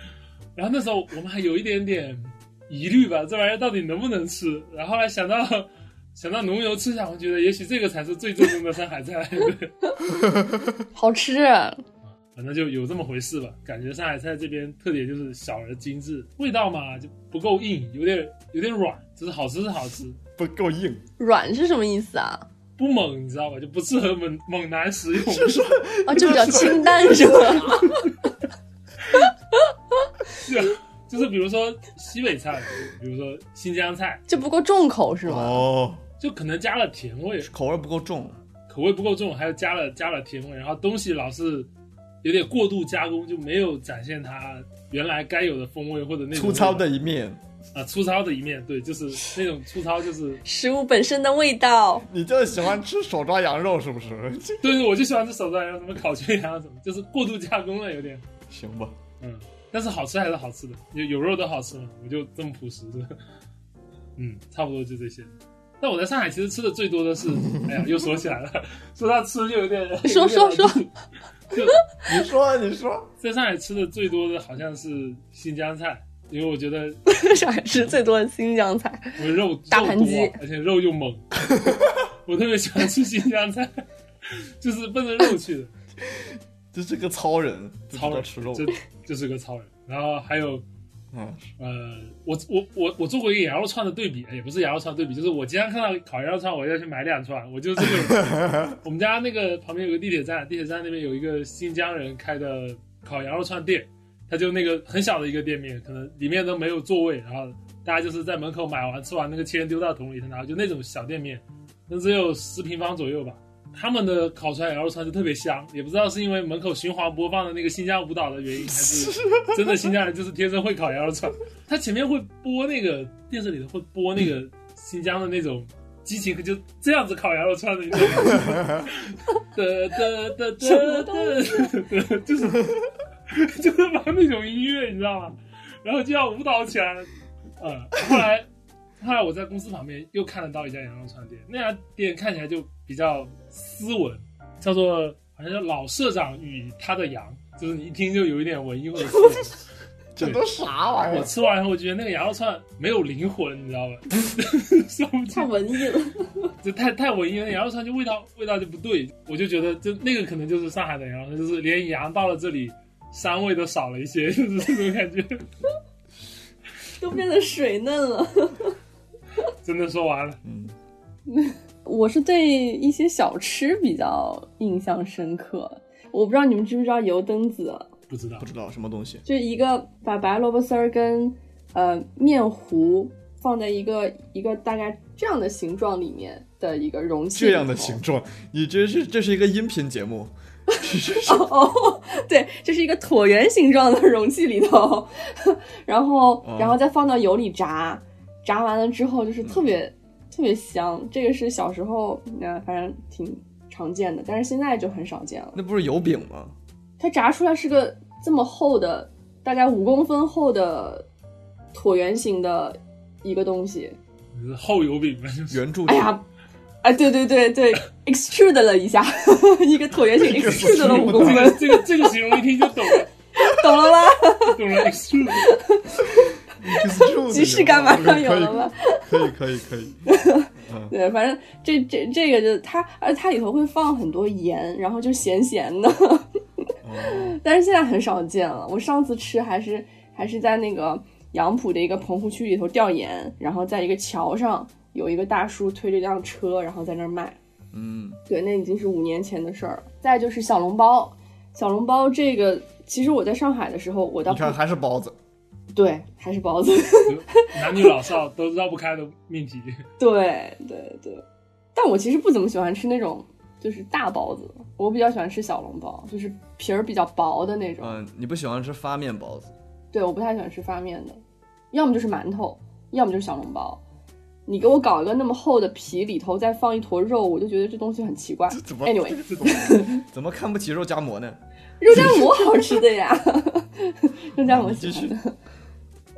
[SPEAKER 2] [laughs] 然后那时候我们还有一点点疑虑吧，这玩意儿到底能不能吃？然后后来想到想到浓油赤酱，我觉得也许这个才是最正宗的上海菜。对
[SPEAKER 3] 好吃，
[SPEAKER 2] 反正就有这么回事吧。感觉上海菜这边特点就是小而精致，味道嘛就不够硬，有点有点软，就是好吃是好吃，
[SPEAKER 5] 不够硬，
[SPEAKER 3] 软是什么意思啊？
[SPEAKER 2] 不猛你知道吧？就不适合猛猛男食用。 [laughs]
[SPEAKER 3] 啊，就比较清淡是吧？
[SPEAKER 2] 是啊就是比如说西北菜，比如说新疆菜，
[SPEAKER 3] 就不够重口是吗？
[SPEAKER 5] 哦，
[SPEAKER 2] 就可能加了甜味，
[SPEAKER 4] 口味不够重，
[SPEAKER 2] 口味不够重，还有加了加了甜味，然后东西老是有点过度加工，就没有展现它原来该有的风味或者那种
[SPEAKER 4] 粗糙的一面。
[SPEAKER 2] 啊粗糙的一面，对，就是那种粗糙，就是
[SPEAKER 3] 食物本身的味道， [laughs]
[SPEAKER 5] 你就喜欢吃手抓羊肉是不是？
[SPEAKER 2] 对对，我就喜欢吃手抓羊，什么烤全羊什么， [laughs] 就是过度加工了有点，
[SPEAKER 4] 行吧，
[SPEAKER 2] 嗯，但是好吃还是好吃的，有有肉都好吃嘛，我就这么朴实 [laughs] 的，嗯，差不多就这些。但我在上海其实吃的最多的是，哎呀，又说起来了，说到吃就有点，
[SPEAKER 3] [laughs] 说说说，
[SPEAKER 2] 就
[SPEAKER 5] 你说，你说，
[SPEAKER 2] 在上海吃的最多的好像是新疆菜，因为我觉得
[SPEAKER 3] 上海吃最多的新疆菜，
[SPEAKER 2] 我肉
[SPEAKER 3] [laughs] 大盘鸡
[SPEAKER 2] 肉多而且肉又
[SPEAKER 3] [laughs]
[SPEAKER 2] 猛，我特别喜欢吃新疆菜， [laughs] 就是奔着肉去的。
[SPEAKER 4] 这是个糙人，不知
[SPEAKER 2] 超
[SPEAKER 4] 道
[SPEAKER 2] 人
[SPEAKER 4] 吃肉。
[SPEAKER 2] 这这是个超人。然后还有，
[SPEAKER 4] 嗯
[SPEAKER 2] 呃，我我我我做过一个羊肉串的对比，哎也不是羊肉串对比，就是我经常看到烤羊肉串，我要去买两串。我就是这个人，我们家那个旁边有个地铁站，地铁站那边有一个新疆人开的烤羊肉串店，他就那个很小的一个店面，可能里面都没有座位，然后大家就是在门口买完吃完那个签丢到桶里头拿，就那种小店面，那只有十平方左右吧。他们的烤出来羊肉串就特别香，也不知道是因为门口循环播放的那个新疆舞蹈的原因，还是真的新疆人就是天生会烤羊肉串。他前面会播那个电视里头会播那个新疆的那种激情，就这样子烤羊肉串的 [laughs] 那种，得得得得得，就是就是 [laughs] 玩那种音乐，你知道吗？然后就要舞蹈起来，呃，后来后来我在公司旁边又看得到一家羊肉串店，那家店看起来就比较斯文，叫做好像叫老社长与他的羊，就是你一听就有一点文艺或者斯文。
[SPEAKER 5] 这都啥玩意
[SPEAKER 2] 我
[SPEAKER 5] 儿？
[SPEAKER 2] 吃完以后，我觉得那个羊肉串没有灵魂，你知道吧？说不
[SPEAKER 3] 太
[SPEAKER 2] 清，
[SPEAKER 3] 文艺 [laughs] 了。
[SPEAKER 2] 就太太文艺了，羊肉串就味道味道就不对，我就觉得就那个可能就是上海的羊肉串，就是连羊到了这里，膻味都少了一些，就是这种感觉。
[SPEAKER 3] 都变得水嫩了。
[SPEAKER 2] 真的说完了，
[SPEAKER 4] 嗯，
[SPEAKER 3] 我是对一些小吃比较印象深刻。我不知道你们知不知道油灯子，
[SPEAKER 2] 不知道
[SPEAKER 1] 不知道什么东西，
[SPEAKER 3] 就一个把白萝卜丝儿跟呃面糊放在一个一个大概这样的形状里面的一个容器里头，
[SPEAKER 1] 这样的形状，你这是这是一个音频节目，
[SPEAKER 3] 哦， [laughs] 对，这是一个椭圆形状的容器里头， [laughs] 然后然后再放到油里炸，炸完了之后就是特别、特别香。这个是小时候嗯，反正挺常见的，但是现在就很少见了。
[SPEAKER 1] 那不是油饼吗？
[SPEAKER 3] 它炸出来是个这么厚的，大概五公分厚的椭圆形的一个东西。
[SPEAKER 2] 你是厚油饼呗，就是
[SPEAKER 1] 圆柱
[SPEAKER 3] 哎
[SPEAKER 1] 体，
[SPEAKER 3] 呀，哎，对对对对，extrude 了一下， [laughs] 一个椭圆形 extrude 了五公
[SPEAKER 2] [laughs]
[SPEAKER 3] 分，
[SPEAKER 2] 这个这个形容一听就懂了，
[SPEAKER 3] 懂了吧？
[SPEAKER 2] 懂了 extreme，
[SPEAKER 3] 即视感马上有了吧？
[SPEAKER 4] 可以可以可以，
[SPEAKER 3] 对，反正这这这个就它，而它里头会放很多盐，然后就咸咸的， [laughs]
[SPEAKER 4] 哦
[SPEAKER 3] 但是现在很少见了。我上次吃还是还是在那个杨浦的一个棚户区里头调研，然后在一个桥上有一个大叔推着辆车，然后在那儿卖。
[SPEAKER 1] 嗯，
[SPEAKER 3] 对，那已经是五年前的事儿了。再就是小笼包，小笼包这个，其实我在上海的时候，我倒
[SPEAKER 4] 你看还是包子，
[SPEAKER 3] 对还是包子，
[SPEAKER 2] 男女老少都绕不开的命题。
[SPEAKER 3] 对对对，但我其实不怎么喜欢吃那种就是大包子，我比较喜欢吃小笼包，就是皮儿比较薄的那种。
[SPEAKER 1] 嗯、你不喜欢吃发面包子，
[SPEAKER 3] 对，我不太喜欢吃发面的，要么就是馒头，要么就是小笼包。你给我搞一个那么厚的皮，里头再放一坨肉，我就觉得这东西很奇
[SPEAKER 1] [laughs]
[SPEAKER 3] 怪。
[SPEAKER 4] 这怎么
[SPEAKER 3] Anyway，
[SPEAKER 1] 怎么看不起肉夹馍呢？
[SPEAKER 3] 肉夹馍好吃的
[SPEAKER 1] [laughs]
[SPEAKER 3] 呀，肉夹馍喜欢
[SPEAKER 1] 你
[SPEAKER 3] 的。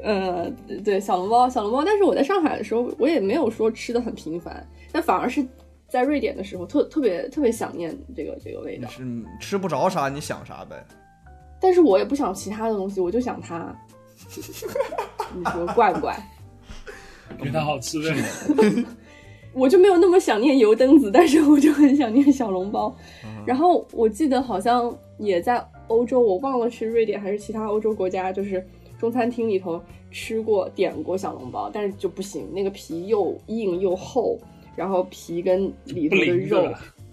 [SPEAKER 3] 呃，对，小笼包，小笼包。但是我在上海的时候，我也没有说吃的很频繁，但反而是在瑞典的时候，特特别特别想念这个这个味
[SPEAKER 1] 你
[SPEAKER 3] 道。
[SPEAKER 1] 是吃不着啥，你想啥呗？
[SPEAKER 3] 但是我也不想其他的东西，我就想它。你说怪不怪？
[SPEAKER 2] 因为它好吃呗。
[SPEAKER 3] 我就没有那么想念油灯子，但是我就很想念小笼包。然后我记得好像也在欧洲，我忘了是瑞典还是其他欧洲国家，就是中餐厅里头吃过点过小笼包，但是就不行，那个皮又硬又厚，然后皮跟里头的
[SPEAKER 2] 灵
[SPEAKER 3] 肉
[SPEAKER 2] 的了，
[SPEAKER 3] [laughs]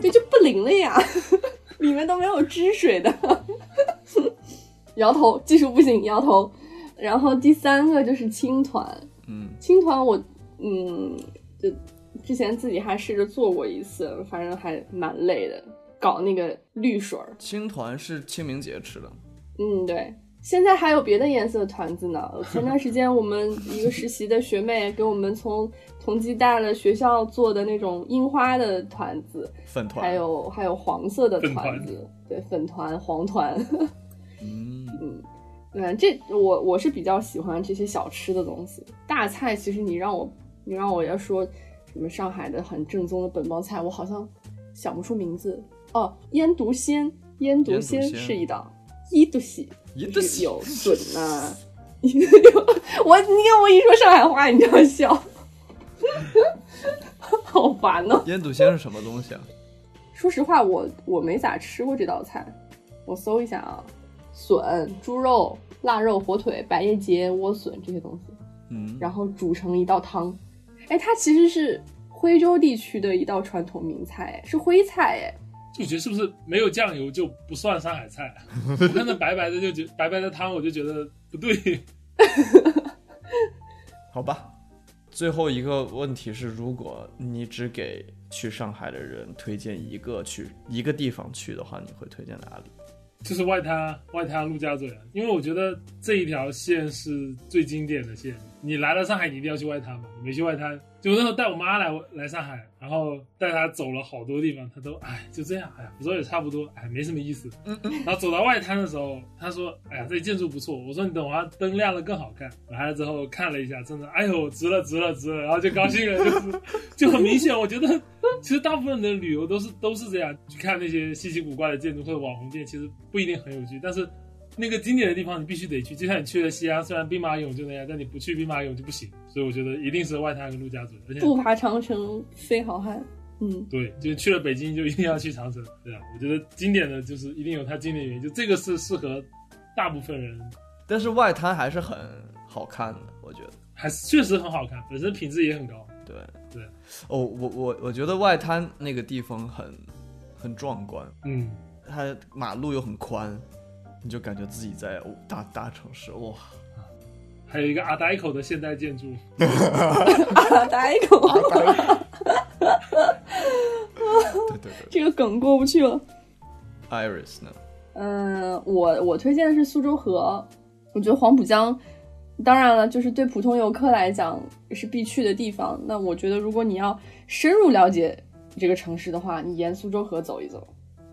[SPEAKER 3] 对，就不灵了呀，里面都没有汁水的。摇头，技术不行，摇头。然后第三个就是青团，
[SPEAKER 1] 嗯，
[SPEAKER 3] 青团我嗯，就之前自己还试着做过一次，反正还蛮累的，搞那个绿水儿。
[SPEAKER 1] 青团是清明节吃的，
[SPEAKER 3] 嗯，对。现在还有别的颜色的团子呢。前段时间我们一个实习的学妹给我们从同济带了学校做的那种樱花的团子，
[SPEAKER 1] 粉团，
[SPEAKER 3] 还有还有黄色的团
[SPEAKER 2] 粉
[SPEAKER 3] 子，对，粉团、黄团。 [laughs]
[SPEAKER 1] 嗯，
[SPEAKER 3] 嗯，这我我是比较喜欢这些小吃的东西。大菜其实你让我你让我要说什么上海的很正宗的本帮菜，我好像想不出名字。哦，腌笃鲜，腌笃鲜
[SPEAKER 1] 腌笃鲜
[SPEAKER 3] 是一道，一笃喜
[SPEAKER 1] 一
[SPEAKER 3] 就
[SPEAKER 1] 顿
[SPEAKER 3] 是有笋呐、 [laughs] 我你看我一说上海话，你就要笑， [laughs] 好烦哦。
[SPEAKER 1] 腌笃鲜是什么东西啊？
[SPEAKER 3] 说实话，我我没咋吃过这道菜，我搜一下啊，笋、猪肉、腊肉、火腿、百叶结、莴笋这些东西，
[SPEAKER 1] 嗯，
[SPEAKER 3] 然后煮成一道汤。哎，它其实是徽州地区的一道传统名菜，是徽菜哎。
[SPEAKER 2] 就觉得是不是没有酱油就不算上海菜？ [laughs] 我看那白白的就觉白白的汤，我就觉得不对。 [laughs]
[SPEAKER 1] 好吧。最后一个问题是，如果你只给去上海的人推荐一个去一个地方去的话，你会推荐哪里？
[SPEAKER 2] 就是外滩啊外滩陆家嘴，啊因为我觉得这一条线是最经典的线。你来了上海，你一定要去外滩嘛，你没去外滩，就那时候带我妈来来上海，然后带她走了好多地方，她都哎就这样，哎呀，我说也差不多，哎没什么意思。然后走到外滩的时候，她说哎呀这建筑不错，我说你等会儿灯亮了更好看。来了之后看了一下，真的哎呦值了值了值了，然后就高兴了，就是就很明显，我觉得其实大部分的旅游都是都是这样，去看那些稀奇古怪的建筑或者网红店，其实不一定很有趣，但是那个经典的地方你必须得去。就像你去了西安，虽然兵马俑就那样，但你不去兵马俑就不行。所以我觉得一定是外滩跟陆家嘴，而且
[SPEAKER 3] 不爬长城非好汉。嗯， [laughs]
[SPEAKER 2] 对，就是去了北京就一定要去长城，对啊，我觉得经典的就是一定有它经典原因，就这个是适合大部分人，
[SPEAKER 1] 但是外滩还是很好看的，我觉得。
[SPEAKER 2] 还是确实很好看，本身品质也很高。
[SPEAKER 1] 对，
[SPEAKER 2] 对，
[SPEAKER 1] 哦，我我我觉得外滩那个地方很很壮观，
[SPEAKER 2] 嗯，
[SPEAKER 1] 它马路又很宽，你就感觉自己在哦大大城市哇。
[SPEAKER 2] 还有一个阿呆口的现代建筑，
[SPEAKER 3] 阿呆狗，
[SPEAKER 1] 对对对
[SPEAKER 3] 这个梗过不去了。
[SPEAKER 1] ，Iris 呢？
[SPEAKER 3] 嗯，我我推荐的是苏州河，我觉得黄浦江，当然了，就是对普通游客来讲是必去的地方。那我觉得，如果你要深入了解这个城市的话，你沿苏州河走一走，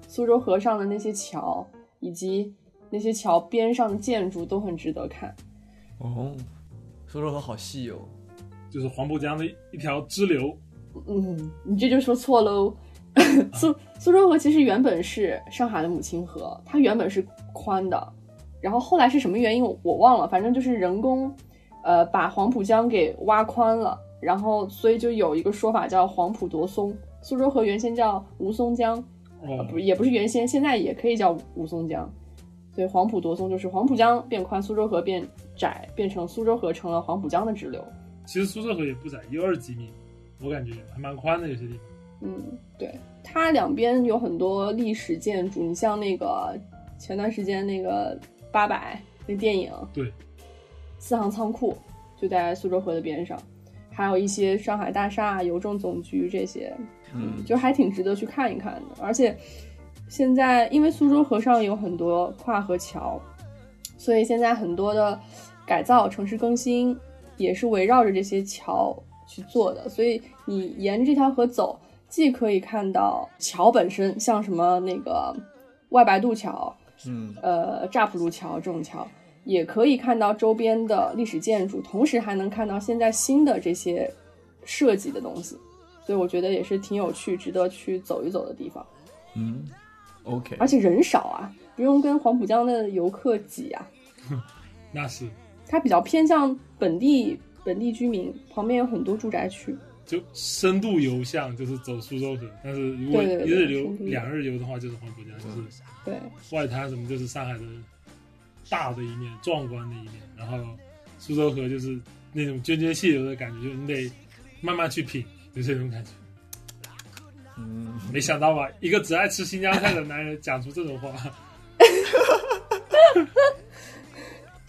[SPEAKER 3] 苏州河上的那些桥以及那些桥边上的建筑都很值得看。
[SPEAKER 1] 哦，苏州河好细哦。
[SPEAKER 2] 就是黄浦江的一条支流，
[SPEAKER 3] 嗯，你这就说错喽。 [laughs] 苏苏州河其实原本是上海的母亲河，它原本是宽的，然后后来是什么原因我我忘了，反正就是人工，呃，把黄浦江给挖宽了，然后所以就有一个说法叫黄浦夺松。苏州河原先叫吴淞江，呃
[SPEAKER 2] 哦，
[SPEAKER 3] 不也不是原先，现在也可以叫吴淞江。对，黄浦夺松就是黄浦江变宽，苏州河变窄，变成苏州河成了黄浦江的支流。
[SPEAKER 2] 其实苏州河也不窄，一二几米，我感觉还蛮宽的，有些地方。
[SPEAKER 3] 嗯，对，它两边有很多历史建筑，你像那个前段时间那个八佰那电影，
[SPEAKER 2] 对，
[SPEAKER 3] 四行仓库就在苏州河的边上，还有一些上海大厦、邮政总局这些，
[SPEAKER 1] 嗯，
[SPEAKER 3] 就还挺值得去看一看的。而且现在因为苏州河上有很多跨河桥，所以现在很多的改造、城市更新也是围绕着这些桥去做的。所以你沿着这条河走，既可以看到桥本身，像什么那个外白渡桥、
[SPEAKER 1] 嗯，
[SPEAKER 3] 呃乍浦路桥这种桥。也可以看到周边的历史建筑，同时还能看到现在新的这些设计的东西。所以我觉得也是挺有趣、值得去走一走的地方。
[SPEAKER 1] 嗯，OK，
[SPEAKER 3] 而且人少啊，不用跟黄浦江的游客挤啊，
[SPEAKER 2] 那是，
[SPEAKER 3] 它比较偏向本地本地居民，旁边有很多住宅区。
[SPEAKER 2] 就深度游项就是走苏州河，但是如果一
[SPEAKER 3] 对对对
[SPEAKER 2] 日游
[SPEAKER 3] 深、度游
[SPEAKER 2] 两日游的话，就是黄浦江，就是
[SPEAKER 3] 对，
[SPEAKER 2] 外滩什么就是上海的大的一面、壮观的一面，然后苏州河就是那种涓涓细流的感觉，就是你得慢慢去品，就这种感觉。
[SPEAKER 1] 嗯，
[SPEAKER 2] 没想到吧，一个只爱吃新疆菜的男人讲出这种话，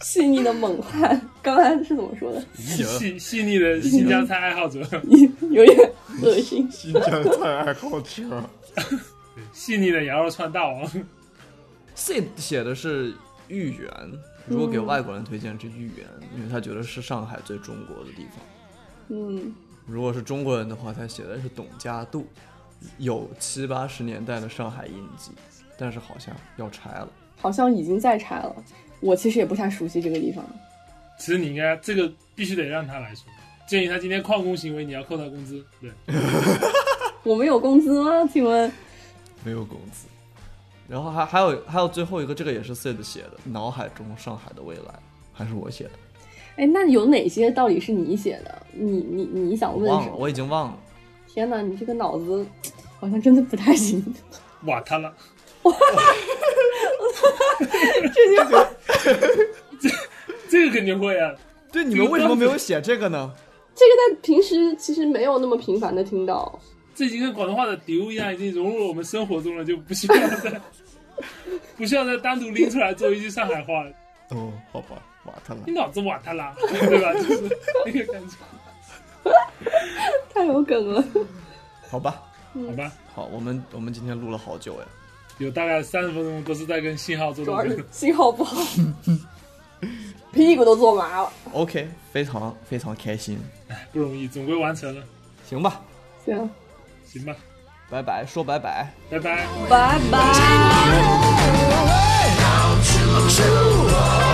[SPEAKER 3] 细腻的猛汉， [laughs] 刚才是怎么说的？
[SPEAKER 2] [laughs] 细细腻的新疆菜爱好者，
[SPEAKER 3] 有点恶心。
[SPEAKER 4] [laughs] 新疆菜爱好者，
[SPEAKER 2] 对细腻的羊肉串大王。
[SPEAKER 1] Sid 写的是豫园，如果给外国人推荐是豫园，因为他觉得是上海最中国的地方。
[SPEAKER 3] 嗯，
[SPEAKER 1] 如果是中国人的话，他写的是董家渡，有七八十年代的上海印记，但是好像要拆了。
[SPEAKER 3] 好像已经在拆了。我其实也不太熟悉这个地方。
[SPEAKER 2] 其实你应该这个必须得让他来说，建议他今天旷工行为，你要扣他工资。对，
[SPEAKER 3] 我们有工资吗？请问？
[SPEAKER 1] 没有工资。然后还还有还有最后一个，这个也是 Sid 写的，脑海中上海的未来，还是我写的，
[SPEAKER 3] 哎，那有哪些到底是你写的？你你你想
[SPEAKER 1] 我
[SPEAKER 3] 问
[SPEAKER 1] 忘
[SPEAKER 3] 什
[SPEAKER 1] 了，
[SPEAKER 3] 么？
[SPEAKER 1] 我已经忘了。
[SPEAKER 3] 天哪，你这个脑子 [laughs] 好像真的不
[SPEAKER 1] [laughs]
[SPEAKER 3] 太行。
[SPEAKER 2] 瓦他了。
[SPEAKER 3] 这句话
[SPEAKER 2] 这个肯定会啊，
[SPEAKER 1] 对，你们为什么没有写这个 [laughs] 呢？
[SPEAKER 3] 这个在平时其实没有那么频繁的听到。
[SPEAKER 2] 这已经跟广东话的丢一样，已经融入了我们生活中了，就不需要
[SPEAKER 3] [laughs]
[SPEAKER 2] 再不需要再单独拎出来做一句上海话。
[SPEAKER 4] 哦，好吧，瓦特了
[SPEAKER 2] 你。脑子瓦他啦，对吧？就是那个感觉，
[SPEAKER 3] 太有
[SPEAKER 1] [laughs]
[SPEAKER 3] 梗了。
[SPEAKER 1] 好吧，
[SPEAKER 2] 好吧？
[SPEAKER 1] 好，我们我们今天录了好久哎。
[SPEAKER 2] 有大概三十分钟都是在跟信号做
[SPEAKER 3] 主要
[SPEAKER 2] 斗
[SPEAKER 3] 是
[SPEAKER 2] 争。
[SPEAKER 3] 信号不好， [laughs] 屁股都坐麻了。
[SPEAKER 1] OK，非常非常开心，
[SPEAKER 2] 不容易，总归完成了，
[SPEAKER 1] 行吧，
[SPEAKER 3] 行，
[SPEAKER 2] 行吧，
[SPEAKER 1] 拜拜，说拜拜。
[SPEAKER 2] 拜拜。
[SPEAKER 3] 拜拜。
[SPEAKER 7] Now to the two.